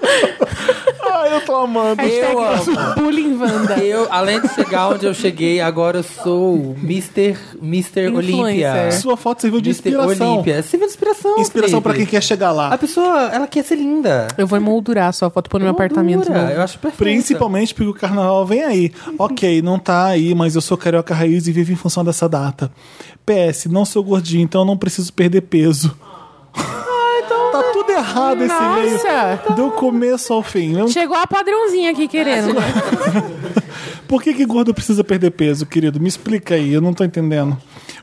S1: Ai, eu tô amando.
S2: Eu amo.
S4: Bullying Wanda.
S2: Eu, além de chegar onde eu cheguei, agora eu sou o Mr. Mr.
S4: É.
S2: Olímpia.
S1: Sua foto serviu de
S2: Mr.
S1: inspiração.
S2: Olímpia. Você vê inspiração.
S1: Inspiração
S2: Felipe.
S1: pra quem quer chegar lá.
S2: A pessoa, ela quer ser linda.
S4: Eu vou emoldurar a sua foto pôr no meu
S2: Moldura,
S4: apartamento. né? novo.
S2: Eu acho perfeito.
S1: né? Principalmente porque o carnaval vem aí. Ok, não tá aí, mas eu sou carioca raiz e vivo em função dessa data. PS, não sou gordinho, então eu não preciso perder peso.
S2: Ah, então
S1: tá tudo errado esse
S4: Nossa!
S1: meio. Do começo ao fim. Eu-
S4: Chegou a padrãozinha aqui querendo.
S1: Por que, que gordo precisa perder peso, querido? Me explica aí, eu não tô entendendo.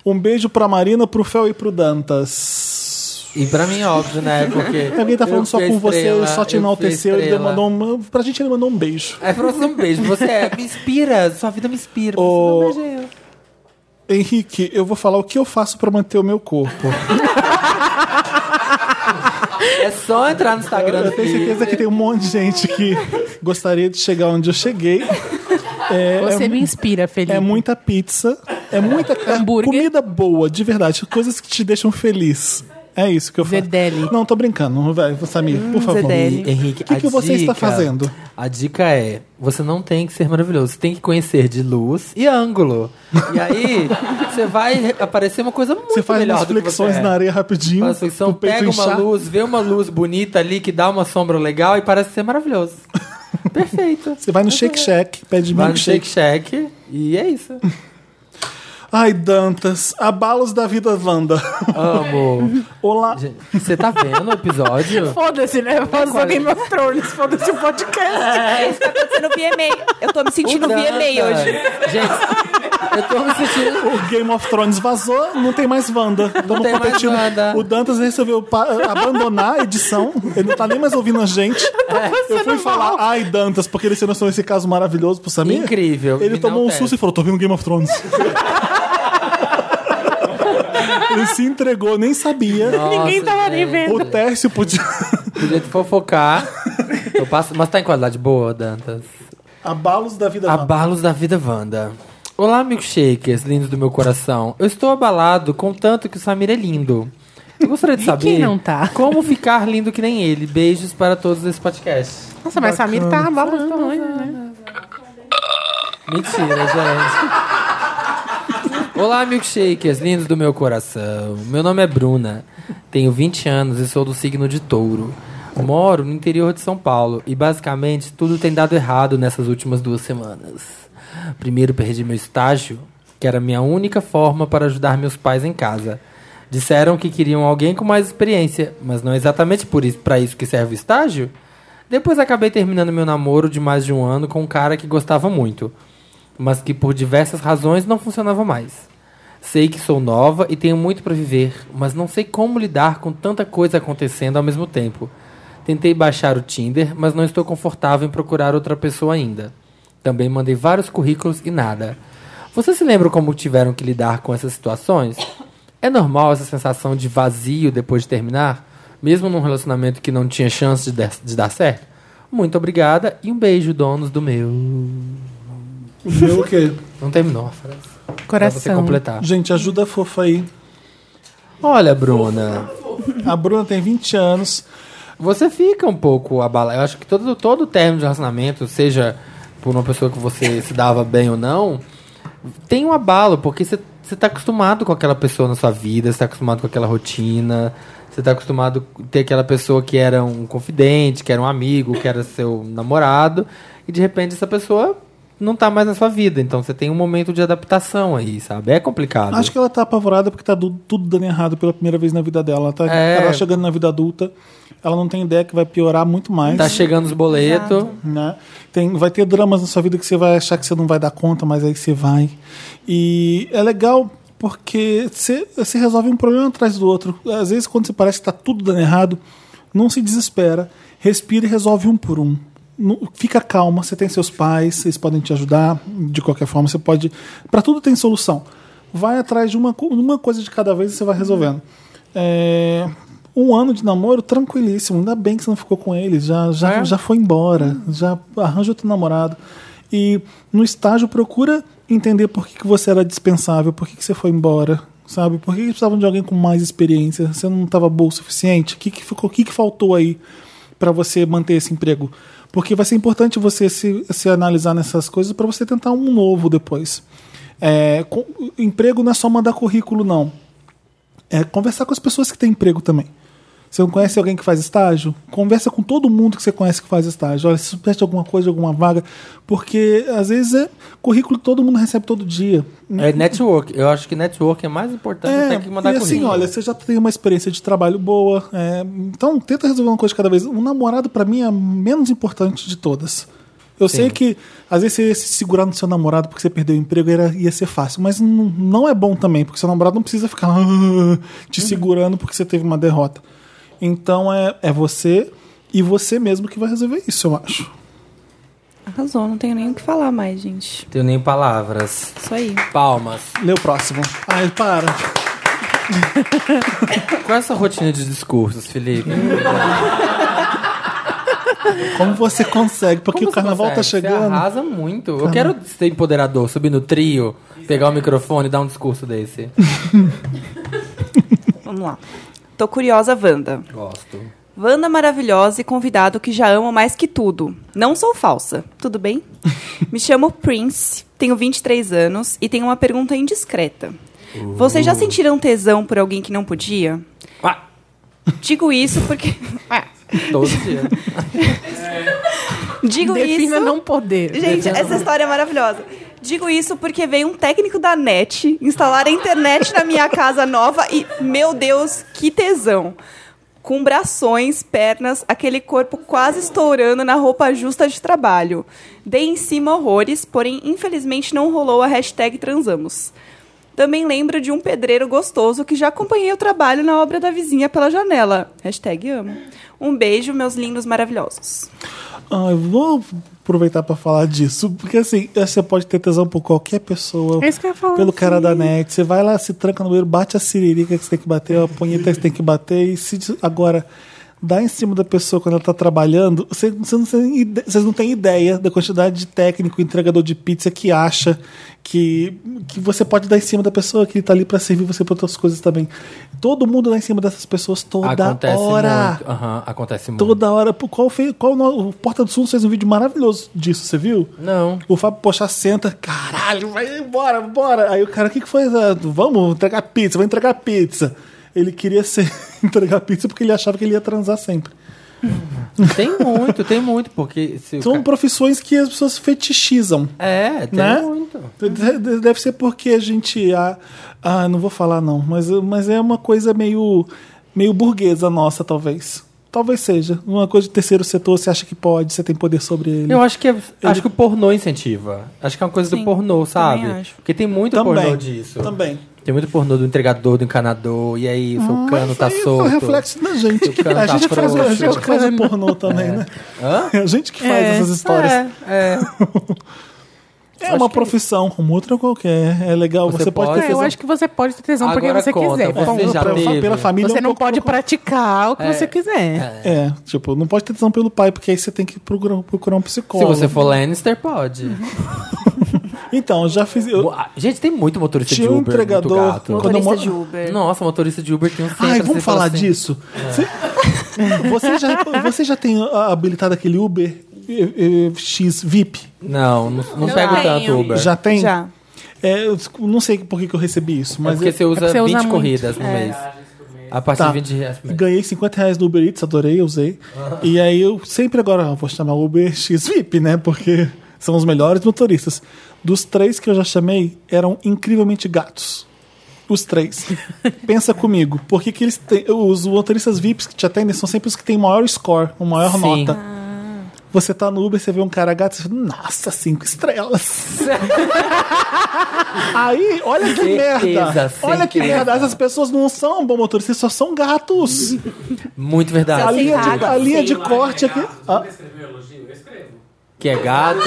S1: Um beijo pra Marina, pro Fel e pro Dantas.
S2: E pra mim, óbvio, né? Porque.
S1: [LAUGHS] Alguém tá
S2: eu
S1: falando só
S2: fui a
S1: com você,
S2: estrela,
S1: só te
S2: eu fui a
S1: enalteceu. Ele
S2: estrela.
S1: mandou um. Pra gente, ele mandou um beijo.
S2: Aí falou assim: um beijo. Você é, me inspira, sua vida me inspira.
S1: Ô.
S2: Você um não beija eu.
S1: Henrique, eu vou falar o que eu faço pra manter o meu corpo.
S2: É só entrar no Instagram do
S1: Eu tenho certeza que tem um monte de gente que gostaria de chegar onde eu cheguei. É,
S4: Você
S1: é,
S4: me inspira, Felipe.
S1: é muita pizza, é muita é
S4: Hambúrguer.
S1: comida boa, de verdade, coisas que te deixam feliz. É isso que eu faço.
S4: Zedeli. Hum,
S1: Não, tô brincando, vai, Samir, por favor.
S3: Hum, Zedeli.
S2: E, Henrique,
S1: O que
S2: a
S1: que você está
S2: dica-
S1: fazendo?
S2: A dica é: você não tem que ser maravilhoso, você tem que conhecer de luz e ângulo. E
S1: [LAUGHS]
S2: aí, você vai re- aparecer uma coisa muito
S1: Você faz
S2: melhor
S1: umas
S2: do que
S1: flexões
S2: você é.
S1: na areia rapidinho.
S2: Faz flexão,
S1: pro peito
S2: pega uma
S1: inchar.
S2: luz, vê uma luz bonita ali que dá uma sombra legal e parece ser
S1: [LAUGHS]
S2: maravilhoso. Perfeito. é.
S1: Você vai no Shake Shack, pede
S2: Uhum. Vai no
S1: milkshake.
S2: shake shake e é isso.
S1: Ai, Dantas, abalos da vida Wanda.
S2: Amo.
S1: Olá.
S2: Gente, Você tá vendo o
S3: [LAUGHS]
S2: episódio?
S4: Foda-se, né? Foda-se o Game of Thrones, foda-se o podcast.
S3: Isso tá acontecendo VMA. Eu tô me sentindo
S2: O Dantas.
S3: VMA hoje.
S2: Gente, eu tô me sentindo.
S1: O Game of Thrones vazou, não tem mais Wanda. Então não
S2: tem mais
S1: competiu.
S2: Wanda.
S1: O Dantas resolveu pa- abandonar a edição. Ele não tá nem mais ouvindo a gente.
S2: É.
S1: Eu fui falar, ai, Dantas, porque ele se noção esse caso maravilhoso pro Samir.
S2: Incrível.
S1: Ele
S2: Me
S1: tomou um
S2: enaltece.
S1: susto e falou: tô vendo Game of
S2: [LAUGHS]
S1: Thrones. ele se entregou, nem sabia.
S4: [LAUGHS] Ninguém
S2: Nossa,
S4: tava nem
S2: gente.
S4: vendo.
S1: O Tércio podia.
S2: Podia te fofocar. Eu passo, mas tá em qualidade boa, Dantas.
S1: Abalos da vida Wanda.
S2: Abalos da vida Wanda. Olá, milkshakers, lindos do meu coração. Eu estou abalado com tanto que o Samir é lindo. Eu gostaria de
S4: E
S2: saber
S4: quem não tá?
S2: como ficar lindo que nem ele. Beijos para todos nesse podcast.
S4: Nossa, mas Samir tá babando tamanho, né?
S2: Mentira, gente. Olá, milkshakers, lindos do meu coração. Meu nome é Bruna, tenho 20 anos e sou do signo de touro. Moro no interior de São Paulo e basicamente tudo tem dado errado nessas últimas duas semanas. Primeiro perdi meu estágio, que era minha única forma para ajudar meus pais em casa. Disseram que queriam alguém com mais experiência, mas não é exatamente por isso, para isso que serve o estágio. Depois acabei terminando meu namoro de mais de um ano com um cara que gostava muito, mas que por diversas razões não funcionava mais. Sei que sou nova e tenho muito para viver, mas não sei como lidar com tanta coisa acontecendo ao mesmo tempo. Tentei baixar o Tinder, mas não estou confortável em procurar outra pessoa ainda. Também mandei vários currículos e nada. Vocês se lembram como tiveram que lidar com essas situações? É normal essa sensação de vazio depois de terminar, mesmo num relacionamento que não tinha chance de dar, de dar certo? Muito obrigada e um beijo, donos do meu.
S1: O meu o quê?
S2: Não terminou a frase. Pra você
S4: Coração.
S2: completar.
S1: Gente, ajuda a fofa aí.
S2: Olha, Bruna.
S1: A Bruna tem 20 anos.
S2: Você fica um pouco abalado. Eu acho que todo, todo término de relacionamento, seja por uma pessoa que você se dava bem ou não, tem um abalo, porque você você tá acostumado com aquela pessoa na sua vida, você tá acostumado com aquela rotina, você tá acostumado a ter aquela pessoa que era um confidente, que era um amigo, que era seu namorado, e de repente essa pessoa não tá mais na sua vida. Então você tem um momento de adaptação aí, sabe? É complicado.
S1: Acho que ela tá apavorada porque tá du- tudo dando errado pela primeira vez na vida dela. Ela tá
S2: É.
S1: ela chegando na vida adulta, ela não tem ideia que vai piorar muito mais.
S2: Tá chegando os boletos.
S1: né? Tem, vai ter dramas na sua vida que você vai achar que você não vai dar conta, mas aí você vai. E é legal porque você, você resolve um problema atrás do outro. Às vezes, quando você parece que está tudo dando errado, não se desespera. Respira e resolve um por um. Nu- Fica calma, você tem seus pais, eles podem te ajudar. De qualquer forma, você pode. Para tudo tem solução. Vai atrás de uma, co- uma coisa de cada vez e você vai resolvendo. É, um ano de namoro tranquilíssimo, ainda bem que você não ficou com ele, já, já, já foi embora, já arranja outro namorado. E no estágio procura entender por que, que você era dispensável, por que, que você foi embora, sabe? Por que, que precisavam de alguém com mais experiência? Você não estava boa o suficiente? O que, que ficou? O que, que faltou aí para você manter esse emprego? Porque vai ser importante você se, se analisar nessas coisas para você tentar um novo depois. É, com- emprego não é só mandar currículo, não é conversar com as pessoas que têm emprego também. Você não conhece alguém que faz estágio? Conversa com todo mundo que você conhece que faz estágio. Olha, se supete alguma coisa, alguma vaga. Porque, às vezes, é currículo que todo mundo recebe todo dia.
S2: É network. Eu acho que network é mais importante até que mandar
S1: e assim,
S2: currículo.
S1: olha, você já tem uma experiência de trabalho boa. é, então, tenta resolver uma coisa de cada vez. Um namorado, pra mim, é a menos importante de todas. Eu sei que, às vezes, você ia se segurar no seu namorado porque você perdeu o emprego era, ia ser fácil. Mas não, não é bom também, porque seu namorado não precisa ficar [LAUGHS] "Ah", te
S2: Uhum.
S1: segurando porque você teve uma derrota. Então, é, é você e você mesmo que vai resolver isso, eu acho.
S3: Arrasou, não tenho nem o que falar mais, gente.
S2: Tenho nem palavras.
S3: Isso aí.
S2: Palmas.
S1: Lê o próximo. Ai, para.
S2: Qual é essa rotina de discursos, Felipe?
S1: É, Como você consegue? Porque
S2: Como
S1: o
S2: você
S1: carnaval tá
S2: consegue? Você é
S1: chegando.
S2: arrasa muito. Eu quero ser empoderador, subir no trio, pegar o microfone e dar um discurso desse.
S3: Vamos lá. Tô curiosa, Wanda.
S2: Gosto.
S3: Wanda maravilhosa e convidado que já amo mais que tudo. Não sou falsa, tudo bem? Me chamo Prince, tenho 23 anos e tenho uma pergunta indiscreta.
S2: Uh.
S3: Vocês já sentiram tesão por alguém que não podia?
S2: Ah,
S3: Digo isso porque. [LAUGHS] Ué,
S2: todo dia.
S3: Digo
S4: Defina
S3: isso.
S4: não poder.
S3: Gente, essa história é maravilhosa. Digo isso porque veio um técnico da NET instalar a internet na minha casa nova e, meu Deus, que tesão. Com brações, pernas, aquele corpo quase estourando na roupa justa de trabalho. Dei em cima horrores, porém, infelizmente, não rolou a hashtag transamos. Também lembro de um pedreiro gostoso que já acompanhei o trabalho na obra da vizinha pela janela. Hashtag amo. Um beijo, meus lindos maravilhosos.
S1: Ah, eu vou aproveitar pra falar disso, porque assim, você pode ter tesão por qualquer pessoa.
S4: É isso que eu ia falar,
S1: Pelo cara
S4: sim.
S1: da net. Você vai lá, se tranca no banheiro, bate a siririca que você tem que bater, a punheta que você tem que bater, e se agora dá em cima da pessoa quando ela tá trabalhando, você- você não tem ide- vocês não têm ideia da quantidade de técnico, entregador de pizza que acha que, que você pode dar em cima da pessoa que tá ali pra servir você pra outras coisas também. Todo mundo dá em cima dessas pessoas [LAUGHS] toda
S2: acontece
S1: hora.
S2: muito. Aham, acontece muito.
S1: Toda hora. Pô, Qual fez, qual no- o Porta dos Fundos fez um vídeo maravilhoso disso, você viu?
S2: Não.
S1: O Fábio Pochá senta, caralho, vai embora, bora. Aí o cara, o que, que foi? Ah, Vamos entregar pizza, vamos entregar pizza. Ele queria ser, [LAUGHS] entregar pizza porque ele achava que ele ia transar sempre.
S2: Tem muito, tem muito, porque... Se o
S1: São
S2: ca-
S1: profissões que as pessoas fetichizam.
S2: É, tem
S1: né?
S2: muito.
S1: De- de- Deve ser porque a gente. Ah, ah, não vou falar não, mas, mas é uma coisa meio, meio burguesa nossa, talvez. Talvez seja. Uma coisa de terceiro setor, você acha que pode, você tem poder sobre ele.
S2: Eu acho que, é- acho que o pornô incentiva. Acho que é uma coisa do pornô, sabe?
S3: acho.
S2: Porque tem muito pornô disso.
S1: Também.
S2: Tem muito pornô do entregador, do encanador, e aí o seu cano tá
S1: Isso
S2: solto.
S1: é um reflexo da
S2: Seu
S1: gente.
S2: cano
S1: A
S2: tá
S1: gente, faz, o- a
S2: frouxo.
S1: gente faz o pornô também, né? A gente que faz essas histórias.
S2: É, é.
S1: [LAUGHS] É, uma profissão, como outra qualquer. É legal, você,
S2: Você
S1: pode,
S2: pode-
S1: ter
S4: É, eu
S1: tesão.
S4: acho que você pode ter tesão porque
S2: Agora
S4: você
S2: conta,
S4: quiser.
S2: você
S4: Ponto.
S1: Pela-
S2: já
S1: pela,
S2: teve.
S1: pela família
S4: Você
S1: é um
S4: não
S1: pouco-
S4: pode praticar o que
S2: É.
S4: você quiser.
S1: É, tipo, não pode ter tesão pelo pai, porque aí você tem que procurar, procurar um
S2: Se
S1: psicólogo.
S2: você for Lannister, pode.
S1: Uhum. Então, já fiz. eu-
S2: Mo- ah, Gente, tem muito motorista
S1: Tinha
S2: de
S1: um
S2: Uber,
S1: entregador-
S2: muito gato.
S1: Quando eu
S3: Motorista
S1: moro-
S3: de Uber.
S2: Nossa, motorista de Uber tem um sempre,
S1: Ai,
S2: você
S1: vamos
S2: fala
S1: falar
S2: assim,
S1: disso? Cê- [LAUGHS] Você já, você já tem ah, habilitado aquele Uber eh, eh, X VIP?
S2: Não, não, não
S4: Eu
S2: pego
S4: tenho.
S2: tanto Uber. É
S1: Já tem?
S3: Já.
S1: É, eu não sei por que, que eu recebi isso,
S2: mas
S1: mas
S2: É
S1: é
S2: porque
S1: eu
S2: você usa
S4: porque você
S2: 20
S4: usa muito.
S2: corridas no
S4: É.
S2: mês. A partir
S1: Tá.
S2: de 20 reais por mês.
S1: ganhei 50 reais do Uber Eats, adorei, usei. E aí eu sempre agora ah, vou chamar Uber X VIP, né? Porque são os melhores motoristas. Dos três que eu já chamei, eram incrivelmente gatos. Os três. Pensa comigo, por que, que eles têm. Os motoristas VIPs que te atendem são sempre os que têm maior score, uma maior
S2: Sim.
S1: nota. Você tá no Uber, você vê um cara gato, você fala, nossa, cinco estrelas. Aí, olha que
S2: Certeza,
S1: merda. Olha que
S2: certeza.
S1: merda. Essas pessoas não são bom motoristas, só são gatos.
S2: Muito
S1: A
S2: verdade.
S1: linha, de, a linha de
S3: Sim.
S1: corte aqui. Ah,
S2: Que é
S1: [LAUGHS]
S2: gato.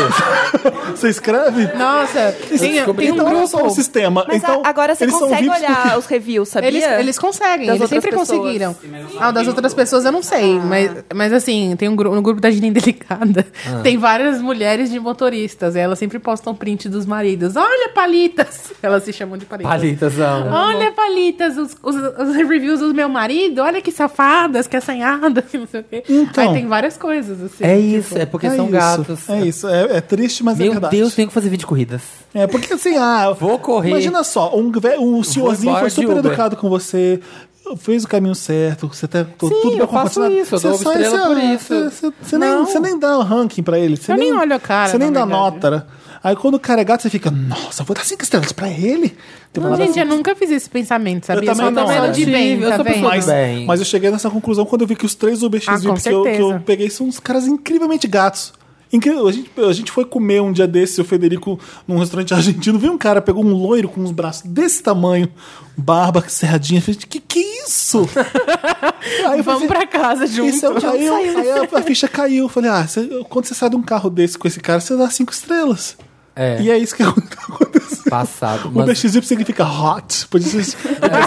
S1: você escreve?
S6: Nossa, tem,
S2: descobri.
S6: tem um
S1: Então olha só o
S6: grupo.
S1: sistema.
S3: Mas
S1: então,
S3: a- agora você
S1: eles são
S3: consegue
S1: VIPs
S3: olhar os reviews, sabia?
S6: Eles, eles conseguem,
S3: Das
S6: eles
S3: outras
S6: sempre
S3: pessoas. Ah.
S6: conseguiram. Ah, das outras pessoas eu não sei, mas, mas assim, tem um grupo, no grupo da Gina Indelicada,
S2: Ah.
S6: tem várias mulheres de motoristas, e elas sempre postam print dos maridos. Olha, palitas! [LAUGHS] Elas se chamam de palitas.
S2: Palitas,
S1: Ah,
S2: não.
S6: Olha, palitas, os, os, os reviews do meu marido, olha que safadas, que assanhadas, [LAUGHS] que não sei o quê.
S1: Então.
S6: Aí tem várias coisas, assim.
S2: É isso, é porque
S1: É
S2: são
S1: isso,
S2: gatos.
S1: É isso, é, é triste, mas é
S2: Meu
S1: verdade.
S2: Deus, tenho que fazer 20 corridas.
S1: É, porque assim, ah,
S2: Vou correr.
S1: Imagina só, um, ve- um senhorzinho
S2: embora
S1: foi
S2: de
S1: super
S2: Uber.
S1: educado com você, fez o caminho certo, você tá tô,
S2: Sim,
S1: tudo bem
S2: eu faço
S1: condicionado.
S2: isso, eu
S1: Você é
S2: dou
S1: só-
S2: estrela
S1: você-
S2: por isso.
S1: Você, você nem,
S2: Não.
S1: você nem dá ranking pra ele. Você
S6: Eu nem olho a cara,
S1: Você nem
S6: na
S1: dá
S6: verdade.
S1: nota. né? Aí quando o cara é gato, você fica, nossa, vou dar cinco estrelas pra ele? Tem uma
S6: Não,
S1: nota
S2: assim. é
S6: gente, eu nunca fiz esse pensamento, sabia?
S1: Eu também
S6: sou uma
S1: não,
S6: pessoa
S1: eu
S6: de
S2: tive,
S6: bem,
S2: eu
S6: tá
S2: sou
S6: vendo?
S2: pessoa de
S1: Mas,
S2: bem.
S1: mas eu cheguei nessa conclusão quando eu vi que os três Uber
S6: Ah,
S1: X VIPs
S6: com
S1: que, eu- que eu
S6: certeza.
S1: peguei são uns caras incrivelmente gatos. Incrível. A gente, a gente foi comer um dia desse, o Federico, num restaurante [LAUGHS] argentino. Viu um cara, pegou um loiro com uns braços desse tamanho, barba, serradinha. Falei, que que é isso?
S6: [LAUGHS]
S1: Aí eu
S6: Vamos
S1: falei,
S6: pra casa juntos.
S1: isso é-
S2: um
S1: aí, eu- aí a, a ficha caiu. Eu falei, ah, você- quando você sai de um carro desse com esse cara, você dá cinco estrelas.
S2: É.
S1: E é isso que [LAUGHS] aconteceu.
S2: Passado.
S1: Uber
S2: Mas
S1: XY significa hot. Pode ser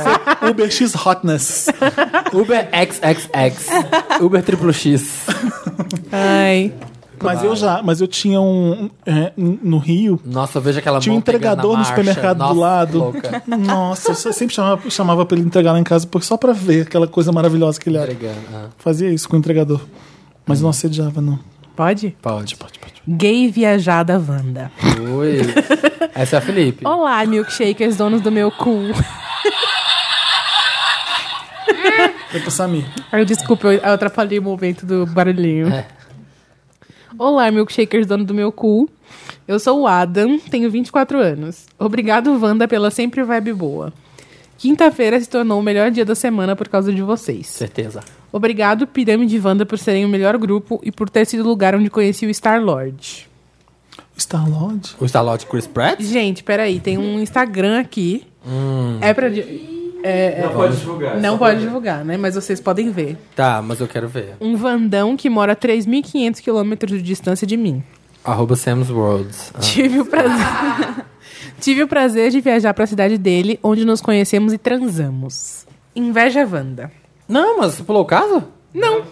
S6: [LAUGHS]
S1: Uber X hotness.
S2: Uber
S1: [LAUGHS]
S2: XXX. Uber triplo X.
S4: Ai.
S1: Mas eu já, mas eu tinha um. é, no Rio.
S2: Nossa, eu vejo aquela
S1: Tinha um
S2: mão pegando
S1: entregador
S2: na
S1: no
S2: marcha.
S1: supermercado
S2: Nossa,
S1: do lado.
S2: Louca.
S1: Nossa, eu só- sempre chamava, chamava pra ele entregar lá em casa porque só pra ver aquela coisa maravilhosa que ele era.
S2: Entregando. Ah,
S1: Fazia isso com o entregador. Mas não assediava, não.
S4: Pode?
S2: pode, pode, pode.
S4: Gay viajada Wanda.
S2: Oi. Essa é a Felipe.
S4: Olá, milkshakers, donos do meu cu.
S1: Vem pro Samir.
S4: Ai, desculpa, eu eu atrapalhei o momento do barulhinho.
S2: É.
S4: Olá, milkshakers, dono do meu cu. Eu sou o Adam, tenho 24 anos. Obrigado, Wanda, pela sempre vibe boa. Quinta-feira se tornou o melhor dia da semana por causa de vocês.
S2: Certeza.
S4: Obrigado, Pirâmide e Wanda, por serem o melhor grupo e por ter sido o lugar onde conheci o Star-Lord.
S1: Star-Lord?
S2: O Starlord Chris Pratt?
S4: Gente, peraí, tem um Instagram aqui. É pra. di- é- é-
S5: Não pode divulgar.
S4: não
S5: só
S4: pode
S5: pra-
S4: divulgar, né? Mas vocês podem ver.
S2: Tá, mas eu quero ver.
S4: Um Vandão que mora a 3.500 quilômetros de distância de mim.
S2: Arroba Sam's World. Ah.
S4: [LAUGHS] Tive o prazer. [LAUGHS] Tive o prazer de viajar pra cidade dele, onde nos conhecemos e transamos. Inveja Wanda.
S2: Não, mas você pulou o caso?
S4: Não.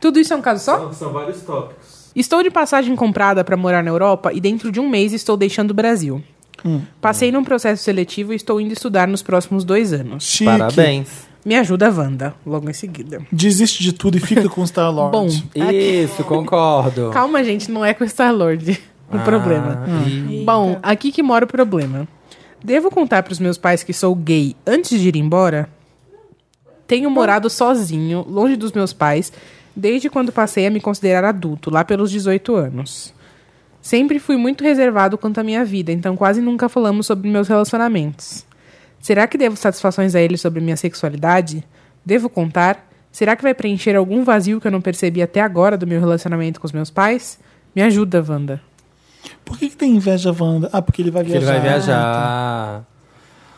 S4: Tudo isso é um caso só?
S5: São, são vários tópicos.
S4: Estou de passagem comprada pra morar na Europa e dentro de um mês estou deixando o Brasil. Hum. Passei num processo seletivo e estou indo estudar nos próximos dois anos.
S1: Chique.
S2: Parabéns.
S4: Me ajuda, Wanda, logo em seguida.
S1: Desiste de tudo e fica com o Star-Lord.
S4: Bom,
S2: Isso, concordo. Ah,
S4: Calma, gente, não é com o Star-Lord [LAUGHS] o
S5: Ah,
S4: problema. Bom, aqui que mora o problema. Devo contar pros meus pais que sou gay antes de ir embora? Tenho morado sozinho, longe dos meus pais, desde quando passei a me considerar adulto, lá pelos 18 anos. Sempre fui muito reservado quanto à minha vida, então quase nunca falamos sobre meus relacionamentos. Será que devo satisfações a ele sobre minha sexualidade? Devo contar? Será que vai preencher algum vazio que eu não percebi até agora do meu relacionamento com os meus pais? Me ajuda, Wanda.
S1: Por que, que tem inveja, Wanda? Ah, porque ele vai
S2: Que ele
S1: viajar. tá.
S2: vai viajar.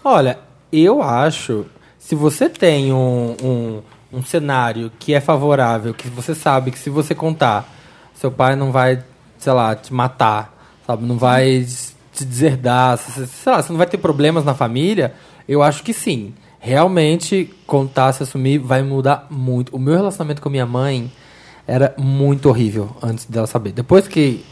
S2: Olha, eu acho. Se você tem um, um, um cenário que é favorável, que você sabe que se você contar, seu pai não vai, sei lá, te matar, sabe? Não vai te deserdar, se- se- sei lá, você não vai ter problemas na família, eu acho que sim. Realmente, contar, se assumir, vai mudar muito. O meu relacionamento com a minha mãe era muito horrível antes dela saber. Depois que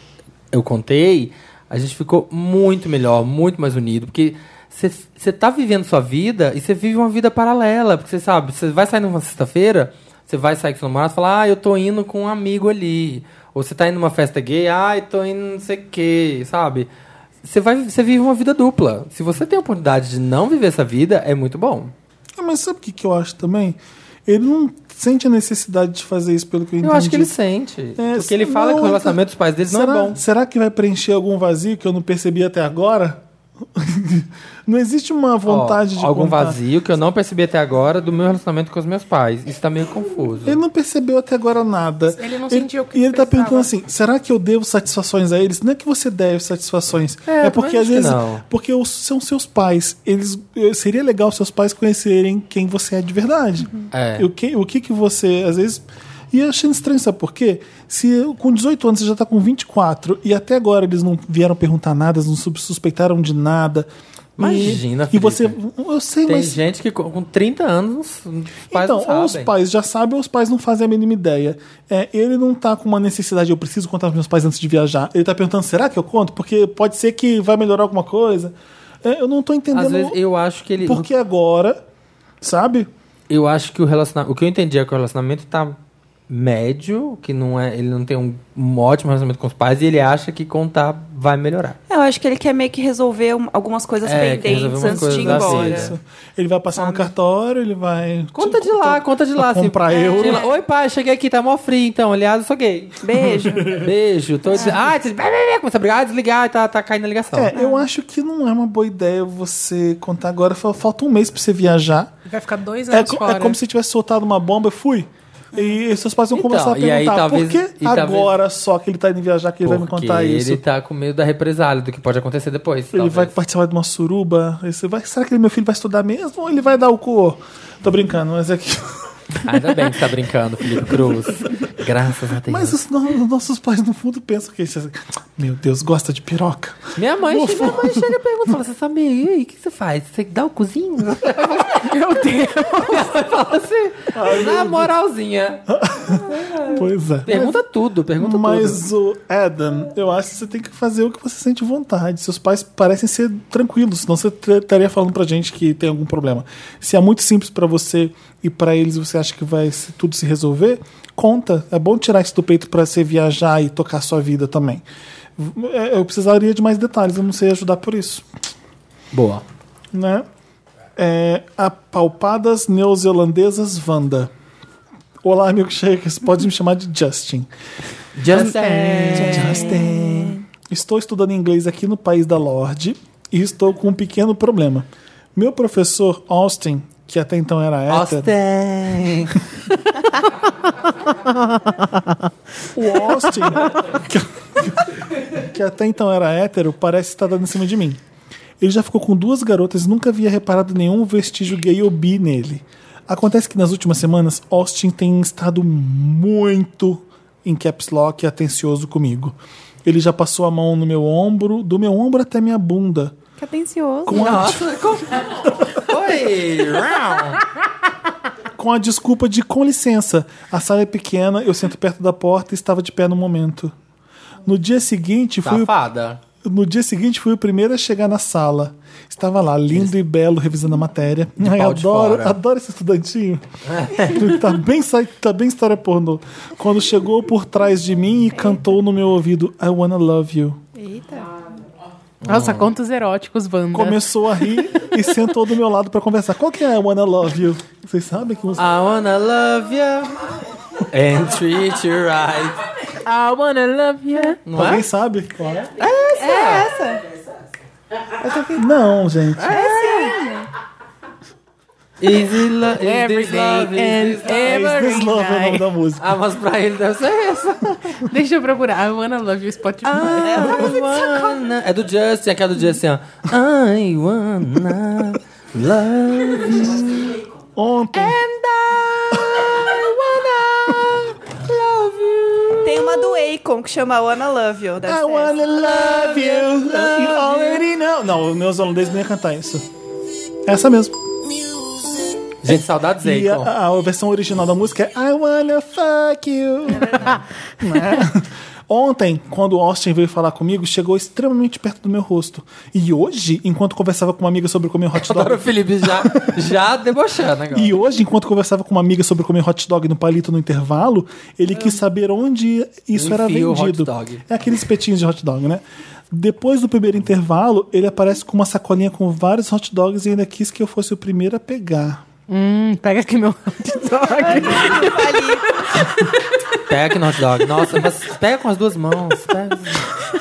S2: eu contei, a gente ficou muito melhor, muito mais unido, porque você tá vivendo sua vida e você vive uma vida paralela, porque você sabe, você vai sair numa sexta-feira, Você vai sair com seu namorado e fala, ah, eu tô indo com um amigo ali. Ou você tá indo numa festa gay, ah, eu tô indo não sei o quê, sabe? Você, vai, você vive uma vida dupla. Se você tem a oportunidade de não viver essa vida, é muito bom.
S1: Ah, mas sabe o que, que eu acho também? Ele não sente a necessidade de fazer isso, pelo que eu
S2: Eu
S1: entendi.
S2: acho que ele sente.
S1: É,
S2: Porque ele
S1: se-
S2: fala
S1: não,
S2: que o
S1: então-
S2: relacionamento dos pais deles
S1: será,
S2: não é bom.
S1: Será que vai preencher algum vazio que eu não percebi até agora? [LAUGHS] não existe uma vontade
S2: Ó,
S1: de
S2: algum
S1: contar.
S2: vazio que eu não percebi até agora do meu relacionamento com os meus pais. Isso tá meio confuso.
S1: Ele não percebeu até agora nada.
S4: Ele não sentiu o que
S1: E ele tá
S4: precisava.
S1: perguntando assim: será que eu devo satisfações a eles? Não é que você deve satisfações.
S2: É,
S1: É, porque
S2: mas
S1: às
S2: acho que
S1: vezes.
S2: não.
S1: Porque os- são seus pais. Eles, eh, seria legal seus pais conhecerem quem você é de verdade.
S2: É.
S1: E O, que, o que que você, às vezes. E eu achei estranho, sabe por quê? Se eu- com 18 anos você já tá com 24 e até agora eles não vieram perguntar nada, eles não sub- suspeitaram de nada. E-
S2: Imagina,
S1: E
S2: Felipe.
S1: você. Eu sei,
S2: Tem
S1: mas.
S2: gente que com com 30 anos os pais
S1: Então,
S2: não sabem.
S1: ou os pais já sabem ou os pais não fazem a mínima ideia. É, ele não tá com uma necessidade, eu preciso contar pros meus pais antes de viajar. Ele tá perguntando, será que eu conto? Porque pode ser que vai melhorar alguma coisa. É, eu não tô entendendo
S2: Às vezes eu acho que ele
S1: por que agora, sabe?
S2: eu acho que o relacionamento, o que eu entendi é que o relacionamento tá médio, que não é, ele não tem um, um ótimo relacionamento com os pais e ele acha que contar vai melhorar.
S3: Eu acho que ele quer meio que resolver um- algumas coisas
S2: É, quer resolver
S3: pendentes
S2: umas
S3: antes de ir
S2: coisas da
S3: embora.
S2: vida.
S1: Ele vai passar no cartório, ele
S2: É.
S1: vai. tipo,
S2: Conta de lá, conta de lá.
S1: Pra comprar euro.
S2: Sei lá, Oi, pai, cheguei aqui, tá mó frio, então. Aliás, eu sou
S1: [LAUGHS]
S2: gay. [LAUGHS]
S3: Beijo.
S2: Beijo, tô des... Ah, des... começa a brigar, desligar, tá, tá caindo a ligação.
S1: É, eu acho que não é uma boa ideia você contar agora. Fala, Falta um mês pra você viajar.
S4: Vai ficar dois
S1: É,
S4: anos
S1: co-
S4: fora.
S1: é como se tivesse soltado uma bomba e fui. E seus pais vão
S2: Então,
S1: começar a
S2: e
S1: perguntar
S2: aí talvez-
S1: por que
S2: e talvez-
S1: agora só que ele tá indo viajar que ele vai me
S2: Porque
S1: contar isso?
S2: ele tá com medo da represália, do que pode acontecer depois.
S1: Ele
S2: talvez.
S1: vai participar de uma suruba? Aí você vai, será que meu filho vai estudar mesmo? Ou ele vai dar o cu? Tô brincando, mas é que. [LAUGHS]
S2: Ainda bem que você tá brincando, Felipe Cruz. Graças a Deus.
S1: Mas os, no- os nossos pais, no fundo, pensam que. isso- Meu Deus, gosta de piroca?
S2: Minha mãe, minha mãe chega e pergunta, fala, você sabe, e aí, o que você faz? Você dá o
S1: [LAUGHS]
S2: cozinho? Meu Deus! Ela fala assim, na moralzinha.
S1: Pois é.
S2: Pergunta tudo, pergunta tudo.
S1: Mas o Adam, eu acho que você tem que fazer o que você sente vontade. Seus pais parecem ser tranquilos, senão você t- estaria falando pra gente que tem algum problema. Se é muito simples pra você e pra eles você acha que vai se- tudo se resolver, conta. É bom tirar isso do peito pra você viajar e tocar sua vida também. V- é, Eu precisaria de mais detalhes, eu não sei ajudar por isso,
S2: Boa.
S1: né? É, apalpadas neozelandesas Wanda. Olá, milkshakers, pode me chamar de Justin.
S2: Just
S1: Justin. Estou estudando inglês aqui no país da Lorde e estou com um pequeno problema. Meu professor Austin, que até então era hétero,
S2: Austin.
S1: o Austin, que, que até então era hétero, parece estar dando em cima de mim. Ele já ficou com duas garotas e nunca havia reparado nenhum vestígio gay ou bi nele. Acontece que nas últimas semanas, Austin tem estado muito em caps lock e atencioso comigo. Ele já passou a mão no meu ombro, do meu ombro até minha bunda.
S3: Que atencioso.
S1: Com a,
S2: Nossa, como... Oi!
S1: com a desculpa de com licença. A sala é pequena, eu sento perto da porta e estava de pé no momento. No dia seguinte, [LAUGHS]
S2: Tá
S1: fui,
S2: Safada.
S1: no dia seguinte fui o primeiro a chegar na sala. Estava lá, lindo e belo, revisando a matéria. Ai,
S2: pau de
S1: adoro,
S2: fora. É.
S1: adoro esse estudantinho. tá, bem, sai- tá bem história pornô. Quando chegou por trás de mim e cantou no meu ouvido, I wanna love you. Ah.
S4: Nossa, contos eróticos, Wanda.
S2: Né?
S1: Começou a rir e sentou do meu lado para conversar. Qual que é I wanna love you? Vocês sabem que música?
S2: I wanna love you and treat you right.
S4: I wanna love you.
S2: Não é?
S1: Alguém sabe? Claro.
S3: É essa.
S1: Não, gente.
S2: Easy love, is
S4: Every
S2: this
S4: day
S2: love, is
S4: and
S2: this love.
S4: every
S1: This Love é o nome
S4: night.
S1: da música.
S2: Ah, mas pra ele deve ser essa.
S4: [LAUGHS] Deixa eu procurar. I wanna love you, Spotify.
S1: Ah.
S2: I wanna- um É do Justin, aquela do Justin, ó. I wanna love you.
S1: Ontem,
S2: And I wanna love you.
S3: Tem uma do Akon que chama Wanna Love You. Deve
S1: I
S3: ser
S1: Ah, wanna love you, you already know. Não, os meus holandeses não iam cantar isso. Essa mesmo.
S2: Gente, saudades,
S1: E a,
S2: Akon.
S1: a- a versão original da música é I wanna fuck you. Né? Ontem, quando o Austin veio falar comigo, chegou extremamente perto do meu rosto. E hoje, enquanto conversava com uma amiga sobre comer hot
S2: Agora o
S1: dog.
S2: Felipe já, já debochando agora.
S1: E hoje, enquanto conversava com uma amiga sobre comer hot dog no palito no intervalo, ele quis saber onde isso
S2: Eu
S1: era
S2: enfio o hot
S1: vendido.
S2: dog.
S1: É aqueles petinhos de hot dog, né? Depois do primeiro intervalo, ele aparece com uma sacolinha com vários hot dogs e ainda quis que eu fosse o primeiro a pegar.
S4: Hum, pega aqui meu hot dog.
S1: [LAUGHS]
S3: Tipo
S2: Pega no hot dog. Nossa, mas pega com as duas mãos. Pega,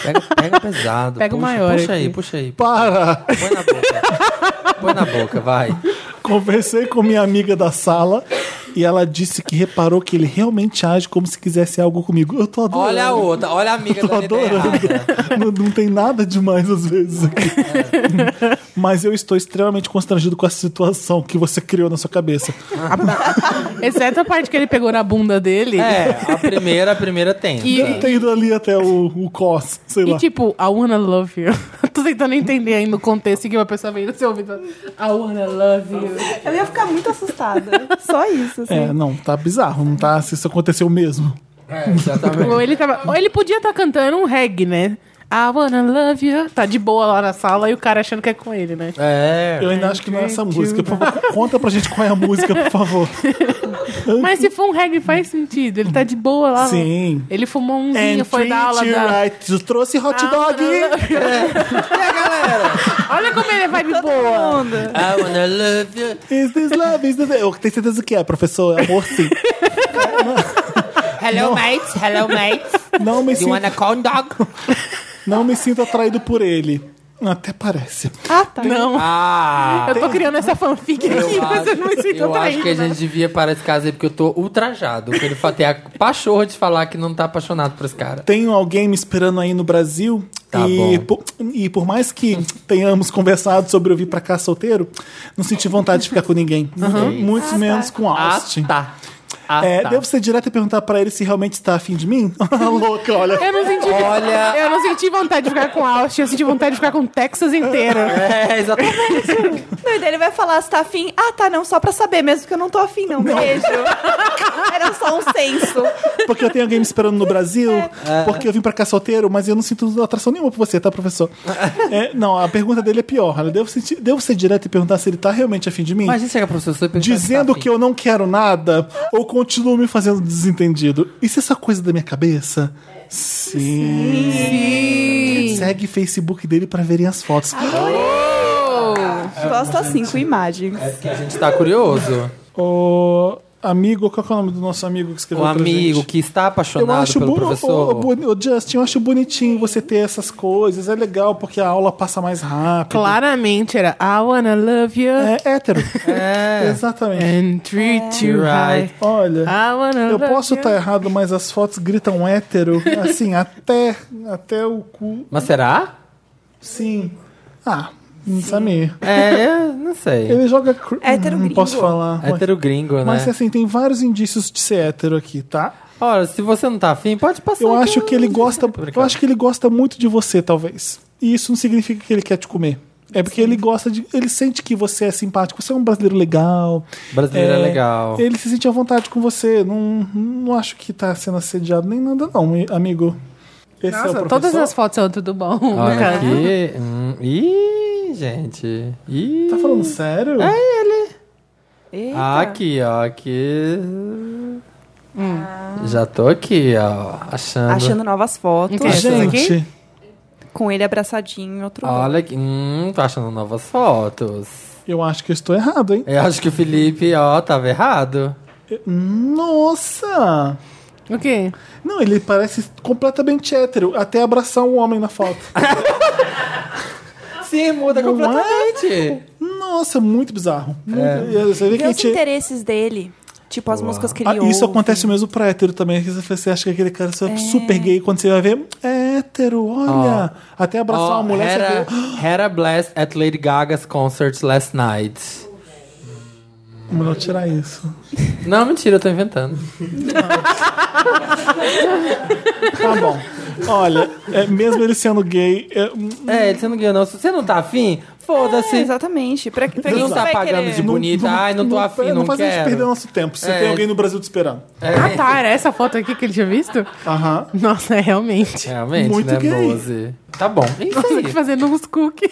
S2: pega, pega pesado.
S4: Pega o
S2: puxa,
S4: maior
S2: Puxa aí,
S4: aqui.
S2: puxa aí.
S1: Para!
S2: Põe na boca. Põe na boca, vai.
S1: Conversei com minha amiga da sala e ela disse que reparou que ele realmente age como se quisesse algo comigo. Eu tô adorando.
S2: Olha a outra, olha a amiga
S1: Tô
S2: da Nina
S1: adorando.
S2: errada.
S1: não, não tem nada demais às vezes aqui.
S4: É.
S1: Mas eu estou extremamente constrangido com a situação que você criou na sua cabeça.
S4: Exceto a parte que ele pegou na bunda dele.
S2: É, a primeira, a primeira tem.
S4: E-
S1: Deve ter ido ali até o, o COS, sei
S4: E
S1: lá.
S4: tipo, I wanna love you. [LAUGHS] Tô tentando entender ainda o contexto em que uma pessoa vem no seu ouvido. I wanna love you.
S3: Ela ia ficar muito assustada. Só isso, assim.
S1: É, não, tá bizarro, não tá? Se isso aconteceu mesmo.
S2: É, exatamente.
S4: Ou ele, tava, ou ele podia estar cantando um reggae, né? I wanna love you. Tá de boa lá na sala e o cara achando que é com ele, né?
S2: É.
S1: Eu ainda acho que não é essa música. Por favor, conta pra gente qual é a música, por
S4: [LAUGHS]
S1: favor.
S4: Mas se for um reggae faz sentido. Ele tá de boa lá.
S1: Sim.
S4: Ele fumou umzinho,
S1: And
S4: foi dar aula
S1: treat you
S4: da... Ah,
S1: right. Tu trouxe hot dog.
S4: Olha como ele é vibe boa.
S2: I wanna love you.
S1: Is this love? Is this... Eu tenho certeza que é, professor. Amor, sim.
S2: Hello, mates.
S1: [LAUGHS]
S2: Hello, mates.
S1: Não me,
S2: You
S1: sinto,
S2: wanna call dog?
S1: não me sinto atraído por ele. Até parece.
S4: Não,
S2: Ah.
S4: tá. eu tô criando essa fanfic aqui,
S2: Eu
S4: mas eu não me
S2: acho,
S4: sinto
S2: eu acho
S4: atraída.
S1: né?
S2: que a gente devia parar de casa aí, porque eu tô ultrajado. Porque ele fa- tem a pachorra de falar que não tá apaixonado por esse cara.
S1: Tenho alguém me esperando aí no Brasil.
S2: Tá
S1: e,
S2: bom.
S1: po- e por mais que tenhamos conversado sobre eu vir pra cá solteiro, não senti vontade de ficar com ninguém.
S2: Uhum.
S1: Muitos menos com Austin.
S2: Ah, tá. Ah,
S1: É,
S2: tá.
S1: Devo ser direto e perguntar pra ele se realmente está afim de mim? [LAUGHS] Louca, olha.
S4: Eu não senti.
S2: Olha-
S4: Eu não senti vontade de ficar com Austin, eu senti vontade de ficar com Texas inteiro.
S2: É, exatamente.
S3: Não, e daí ele vai falar se tá afim. Ah, tá, não, só pra saber mesmo que eu não tô afim, não.
S2: [LAUGHS]
S3: Beijo. Era só um senso.
S2: É,
S1: Porque eu tenho alguém me esperando no Brasil, porque eu vim pra cá solteiro, mas eu não sinto atração nenhuma por você, tá, professor? É, não, a pergunta dele é pior. Ela, devo, sentir- devo ser direto e perguntar se ele tá realmente afim de mim?
S2: Imagina chegar pro professor e perguntar se tá
S1: Dizendo
S2: afim.
S1: que eu não quero nada ou continuo me fazendo desentendido? Isso é essa coisa da minha cabeça? Sim. Segue o Facebook dele pra verem as fotos.
S2: Ah.
S3: Gosto assim, com imagens.
S2: Que a gente tá curioso.
S1: O amigo, qual que é o nome do nosso amigo que escreveu
S2: O
S1: pra
S2: amigo
S1: gente?
S2: que está
S1: Eu
S2: apaixonado
S1: acho
S2: pelo
S1: boni-
S2: professor.
S1: ô, boni- ô, Justin, eu acho bonitinho você ter essas coisas. É legal porque a aula passa mais rápido.
S4: Claramente era I wanna love you
S1: É hétero.
S2: É.
S1: Exatamente.
S4: and treat
S3: É.
S4: you right.
S2: Right.
S1: Olha.
S3: Ah,
S4: I wanna
S1: Eu
S4: love
S1: posso
S4: you.
S1: estar errado, mas as fotos gritam hétero, assim, até, até o cu.
S2: Mas será?
S1: Sim. Ah, não sabia.
S2: É, eu não sei.
S1: Ele joga. cr-
S3: Hétero
S1: não
S3: gringo.
S1: posso falar. Ué.
S2: Hétero gringo, né?
S1: Mas assim, tem vários indícios de ser hétero aqui, tá?
S2: Olha, se você não tá afim, pode passar.
S1: Eu
S2: aqui,
S1: acho que ele gosta. Eu
S2: brincando.
S1: acho que ele gosta muito de você, talvez. E isso não significa que ele quer te comer. É porque ele gosta de. Ele sente que você é simpático, você é um brasileiro legal.
S2: Brasileiro é legal.
S1: Ele se sente à vontade com você. Não, não acho que tá sendo assediado nem nada, não, mi- amigo. Esse é o
S4: Nossa,
S1: professor.
S4: todas as fotos são tudo bom.
S1: é um
S2: Olha
S4: cara.
S2: aqui. Hum, ih, gente. Ih.
S1: Tá falando sério?
S4: É,
S2: Ah, Aqui, ó, aqui. Já tô aqui, ó, achando.
S3: Achando novas fotos.
S4: Ok. essas
S1: Gente,
S3: Com ele abraçadinho em outro mundo.
S2: Olha aqui, hum, tô achando novas fotos.
S1: eu acho que eu estou errado, hein?
S2: Eu acho que o Felipe, ó, tava errado.
S1: Nossa!
S4: O quê?
S1: Não, ele parece completamente hétero, até abraçar um homem na
S2: [LAUGHS]
S1: foto.
S2: Sim, muda completamente.
S1: Nossa, muito bizarro.
S2: É.
S1: Muito- Você vê que
S3: Vê
S1: a
S3: os
S1: gente-
S3: interesses dele. Tipo, as músicas que ele
S1: Ah, isso
S3: ouve.
S2: um
S1: acontece mesmo pra hétero também. que Você você acha que aquele cara é super gay, quando você vai ver, é hétero, olha. Até abraçar
S2: Ó,
S1: uma mulher,
S2: Hera,
S1: você vê.
S2: Hera Blast at Lady Gaga's concert last night.
S1: "Ah, Melhor tirar isso.
S2: Não, mentira, eu tô inventando.
S1: Tá bom. Olha, é, mesmo ele sendo gay, é, hum,
S2: É, ele sendo gay ou não, se você não tá afim, Foda-se.
S3: É, exatamente. Pra, pra quem
S2: não
S3: você
S2: tá
S3: vai
S2: pagando
S3: querer?
S2: de bonita. Ai, não tô afim, não,
S1: Não faz a gente
S2: quero.
S1: perder nosso tempo. Se
S2: É.
S1: tem alguém no Brasil te esperando.
S2: É,
S6: Ah, tá, era essa foto aqui que ele tinha visto?
S1: Aham.
S6: Nossa, é realmente.
S2: Realmente,
S1: Muito
S2: né,
S1: gay.
S2: Mose? Tá bom. É isso
S6: Nossa, que
S2: aí.
S6: fazendo uns cookies.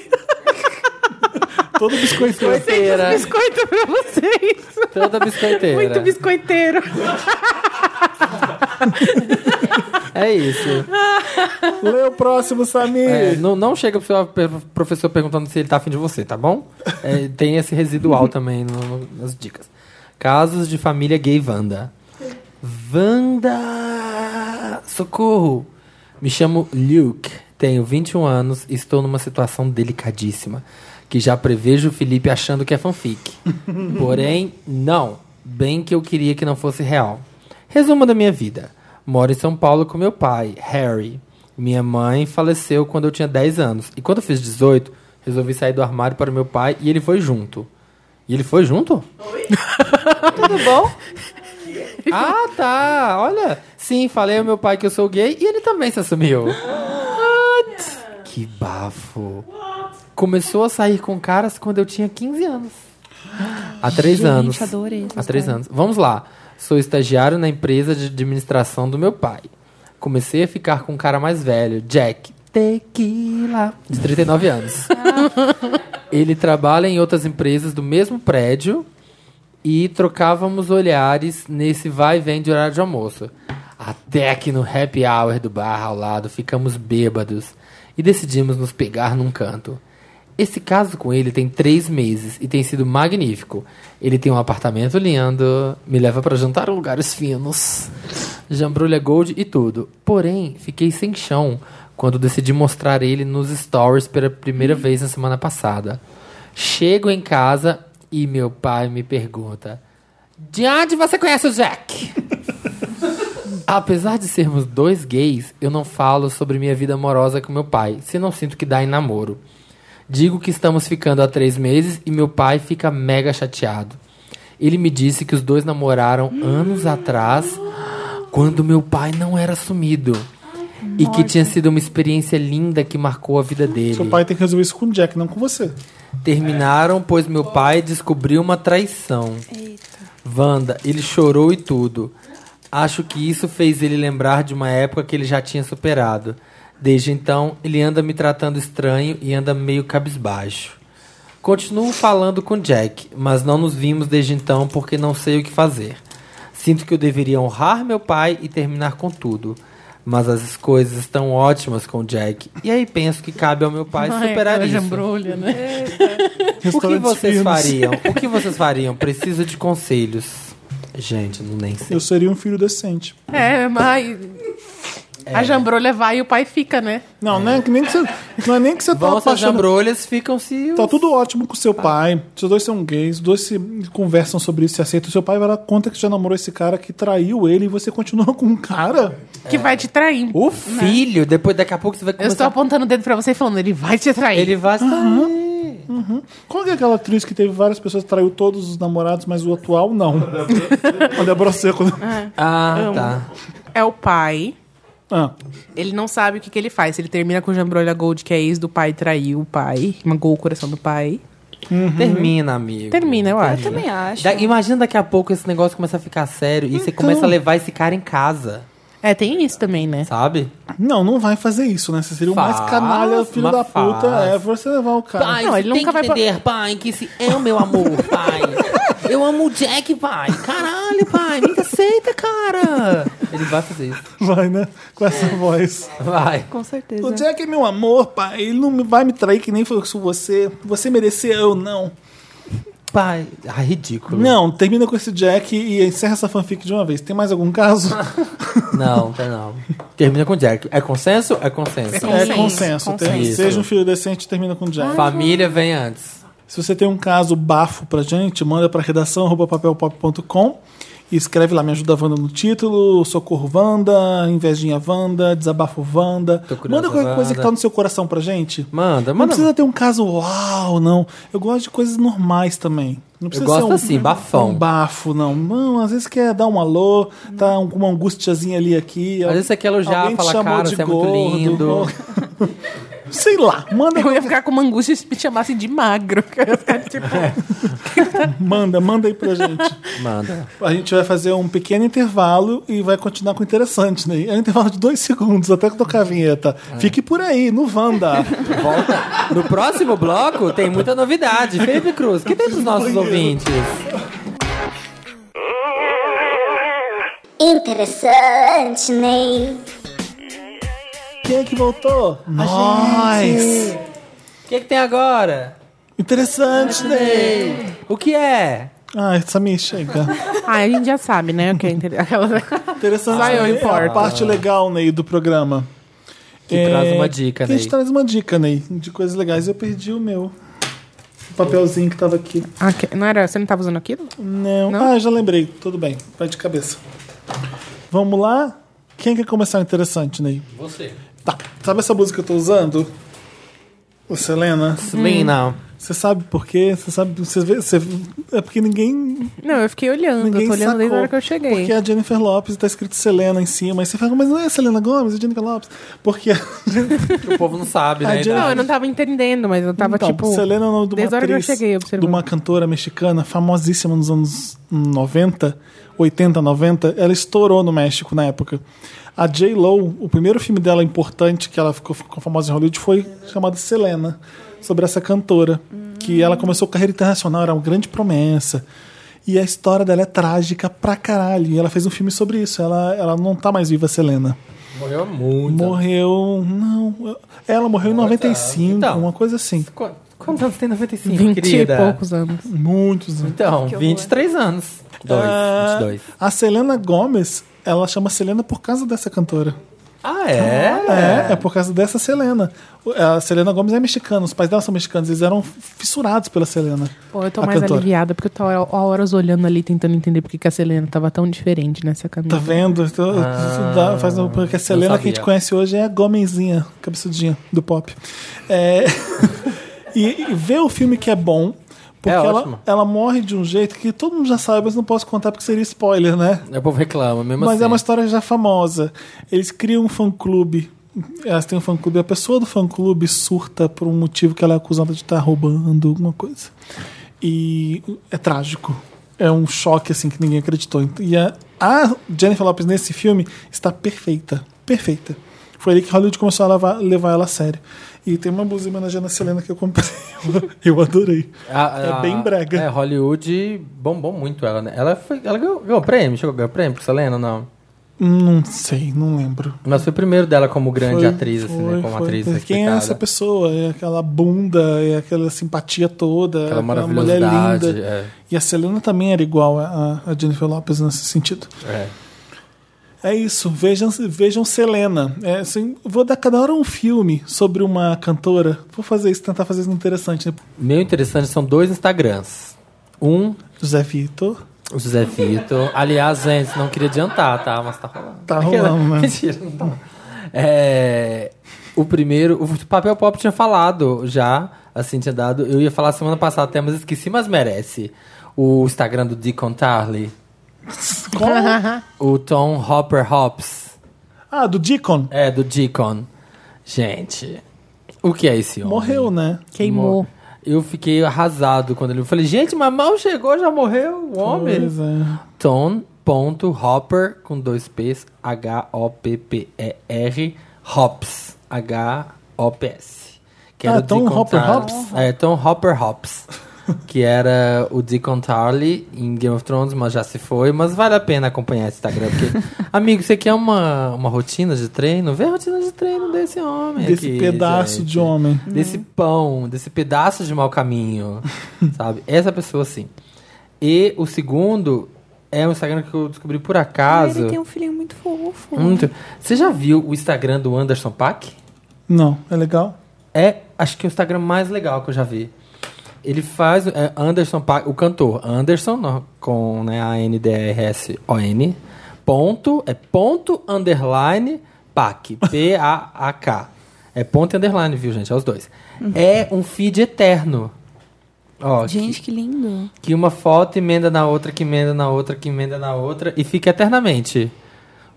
S1: Todo
S2: [LAUGHS]
S1: biscoiteiro.
S2: Biscoiteira.
S6: Biscoito pra vocês.
S2: Toda biscoiteira.
S6: Muito biscoiteiro.
S2: É isso.
S1: Lê o próximo, Samir.
S2: É, não, não chega pro seu per- professor perguntando se ele tá afim de você, tá bom? É, tem esse residual também no- no- nas dicas. Casos de família gay Wanda. Wanda! Socorro! Me chamo Luke, tenho 21 anos e estou numa situação delicadíssima. Que já prevejo o Felipe achando que é fanfic. Porém, não. Bem que eu queria que não fosse real. Resumo da minha vida. Moro em São Paulo com meu pai, Harry. Minha mãe faleceu quando eu tinha 10 anos. E quando eu fiz 18, resolvi sair do armário para o meu pai e ele foi junto. E ele foi junto?
S3: Tudo bom?
S2: Ah, tá. Olha. Sim, falei ao meu pai que eu sou gay e ele também se assumiu. What? Que bafo. Começou a sair com caras quando eu tinha 15 anos. Há três
S3: Gente,
S2: anos.
S3: adorei essa
S2: Há três
S3: história.
S2: anos. Vamos lá. Sou estagiário na empresa de administração do meu pai. Comecei a ficar com um cara mais velho, Jack Tequila, de 39 anos. Ele trabalha em outras empresas do mesmo prédio e trocávamos olhares nesse vai e vem de horário de almoço. Até que no happy hour do bar ao lado ficamos bêbados e decidimos nos pegar num canto. Esse caso com ele tem três meses e tem sido magnífico. Ele tem um apartamento lindo, me leva pra jantar em lugares finos, jambrulha gold e tudo. Porém, fiquei sem chão quando decidi mostrar ele nos stories pela primeira vez na semana passada. Chego em casa e meu pai me pergunta: De onde você conhece o Jack? [LAUGHS] Apesar de sermos dois gays, eu não falo sobre minha vida amorosa com meu pai, se não sinto que dá em namoro. Digo que estamos ficando há três meses e meu pai fica mega chateado. Ele me disse que os dois namoraram anos atrás, quando meu pai não era sumido. E que tinha sido uma experiência linda que marcou a vida dele.
S1: Seu pai tem que resolver isso com o Jack, não com você.
S2: Terminaram, pois meu pai descobriu uma traição. Wanda, ele chorou e tudo. Acho que isso fez ele lembrar de uma época que ele já tinha superado. Desde então, ele anda me tratando estranho e anda meio cabisbaixo. Continuo falando com Jack, mas não nos vimos desde então porque não sei o que fazer. Sinto que eu deveria honrar meu pai e terminar com tudo. Mas as coisas estão ótimas com Jack. E aí penso que cabe ao meu pai superar
S6: Ai,
S2: isso.
S6: jambrulha, né?
S2: O que
S1: Restaurante
S2: vocês
S1: Firmus.
S2: fariam? O que vocês fariam? Preciso de conselhos. Gente, não nem sei.
S1: Eu seria um filho decente.
S6: É, mas...
S2: É.
S6: A jambrolha vai e o pai fica, né?
S1: Não, né? Que nem que você, não é nem que você tá
S2: Vão essas
S1: apaixonado.
S2: jambrolhas, ficam se.
S1: Tá tudo ótimo com seu pai. Se os dois são gays, os dois se conversam sobre isso, se aceitam. Seu pai vai dar conta que já namorou esse cara que traiu ele e você continua com um cara.
S6: Que vai te trair.
S2: É.
S4: Né?
S2: O filho, depois daqui a pouco você vai
S6: Eu estou
S2: começar.
S6: apontando o dedo pra você e falando, ele vai te trair.
S2: Ele vai.
S1: Qual que é aquela atriz que teve várias pessoas que traiu todos os namorados, mas o atual não? A Débora Seco. né?
S2: Ah, tá.
S4: É o pai.
S1: Ah,
S4: Ele não sabe o que, que ele faz. Ele termina com o Jambrolha Gold, que é ex do pai, traiu o pai, magou o coração do pai.
S2: Termina, amigo.
S4: Uhum. Termina, eu acho.
S3: Eu
S4: Então.
S2: né?
S3: também acho.
S2: Da- imagina daqui a pouco esse negócio começa a ficar sério e você começa a levar esse cara em casa,
S4: É, tem isso também, né?
S2: sabe?
S1: não, não vai fazer isso, né? Você seria o mais
S2: Faz,
S1: canalha, filho
S2: mas
S1: da puta.
S2: faz.
S1: É você levar o cara.
S9: Pai,
S4: Não,
S9: você
S4: ele
S9: tem
S4: nunca
S9: que
S4: vai pra-
S9: entender, pai, que esse é o meu amor, pai. Eu amo o Jack, pai. Caralho, pai, me aceita, cara.
S2: Ele vai fazer isso.
S1: Vai, né? Com essa voz.
S2: Vai.
S3: Com certeza.
S1: O Jack é meu amor, pai. Ele não me- vai me trair que nem foi com você. Você merecia, eu não.
S2: Pai. Ah, ridículo.
S1: Não, termina com esse Jack e encerra essa fanfic de uma vez. Tem mais algum caso?
S2: Não, tá não. Termina com Jack. É consenso? É consenso. Ah.
S1: é consenso.
S3: consenso.
S1: Tem-
S2: Isso.
S1: Seja um filho decente, termina com Jack.
S2: Família vem antes.
S1: Se você tem um caso bafo pra gente, manda pra redação arroba papelpop.com e escreve lá Me Ajuda Wanda no título, Socorro Wanda, Invejinha Wanda, Desabafo Wanda.
S2: Tô curiosa,
S1: Manda qualquer coisa
S2: Wanda.
S1: que tá no seu coração pra gente.
S2: Manda,
S1: Não
S2: manda.
S1: precisa ter um caso uau, não. Eu gosto de coisas normais também. Não precisa
S2: gosto
S1: ser um,
S2: assim, bafão.
S1: Um bafo, não. Não, às vezes quer dar um alô, tá com uma angustiazinha ali aqui.
S2: Às vezes você é quer elogiar,
S1: Alguém te
S2: falar,
S1: chamou
S2: cara,
S1: de
S2: você é muito lindo.
S1: [LAUGHS] Sei lá, manda,
S4: Eu ia ficar com uma angústia se me chamasse de magro. que [LAUGHS] eu ia ficar, tipo,
S1: manda, manda aí pra gente.
S2: Manda.
S1: A gente vai fazer um pequeno intervalo e vai continuar com o interessante, né? É um intervalo de dois segundos até que tocar a vinheta.
S2: É.
S1: Fique por aí, no
S2: [LAUGHS]
S1: Wanda.
S2: Volta. No próximo bloco tem muita novidade. Felipe Cruz, que tem dos nossos ouvintes?
S10: Interessante, Ney.
S1: Quem é que voltou? Nós!
S2: O que, é que tem agora?
S1: Interessante, né?
S2: O que é?
S1: Ai, Samir, chega.
S4: [LAUGHS] Ah, a gente já sabe, né? O que é inter- aquelas- [LAUGHS]
S1: Interessante,
S4: Vai, eu
S1: Ney, é a
S4: importo.
S1: parte legal, Ney, do programa. É,
S2: Que traz uma dica,
S1: que A gente
S2: Ney.
S1: traz uma dica, Ney, de coisas legais. Eu perdi o meu. O papelzinho que tava aqui.
S4: Ah, que- Não era? Você não tava usando aquilo?
S1: Não. Ah, já lembrei. Tudo bem. Vai de cabeça. Vamos lá? Quem quer começar o interessante, Ney?
S2: Você.
S1: Tá. Sabe essa música que eu tô usando? O Selena?
S9: Lina.
S1: Você sabe por quê? Você sabe. Você vê, você... É porque ninguém.
S4: Não, eu fiquei olhando.
S1: ninguém
S4: eu tô olhando
S1: sacou,
S4: desde a hora que eu cheguei.
S1: Porque a Jennifer Lopes tá escrito Selena em cima. Aí você fala, mas não é Selena Gomes, é Jennifer Lopes. Porque.
S2: O povo não sabe, né?
S1: A Jennifer-
S4: Não, eu não tava entendendo, mas eu tava
S1: então,
S4: tipo.
S1: Selena é o nome de
S4: desde
S1: uma
S4: a hora que eu
S1: atriz,
S4: cheguei, eu
S1: de
S4: observando.
S1: uma cantora mexicana famosíssima nos anos 90, 80, 90. Ela estourou no México na época. A J. Lo, o primeiro filme dela importante que ela ficou, ficou famosa em Hollywood foi chamado Selena, sobre essa cantora
S4: Hum.
S1: que ela começou carreira internacional, era uma grande promessa. E a história dela é trágica pra caralho. E ela fez um filme sobre isso. Ela, ela não tá mais viva, Selena.
S2: Morreu muito.
S1: Morreu. Não. Ela Então. morreu em 95,
S2: Então.
S1: uma coisa assim.
S2: Qu- Quantos anos tem 95,
S4: 20 e
S2: querida?
S4: poucos anos.
S1: Muitos anos.
S2: Então, 23 anos. Dois,
S1: Ah,
S2: 22.
S1: A Selena Gomes, ela chama Selena por causa dessa cantora.
S2: Ah, é?
S1: É, é por causa dessa Selena. O- A Selena Gomes é mexicana, os pais dela são mexicanos, eles eram fissurados pela Selena.
S4: Pô, eu tô
S1: a
S4: mais
S1: cantora.
S4: aliviada, porque eu tô a a horas olhando ali, tentando entender porque que a Selena tava tão diferente nessa camisa.
S1: Tá vendo? Então, isso dá- faz um- porque a Selena que a gente
S2: Ah, sabia.
S1: conhece hoje é a Gomezinha, cabeçudinha do pop. É, [LAUGHS] e, e ver o filme que é bom, porque
S2: É
S1: ela,
S2: ótimo.
S1: ela morre de um jeito que todo mundo já sabe, mas não posso contar porque seria spoiler, né?
S2: O povo reclama, mesmo
S1: Mas
S2: assim.
S1: é uma história já famosa. Eles criam um fã-clube. Elas têm um fã-clube. A pessoa do fã-clube surta por um motivo que ela é acusada de estar roubando alguma coisa. E é trágico. É um choque, assim, que ninguém acreditou. E a, a Jennifer Lopez nesse filme está perfeita. Perfeita. Foi ali que Hollywood começou a levar, levar ela a sério. E tem uma blusa homenageando a Selena que eu comprei. [LAUGHS] Eu adorei.
S2: A-
S1: é
S2: a-
S1: bem brega.
S2: É, Hollywood bombou muito ela, né? Ela, foi, ela ganhou, ganhou prêmio? Chegou a ganhar prêmio pro Selena, não?
S1: Não sei, não lembro.
S2: Mas foi o primeiro dela como grande
S1: Foi,
S2: atriz, assim, né?
S1: foi,
S2: Como
S1: foi.
S2: atriz
S1: Quem é
S2: respeitada.
S1: essa pessoa? É aquela bunda, é aquela simpatia toda, é
S2: Aquela
S1: aquela, mulher
S2: maravilhosidade. é.
S1: linda. E a Selena também era igual a, a Jennifer Lopez nesse sentido.
S2: é, é.
S1: É isso, vejam, vejam Selena. É, assim, vou dar cada hora um filme sobre uma cantora. Vou fazer isso, tentar fazer isso interessante. Né?
S2: Meu interessante são dois Instagrams. Um,
S1: José Vitor.
S2: o José Vito. Aliás, gente, não queria adiantar, tá? Mas tá rolando.
S1: Tá rolando, né?
S2: Mentira, não tá. É, o primeiro, o Papel Pop tinha falado já, assim, tinha dado. Eu ia falar semana passada até, mas esqueci, mas merece. O Instagram do Deacon Tarly, [LAUGHS] o Tom Hopper Hops,
S1: Ah, do Deacon.
S2: é, do Deacon. Gente, o que é esse homem?
S1: Morreu, né?
S4: Queimou.
S2: Eu fiquei arrasado quando ele... Eu falei, gente, mas mal chegou, já morreu o homem.
S1: Pois é.
S2: Tom.hopper com dois P's, H-O-P-P-E-R, Hops, H-O-P-S. Que
S1: Ah,
S2: o
S1: Tom
S2: Deacon
S1: Hopper
S2: Tarly-
S1: Hops?
S2: É, Tom Hopper
S1: [LAUGHS]
S2: Hops. que era o Deacon Tarly em Game of Thrones, mas já se foi. Mas vale a pena acompanhar esse Instagram,
S1: [LAUGHS]
S2: porque, amigo, você quer uma, uma rotina de treino? Vê a rotina de treino desse homem
S1: Desse
S2: aqui,
S1: pedaço
S2: gente
S1: de homem.
S2: Né? desse pão, desse pedaço de mau
S3: [LAUGHS]
S2: caminho, sabe? Essa pessoa, sim. E o segundo é um Instagram que eu descobri por acaso.
S3: Ele tem um filhinho muito fofo.
S2: Muito- Você já viu o Instagram do Anderson Paak?
S1: Não, é legal?
S2: É, acho que é o Instagram mais legal que eu já vi. Ele faz. é, Anderson Paak, o cantor Anderson, no- com né, A-N-D-R-S-O-N. Ponto, é ponto underline Paak. P-A-A-K. É ponto e underline, viu, gente? É os dois.
S3: Uhum.
S2: É um feed eterno. Ó, que-
S3: Gente, que lindo.
S2: que uma foto emenda na outra, que emenda na outra, que emenda na outra e fica eternamente.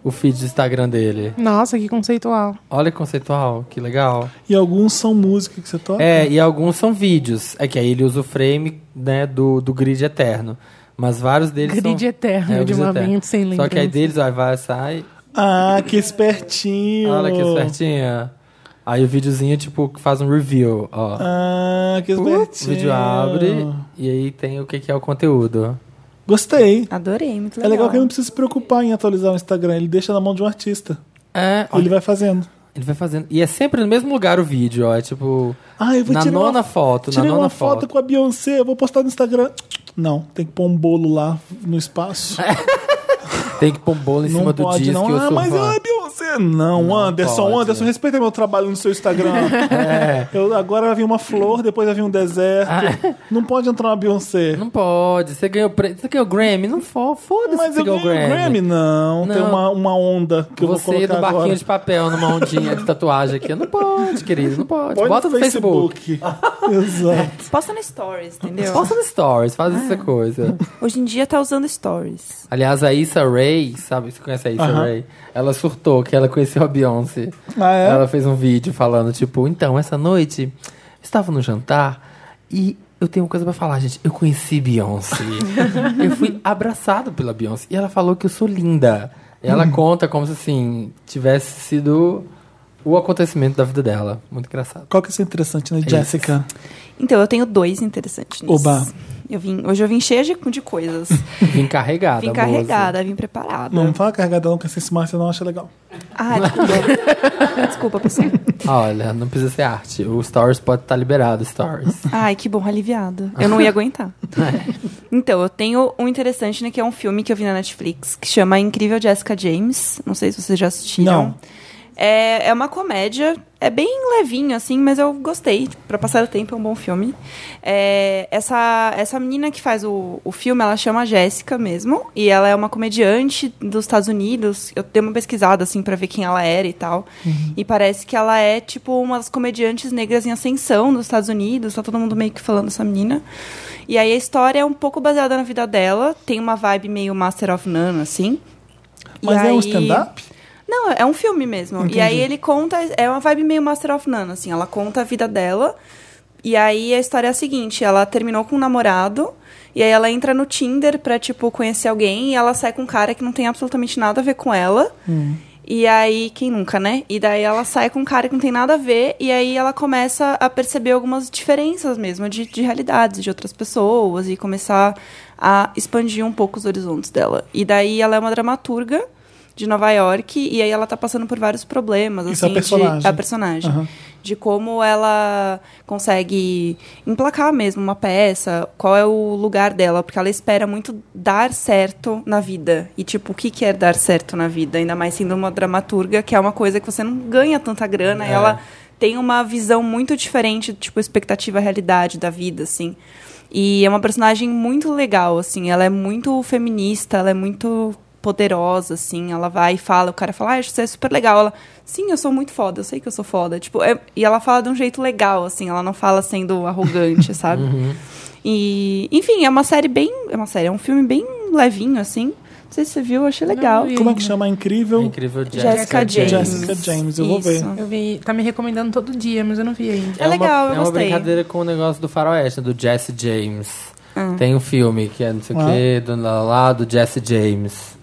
S2: o feed do Instagram dele.
S4: Nossa, que conceitual.
S2: Olha que conceitual, que legal.
S1: E alguns são música que você toca?
S2: É, e alguns são vídeos. É que aí ele usa o frame né, do, do grid eterno. Mas vários deles são... é,
S4: Grid eterno,
S2: o
S4: de
S2: grid
S4: uma mente sem
S2: Só que aí
S4: lembrança.
S2: deles vai, vai, sai...
S1: Ah, que espertinho.
S2: Olha que espertinha. Aí o videozinho, tipo, que faz um review, ó.
S1: Ah, que
S2: Uh, o
S1: espertinho.
S2: vídeo abre e aí tem o que, que é o conteúdo.
S1: Gostei.
S3: Adorei, muito
S1: É
S3: legal.
S1: legal que ele não precisa se preocupar em atualizar o Instagram. Ele deixa na mão de um artista.
S2: É, ó,
S1: Ele vai fazendo.
S2: ele vai fazendo. E é sempre no mesmo lugar o vídeo, ó. É tipo.
S1: Ah, eu vou
S2: na
S1: tirar
S2: nona
S1: uma,
S2: foto, na
S1: tirei
S2: nona
S1: uma foto com a Beyoncé, eu vou postar no Instagram. Não, tem que pôr um bolo lá no espaço.
S2: Tem que pôr um bolo É, em
S1: não
S2: cima do
S1: pode,
S2: disco
S1: não.
S2: que eu
S1: ah,
S2: sou
S1: mas
S2: fã.
S1: é a Beyoncé. Não, Anderson,
S2: pode. É.
S1: Anderson, respeita meu trabalho no seu
S2: [LAUGHS]
S1: Instagram. Eu, agora vai vir uma flor, depois vai vir um deserto.
S2: Ah,
S1: Não pode entrar uma Beyoncé.
S2: Não pode. Você ganhou, pre... você ganhou Grammy? Não fo- foda-se.
S1: mas
S2: se
S1: eu
S2: ganhou
S1: ganhei o Grammy. Não, tem
S2: Não.
S1: uma, uma onda que eu vou
S2: Você é
S1: colocar
S2: do barquinho
S1: agora.
S2: de papel numa ondinha de tatuagem aqui. Não pode, querido, não pode.
S1: Põe
S2: Bota no Facebook.
S1: Facebook. [LAUGHS] Exato.
S3: Posta no Stories, entendeu?
S2: Posta no Stories, faz
S1: É.
S2: essa coisa.
S3: Hoje em dia tá usando Stories.
S2: Aliás, a Issa Rae, sabe? Você conhece a Issa
S1: Aham.
S2: Rae? Ela surtou que ela conheceu a Beyoncé.
S1: Ah, é?
S2: Ela fez um vídeo falando, tipo, então, essa noite eu estava no jantar e eu tenho uma coisa pra falar, gente. Eu conheci
S1: [LAUGHS]
S2: Beyoncé. eu fui abraçado pela Beyoncé e ela falou que eu sou linda. Ela
S1: Uhum.
S2: conta como se, assim, tivesse sido o acontecimento da vida dela. Muito engraçado.
S1: Qual que é isso interessante, né, Jéssica?
S3: Então, eu tenho dois interessantes nisso.
S1: Oba.
S3: Eu vim, hoje eu vim cheia de, de coisas.
S2: [LAUGHS] Vim carregada,
S3: vim
S2: moça.
S3: carregada, vim preparada.
S1: Não, não fala carregada não, que esse smart você não acha legal.
S3: Ah, desculpa. [LAUGHS] desculpa, pessoal.
S2: Olha, não precisa ser arte. O Stories pode estar liberado, Stories.
S3: Ai, que bom, aliviada. Eu não ia
S2: [LAUGHS]
S3: aguentar. Então, eu tenho um interessante, né, que é um filme que eu vi na Netflix, que chama Incrível Jessica James. Não sei se vocês já assistiram.
S1: Não.
S3: É, é uma comédia, é bem levinho, assim, mas eu gostei. Pra passar o tempo, é um bom filme. É, essa, essa menina que faz o, o filme, ela chama Jéssica mesmo, e ela é uma comediante dos Estados Unidos. Eu dei uma pesquisada, assim, pra ver quem ela era e tal.
S1: Uhum.
S3: E parece que ela é, tipo, uma das comediantes negras em ascensão dos Estados Unidos. Tá todo mundo meio que falando essa menina. E aí a história é um pouco baseada na vida dela, tem uma vibe meio Master of None, assim. E
S1: Mas é um
S3: aí-
S1: stand-up?
S3: não, é um filme mesmo. E aí ele conta. É uma vibe meio Master of None, assim. Ela conta a vida dela. E aí a história é a seguinte: ela terminou com um namorado. E aí ela entra no Tinder pra, tipo, conhecer alguém. E ela sai com um cara que não tem absolutamente nada a ver com ela. E aí, quem nunca, né? E daí ela sai com um cara que não tem nada a ver, e aí ela começa a perceber algumas diferenças mesmo de, de realidades de outras pessoas e começar a expandir um pouco os horizontes dela. E daí ela é uma dramaturga de Nova York, e aí ela tá passando por vários problemas.
S1: Isso é
S3: assim,
S1: a personagem.
S3: De, é a personagem.
S1: Aham.
S3: De como ela consegue emplacar mesmo uma peça, qual é o lugar dela, porque ela espera muito dar certo na vida. E, tipo, o que que é dar certo na vida? Ainda mais sendo uma dramaturga, que é uma coisa que você não ganha tanta grana. E ela tem uma visão muito diferente, tipo, expectativa realidade da vida, assim. E é uma personagem muito legal, assim. Ela é muito feminista, ela é muito poderosa, assim. Ela vai e fala, o cara fala, ah, você é super legal. Ela, sim, eu sou muito foda, eu sei que eu sou foda. Tipo, é- e ela fala de um jeito legal, assim. Ela não fala sendo arrogante, [LAUGHS] sabe?
S1: Uhum.
S3: E, enfim, é uma série bem. É uma série, é um filme bem levinho, assim. Não sei se você viu, eu achei legal.
S4: vi.
S1: Como é que chama? Incrível?
S2: Incrível
S3: Jessica James.
S1: Jessica James, eu vou
S3: Isso.
S1: ver.
S4: Eu vi, tá me recomendando todo dia, mas eu não vi ainda.
S3: É legal,
S2: uma,
S3: eu
S2: É uma
S3: gostei.
S2: brincadeira com o negócio do faroeste, do Jesse James.
S3: Ah.
S2: Tem um filme que é não
S1: Ah.
S2: sei o quê, do lá, lá, lá, do Jesse James.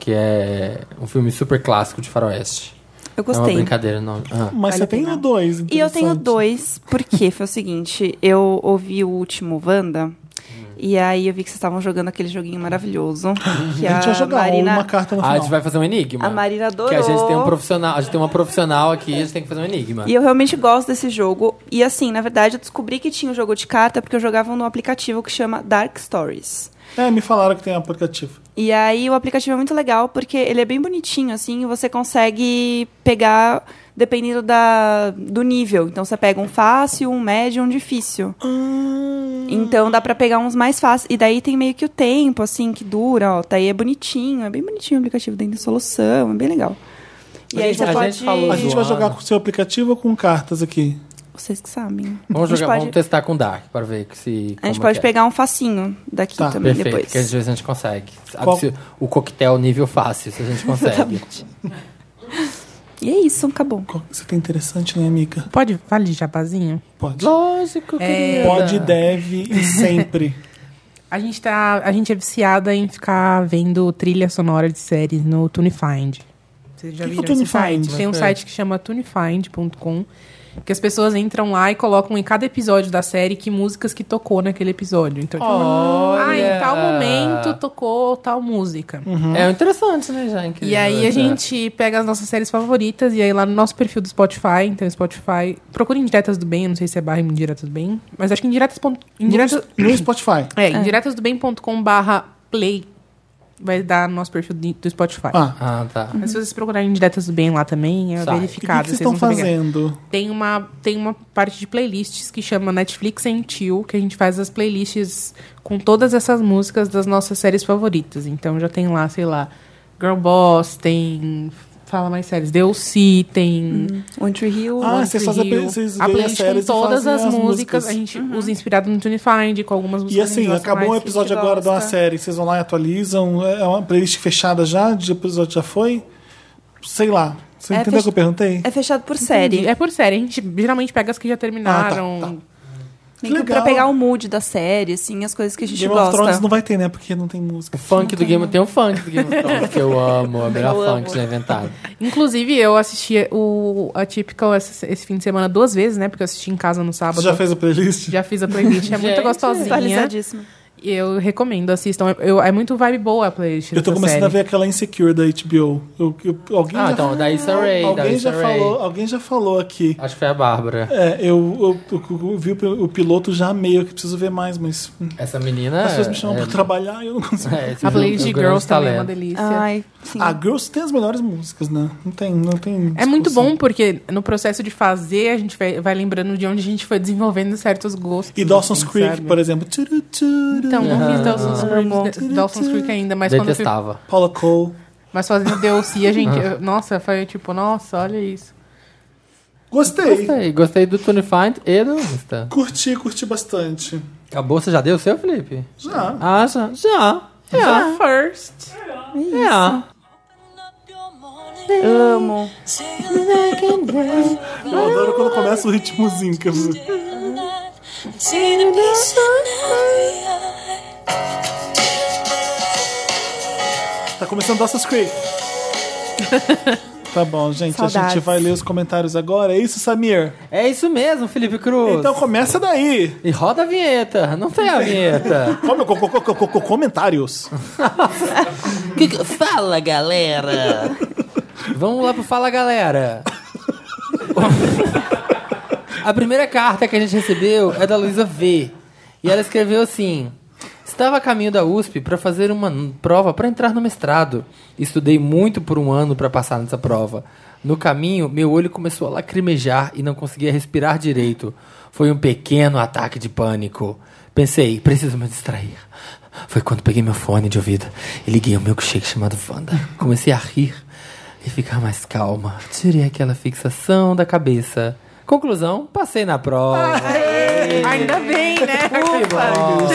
S2: Que é um filme super clássico de faroeste. É
S3: Eu
S2: uma
S3: gostei.
S2: brincadeira o nome. Ah.
S1: Mas
S3: Vale
S1: você
S3: a
S1: tem
S3: pena.
S1: dois.
S3: E eu tenho
S1: interessante.
S3: dois, porque foi o seguinte, eu ouvi o último
S1: Hum.
S3: Wanda, e aí eu vi que vocês estavam jogando aquele joguinho maravilhoso. Que
S1: [LAUGHS] A gente vai jogar
S3: Marina,
S1: uma carta no
S2: Ah,
S1: final.
S2: a gente vai fazer um enigma.
S3: A Marina adorou.
S2: Que a gente tem um profissional, a gente tem uma profissional aqui, a gente tem que fazer um enigma.
S3: E eu realmente gosto desse jogo. E assim, na verdade, eu descobri que tinha o jogo de carta porque eu jogava num aplicativo que chama Dark Stories.
S1: É, me falaram que tem aplicativo.
S3: E aí o aplicativo é muito legal porque ele é bem bonitinho, assim, e você consegue pegar dependendo da, do nível. Então você pega um fácil, um médio, um difícil.
S2: Ah.
S3: Então dá pra pegar uns mais fáceis. E daí tem meio que o tempo, assim, que dura, ó. Tá aí é bonitinho, é bem bonitinho o aplicativo, tem solução, é bem legal. E
S2: A
S3: aí
S2: gente-
S3: você
S2: a gente
S3: pode.
S2: falou
S1: A gente vai
S2: Joana.
S1: jogar com o seu aplicativo ou com cartas aqui?
S3: O Vocês que sabem.
S2: Vamos
S3: A gente
S2: jogar,
S3: pode-
S2: vamos testar com Dark para ver que se.
S3: A gente
S2: como
S3: pode
S2: que é.
S3: pegar um facinho daqui
S1: Tá,
S3: também
S2: Perfeito,
S3: depois.
S2: que às vezes a gente consegue. Sabe
S1: Qual-
S2: se o coquetel nível fácil, se a
S3: [LAUGHS]
S2: gente consegue.
S3: Exatamente. E é isso, acabou.
S1: Qual- Você tá interessante, né, amiga?
S4: Pode, fale, japazinho.
S1: Pode.
S2: Lógico, querida.
S1: Pode, deve e sempre.
S4: A gente, tá, a gente é viciada em ficar vendo trilha sonora de séries no Tunifind. Vocês já
S1: Que que é
S4: viram
S1: o
S4: esse
S1: Tunifind?
S4: site? Tem um site que chama tunifind.com que as pessoas entram lá e colocam em cada episódio da série que músicas que tocou naquele episódio. Então, tipo, ah, em tal momento tocou tal música.
S1: Uhum.
S2: É interessante, né, já? incrível,
S4: E aí a
S2: né?
S4: gente pega as nossas séries favoritas e aí lá no nosso perfil do Spotify, então Spotify, procura Indiretas do Bem, eu não sei se é barra Indiretas do Bem, mas acho que indiretas. ponto- indiretas
S1: No Spotify.
S4: é, indiretasdobem.com barra play vai dar no nosso perfil de- do Spotify.
S1: Ah,
S2: Ah, tá.
S4: Mas se vocês procurarem Indiretas do Bem lá também,
S2: Sai.
S1: e
S4: é
S1: o que, que
S4: verificado.
S1: vocês
S4: vão
S1: estão
S4: saber.
S1: fazendo?
S4: Tem uma, tem uma parte de playlists que chama Netflix and Chill, que a gente faz as playlists com todas essas músicas das nossas séries favoritas. Então já tem lá, sei lá, Girl Boss, tem... Fala mais séries. DLC, tem...
S3: Hum. One Tree Hill.
S1: Ah,
S4: One
S1: vocês
S4: Tree
S1: fazem a
S4: Hill.
S1: play- vocês veem
S4: A
S1: as
S4: playlist
S1: séries e
S4: com todas
S1: fazem
S4: as,
S1: as
S4: músicas,
S1: músicas.
S4: A gente usa inspirado no Tunifind, com algumas músicas
S1: E assim,
S4: que a gente gosta
S1: acabou um
S4: mais.
S1: episódio
S3: gente
S1: agora de uma
S3: gosta.
S1: série, vocês vão lá e atualizam. É uma playlist fechada já? De episódio já foi? Sei lá. Você
S3: É
S1: entendeu o
S3: fech-
S1: que eu perguntei?
S3: É fechado por
S4: Entendi.
S3: série.
S4: É por série. A gente geralmente pega as que já terminaram.
S1: Ah, tá, tá.
S3: Meio que
S1: legal.
S3: pra pegar o mood da série, assim, as coisas que a gente
S1: Game of
S3: gosta.
S1: Thrones não vai ter, né? Porque não tem música.
S2: O funk do Game tem um funk do Game of Thrones que eu amo, é o melhor funk já inventado.
S4: Inclusive, eu assisti o Atypical esse, esse fim de semana duas vezes, né? Porque eu assisti em casa no sábado.
S1: Você já fez a playlist?
S4: Já fiz a playlist. É muito
S2: Gente,
S4: gostosinha.
S3: Atualizadíssimo.
S4: E Eu recomendo, assistam. Eu, é muito vibe boa a playlist.
S1: Eu tô
S4: dessa
S1: começando
S4: série.
S1: a ver aquela Insecure da HBO. Eu- eu- alguém
S2: Ah,
S1: já,
S2: então, da Issa Rae, da
S1: alguém,
S2: Issa
S1: já
S2: Rae.
S1: falou, alguém já falou aqui.
S2: Acho que foi a Bárbara.
S1: É, eu, eu- eu vi o, o piloto já meio que preciso ver mais, mas hum,
S2: Essa menina.
S1: as pessoas me chamam
S2: é-
S1: pra trabalhar e eu não consigo.
S2: é, esse
S4: A playlist de
S2: jogo-
S4: Girls
S2: jogo
S4: também é uma
S2: talento.
S4: delícia.
S3: Ai, sim.
S1: A Girls tem as melhores músicas, né? Não tem, não tem.
S4: É muito
S1: discussão.
S4: bom porque no processo de fazer a gente vai, vai lembrando de onde a gente foi desenvolvendo certos gostos.
S1: E Dawson's
S4: assim,
S1: Creek,
S4: sabe?
S1: por exemplo. Turu, turu.
S4: Então, não fiz Dawson's Creek,
S1: Amo.
S4: Dawson's Creek ainda, mas quando eu fui
S2: Detestava.
S1: Paula Cole.
S4: Mas fazendo DLC, a gente. eu- nossa, foi tipo, nossa, olha isso.
S1: Gostei.
S2: Gostei, gostei do Tony Find e do Insta.
S1: Curti, curti bastante.
S2: Acabou, você já deu o seu, Felipe?
S1: Já.
S2: Ah, já. Já.
S4: Yeah. First.
S2: Já.
S3: Amo.
S1: Eu adoro quando começa o ritmozinho. Que eu... Tá começando Dawson's [LAUGHS] Creek. tá bom, gente. A gente
S3: Saudades.
S1: vai ler os comentários agora. É isso, Samir?
S2: É isso mesmo, Felipe Cruz.
S1: Então começa daí.
S2: E roda a vinheta. Não tem a vinheta.
S1: Como, co- co- co- co- co- comentários.
S9: Que que- Fala, galera!
S2: Vamos lá pro Fala Galera. a primeira carta que a gente recebeu é da Luísa V. E ela escreveu assim: Estava a caminho da USP para fazer uma n- prova para entrar no mestrado. Estudei muito por um ano para passar nessa prova. No caminho, meu olho começou a lacrimejar e não conseguia respirar direito. Foi um pequeno ataque de pânico. Pensei, preciso me distrair. Foi quando peguei meu fone de ouvido e liguei o milkshake chamado Wanda. Comecei a rir e ficar mais calma. Tirei aquela fixação da cabeça. Conclusão, passei na prova.
S1: Ah, é.
S4: Ainda bem, né?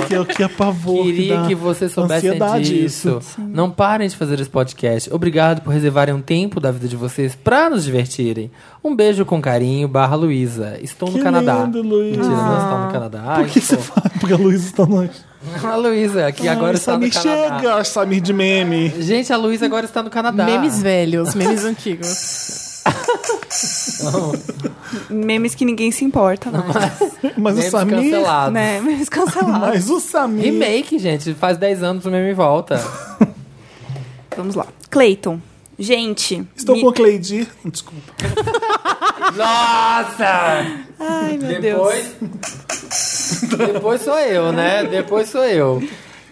S1: Deus, que, que apavor.
S2: Queria
S1: dá
S2: que você soubesse
S1: ansiedade
S2: disso. Não parem de fazer esse podcast. Obrigado por reservarem um tempo da vida de vocês pra nos divertirem. Um beijo com carinho, barra Luísa. Estou
S1: Que
S2: no Canadá.
S1: lindo, Luísa.
S2: Mentira, não estou no Canadá.
S1: Por que você
S2: estou...
S1: fala? Porque a Luísa tá está no.
S2: [LAUGHS] A Luísa, que agora
S1: Ai,
S2: está no
S1: Samir,
S2: Canadá.
S1: chega, Samir de meme.
S2: Gente, a Luísa agora está no Canadá.
S4: Memes velhos, [LAUGHS] memes antigos.
S3: Memes que ninguém se importa, mais,
S1: Mas o
S2: Memes
S1: Samir.
S2: cancelados.
S1: [LAUGHS]
S3: né? Memes cancelados.
S1: Mas o Samir.
S2: Remake, gente. Faz 10 anos o meme volta.
S1: [LAUGHS]
S3: Vamos lá. Cleiton. Gente.
S1: é. Estou
S3: me-
S1: com a Cleidir. Desculpa.
S2: Nossa!
S3: Ai, meu Deus.
S2: Depois. Depois sou eu, né? Depois sou eu.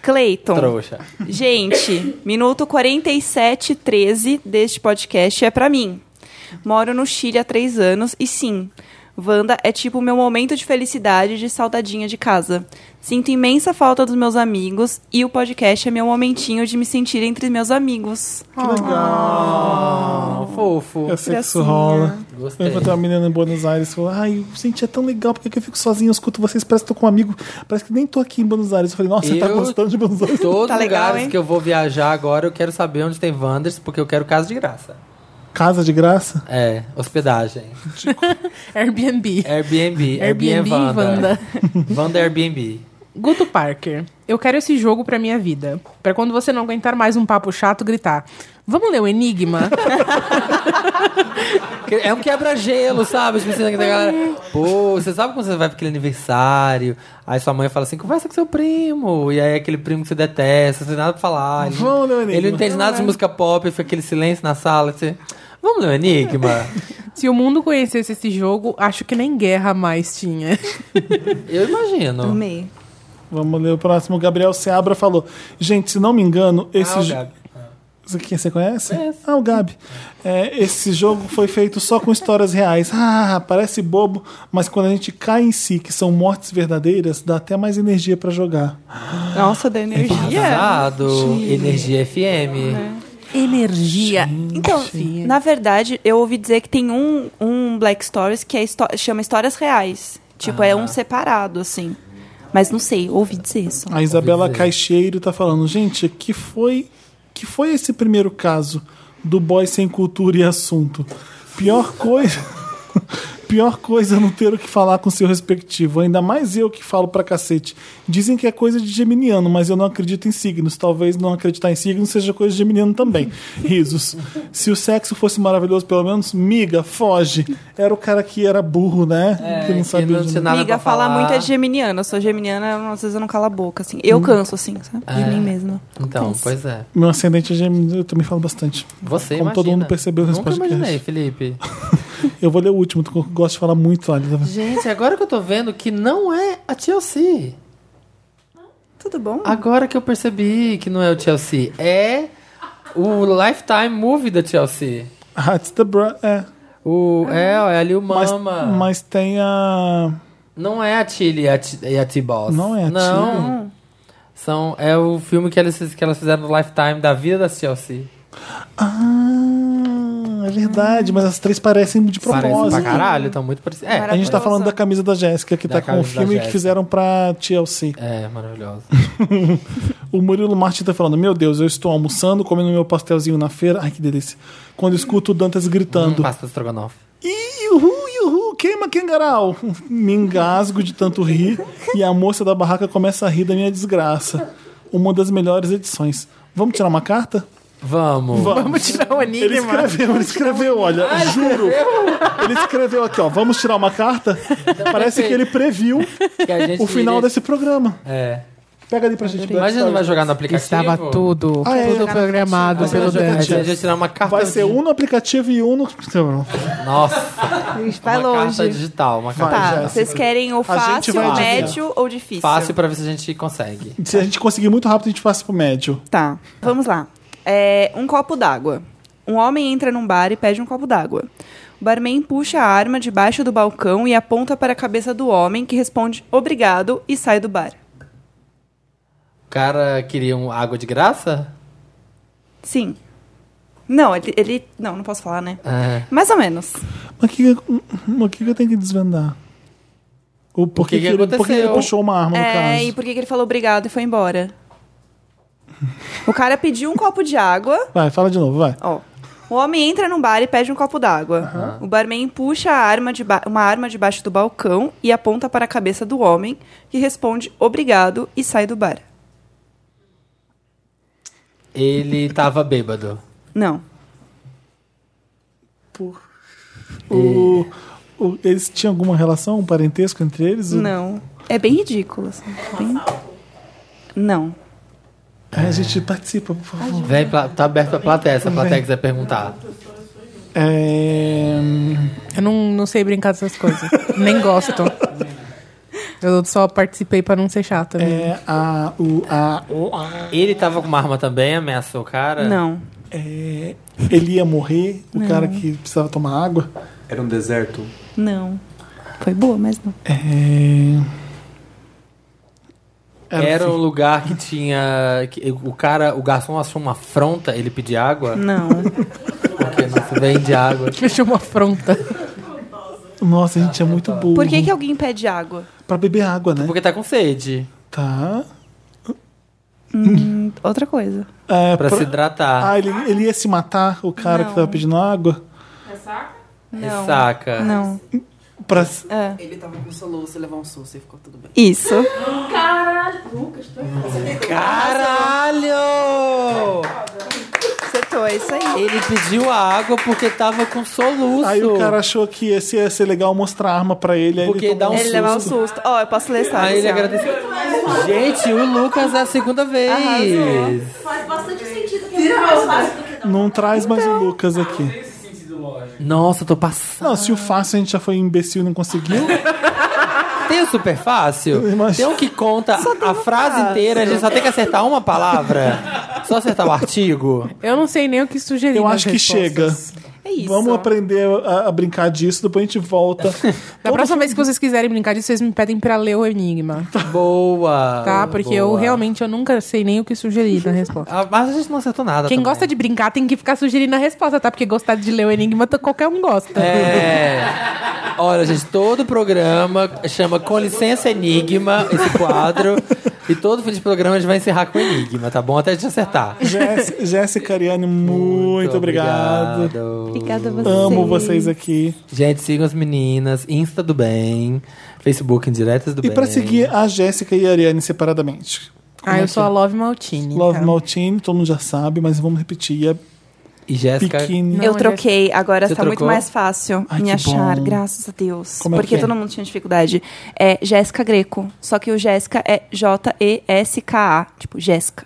S3: Cleiton.
S2: Trouxa.
S3: Gente, minuto 47,13 deste podcast é pra mim. Moro no Chile há três anos e sim, Wanda é tipo o meu momento de felicidade de saudadinha de casa. Sinto imensa falta dos meus amigos e o podcast é meu momentinho de me sentir entre meus amigos.
S1: Que legal!
S2: Ah, Fofo.
S1: Ah, Eu sei que isso rola.
S2: Gostei.
S1: Eu encontrei uma menina em Buenos Aires e falou: Ai, gente, é tão legal, porque que eu fico sozinha, eu escuto vocês, parece que tô com um amigo, parece que nem tô aqui em Buenos Aires. Eu falei: Nossa, você tá
S2: Eu-
S1: gostando de Buenos Aires?
S2: Todos os
S3: Tá legal,
S2: lugares
S3: hein?
S2: que eu vou viajar agora, eu quero saber onde tem Wanders, porque eu quero casa de graça.
S1: Casa de graça?
S2: É, hospedagem.
S4: Airbnb.
S2: Airbnb. Airbnb
S4: Airbnb,
S2: Wanda.
S4: Wanda.
S2: Wanda Airbnb.
S4: Guto Parker, eu quero esse jogo pra minha vida. Pra quando você não aguentar mais um papo chato, gritar. Vamos ler o [LAUGHS] Enigma?
S2: Que- É um quebra-gelo, sabe? Tipo assim, da galera.
S1: É.
S2: Pô, você sabe quando você vai pra aquele aniversário, aí sua mãe fala assim: conversa com seu primo. E aí aquele primo que você detesta, sem nada pra falar. Ele,
S1: Vamos ler o
S2: ele
S1: enigma.
S2: não entende nada de música pop, fica aquele silêncio na sala. Assim, Vamos ler o enigma?
S4: Se o mundo conhecesse esse jogo, acho que nem guerra mais tinha.
S2: Eu imagino.
S3: Amei.
S1: Vamos ler o próximo. O Gabriel Seabra falou: Gente, se não me engano, esse.
S2: Ah, o
S1: jo-
S2: Gabi.
S1: Isso aqui você conhece? Ah, o Gabi. É, esse jogo foi feito só com histórias reais. [LAUGHS] Ah, parece bobo, mas quando a gente cai em si, que são mortes verdadeiras, dá até mais energia pra jogar.
S3: Nossa, da energia.
S2: Passado, Energia
S1: É.
S2: FM.
S4: Energia.
S3: Então, na verdade, eu ouvi dizer que tem um, um Black Stories que é histó- chama Histórias Reais. Tipo, é um separado, assim. Mas não sei, ouvi dizer isso.
S1: A Isabela Caixeiro tá falando, gente, que foi que foi esse primeiro caso do boy sem cultura e assunto? Pior coisa. [LAUGHS] Pior coisa é não ter o que falar com seu respectivo, ainda mais eu que falo pra cacete. Dizem que é coisa de geminiano, mas eu não acredito em signos. Talvez não acreditar em signos seja coisa de geminiano também. [LAUGHS] Risos. Se o sexo fosse maravilhoso, pelo menos, miga, foge. Era o cara que era burro, né?
S2: É,
S1: que não sabia de
S2: tinha nada
S1: nada.
S3: Amiga,
S2: pra
S3: falar
S2: falar
S3: muito é de geminiana. Eu sou geminiana, às vezes eu não calo a boca, assim. Eu canso, assim, sabe? De
S2: É.
S3: mim mesma.
S2: Então, pois é.
S1: Meu ascendente é geminiano, eu também falo bastante.
S2: Você
S1: Como todo
S2: imagina.
S1: mundo percebeu nesse
S2: Nunca
S1: podcast.
S2: imaginei, Felipe.
S1: Eu vou ler o último, tu gosta de falar muito, olha. tá vendo?
S2: Gente, agora que eu tô vendo que não é a Chelsea.
S3: Tudo bom?
S2: Agora que eu percebi que não é o Chelsea. É o Lifetime Movie da Chelsea.
S1: Ah, it's the bra. É.
S2: O, é, ó, é ali o
S1: Mas,
S2: Mama.
S1: mas tem a.
S2: Não é a Tilly e a Ti- e a T-Boss.
S1: Não é a
S2: Não. São, é o filme que elas, que elas fizeram no Lifetime da vida da Chelsea.
S1: Ah, é verdade, mas as três parecem de
S2: Parece pra
S1: propósito.
S2: caralho, estão muito parecidos. É,
S1: A gente tá falando da camisa da Jéssica, que
S2: Da
S1: tá com o
S2: camisa da
S1: filme que
S2: Jéssica.
S1: fizeram pra TLC.
S2: é maravilhoso.
S1: O Murilo Martins tá falando: Meu Deus, eu estou almoçando, comendo meu pastelzinho na feira. Ai, que delícia. Quando escuto o Dantas
S2: Hum,
S1: gritando:
S2: Pasta estrogonofe.
S1: Ih, Iuhu, iuhu, queima Kengarau. [LAUGHS] Me engasgo de tanto rir e a moça da barraca começa a rir da minha desgraça. Uma das melhores edições. Vamos tirar uma carta?
S2: Vamos.
S1: Vamos tirar o enigma. Ele escreveu, ele escreveu, olha, juro. Ele escreveu aqui, ó. Vamos tirar uma carta? Parece que ele previu
S2: Que a gente
S1: [LAUGHS] o final
S2: iria-
S1: desse programa.
S2: É.
S1: Pega ali pra gente. Black
S2: Imagina,
S1: Stories.
S2: vai jogar no aplicativo.
S4: Estava tudo,
S1: Ah, é,
S4: tudo
S1: é.
S4: programado
S1: Ah,
S4: pelo
S1: é.
S4: Dan.
S2: A gente ia tirar uma carta.
S1: Vai ser um no aplicativo e um no.
S2: Nossa,
S3: Vai
S2: uma carta
S3: longe.
S2: digital, uma carta
S3: Tá,
S1: Jéssica.
S3: vocês querem o
S1: gente
S3: fácil,
S1: vai
S3: o
S1: adivinhar.
S3: médio ou o difícil?
S2: fácil pra ver se a gente consegue.
S1: Se a gente conseguir muito rápido, a gente passa pro médio.
S3: Tá, vamos lá. É, um copo d'água. Um homem entra num bar e pede um copo d'água. O barman puxa a arma debaixo do balcão e aponta para a cabeça do homem, que responde obrigado e sai do bar.
S2: O cara queria um água de graça?
S3: Sim. Não, ele, ele- Não, não posso falar, né?
S2: É.
S3: Mais ou menos.
S1: Mas o que, o que que eu tenho que desvendar? O porquê
S2: que
S1: que, ele,
S2: aconteceu?
S1: porque ele puxou uma arma no
S3: É,
S1: caso.
S3: e por que que ele falou obrigado e foi embora? O cara pediu um copo de água.
S1: Vai, fala de novo, vai.
S3: Ó. O homem entra num bar e pede um copo d'água. O barman puxa a arma de ba- uma arma debaixo do balcão e aponta para a cabeça do homem, que responde obrigado e sai do bar.
S2: Ele tava bêbado.
S3: Não.
S1: O, o- eles tinham alguma relação, um parentesco entre eles?
S3: Não. É bem ridículo. Assim. Bem- Não.
S1: É, a gente participa, por favor.
S2: Vem, pla- tá aberto pra plateia, se a plateia quiser perguntar.
S1: É... hum,
S4: Eu não, não sei brincar dessas [LAUGHS] coisas. Nem gosto. Eu só participei pra não ser né? chata. mesmo.
S1: É a. O, a, o- a-
S2: Ele tava com uma arma também, ameaçou o cara?
S3: Não.
S1: é, ele ia morrer, o cara que precisava tomar água.
S5: Era um deserto.
S3: Não. Foi boa, mas não.
S1: Era
S2: Era,
S1: o
S2: um lugar que tinha. que o cara, o garçom achou uma afronta ele pedir água?
S3: Não.
S2: Porque não se vende água.
S4: Fechou uma afronta.
S1: Nossa, a gente
S2: Ah,
S1: é
S2: tá.
S1: muito burro.
S3: [LAUGHS] Por que, que alguém pede água?
S1: Pra beber água, né?
S2: Porque tá com sede.
S1: Tá.
S3: Hum, outra coisa.
S1: É,
S2: Pra se hidratar.
S1: Ah, ele, ele ia se matar, o cara que
S3: Não.
S1: tava pedindo água?
S3: Não.
S2: Ressaca.
S3: Não.
S1: Pra...
S3: É.
S11: Ele tava com soluço, levou um susto e ficou tudo bem.
S3: Isso.
S2: Caralho!
S3: Acertou, é isso aí.
S2: Ele pediu a água porque tava com soluço.
S1: Aí o cara achou que ia ser, ia ser legal mostrar a arma pra ele. Aí
S2: Porque
S1: ele
S2: dá um
S1: tomou
S3: Ele levou um susto. Ó, eu posso ler essa
S2: Aí ele
S3: inicial.
S2: agradeceu. Gente, o Lucas é a segunda vez.
S12: Faz bastante sentido que é mais fácil do que não.
S1: Não traz mais o Lucas aqui.
S2: Nossa, eu tô passando.
S1: Não, se o fácil a gente já foi imbecil e não conseguiu.
S2: Tem o super fácil? Tem um que conta a frase
S3: fácil.
S2: inteira, a gente só tem que acertar uma palavra. Só acertar o artigo.
S4: Eu não sei nem o que sugerir.
S1: Eu
S4: nas
S1: acho que chega.
S4: respostas.
S3: É isso.
S1: Vamos aprender a, a brincar disso, depois a gente volta.
S4: Da próxima vez que vocês quiserem brincar disso, vocês me pedem pra ler o enigma,
S2: Boa.
S4: tá? Porque eu
S2: Ah, boa.
S4: realmente eu nunca sei nem o que sugerir
S2: [LAUGHS]
S4: na resposta.
S2: Ah, mas a gente não acertou nada.
S4: Quem gosta de brincar tem que ficar sugerindo a resposta, tá? Porque gostar de ler o enigma, t- qualquer um gosta.
S2: É. Olha, gente, todo programa chama Com Licença Enigma, esse quadro. e todo fim de programa a gente vai encerrar com enigma, tá bom? Até a gente acertar.
S1: Jéssica- Jéssica Ariane, muito, obrigado.
S3: Obrigada a vocês.
S1: Amo vocês aqui.
S2: Gente, sigam as meninas. Insta do Bem. Facebook Indiretas do
S1: E
S2: Bem.
S1: pra seguir a Jéssica e a Ariane separadamente.
S4: Ah, eu sou a Love Maltini.
S1: Love
S4: tá?
S1: Maltini, todo mundo já sabe, mas vamos repetir. É
S2: E Jéssica.
S1: biquíni.
S3: eu
S4: Não,
S3: troquei, agora
S2: Você
S3: está
S2: trocou?
S3: muito mais fácil
S1: Ai,
S3: me
S1: que
S3: achar,
S1: bom.
S3: graças a Deus.
S1: Como é
S3: porque
S1: que é?
S3: todo mundo tinha dificuldade. É Jéssica Greco, só que o Jéssica é J-E-S-K-A, tipo Jéssica.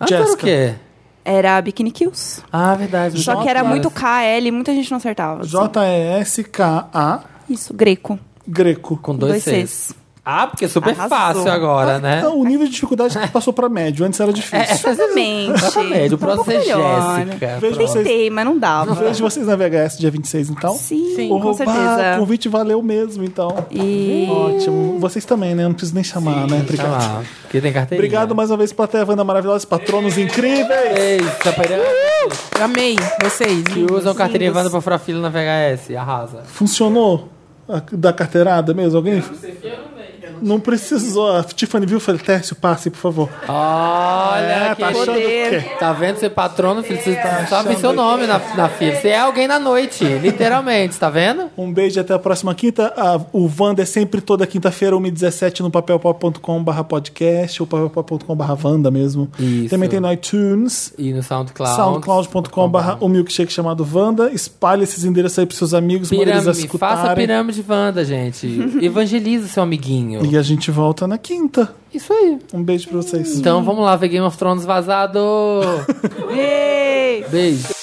S2: Antes era o
S1: Jéssica.
S2: quê?
S3: Era Bikini Kills.
S2: Ah, verdade.
S3: Só que era muito KL, muita gente não acertava. assim.
S1: J-E-S-K-A,
S3: Isso, Greco.
S1: greco.
S2: Com dois,
S3: Dois
S2: Cs.
S3: Cs.
S2: Ah, porque é super
S3: Arrasou.
S2: fácil agora, né?
S1: Então,
S3: É.
S1: o nível de dificuldade passou pra médio, antes era
S3: [LAUGHS]
S1: difícil.
S3: Exatamente.
S2: Exatamente. O
S3: Tá um pouco
S2: próximo é
S3: melhor. né?
S2: Jéssica.
S1: Vejo
S2: Pronto.
S1: vocês,
S3: Tentei, mas não dava.
S1: vejo vocês na VHS dia 26, então.
S3: Sim,
S1: Ô,
S3: com
S1: bah, O
S3: certeza.
S1: convite valeu mesmo, então.
S3: E-
S1: Ótimo. Vocês também, né? Não preciso nem chamar, né?
S2: Tá
S1: Obrigado.
S2: lá, porque tem carteirinha.
S1: Obrigado mais uma vez, plateia Wanda maravilhosa, patronos incríveis.
S2: Eita, parece
S4: Eu amei vocês.
S2: que usam carteirinha Wanda pra furar fila na VHS. Arrasa.
S1: Funcionou? A- Da carteirada mesmo? Alguém? Não precisou. A Tiffany viu? Falei, Tércio, passe, por favor.
S2: Olha
S1: É,
S2: que...
S1: tá achando o quê?
S2: Tá vendo ser patrono, filho? Você não sabe seu nome na, na fila. Você é alguém na noite, literalmente, tá vendo?
S1: Um beijo e até a próxima quinta. A- o Wanda é sempre toda quinta-feira, 1h17, no papelpop.com.br podcast ou papelpop.com.br Wanda mesmo.
S2: Isso.
S1: Também tem no iTunes.
S2: E no SoundCloud.
S1: soundcloud.com.br o um milkshake chamado Wanda. Espalhe esses endereços aí pros seus amigos, manda eles
S2: Pirâmide. Faça
S1: escutarem.
S2: pirâmide Wanda, gente. Evangeliza seu amiguinho.
S1: E a gente volta na quinta.
S2: Isso aí.
S1: Um beijo pra vocês.
S2: Então vamos lá ver Game of Thrones vazado.
S3: Ei!
S2: Beijo.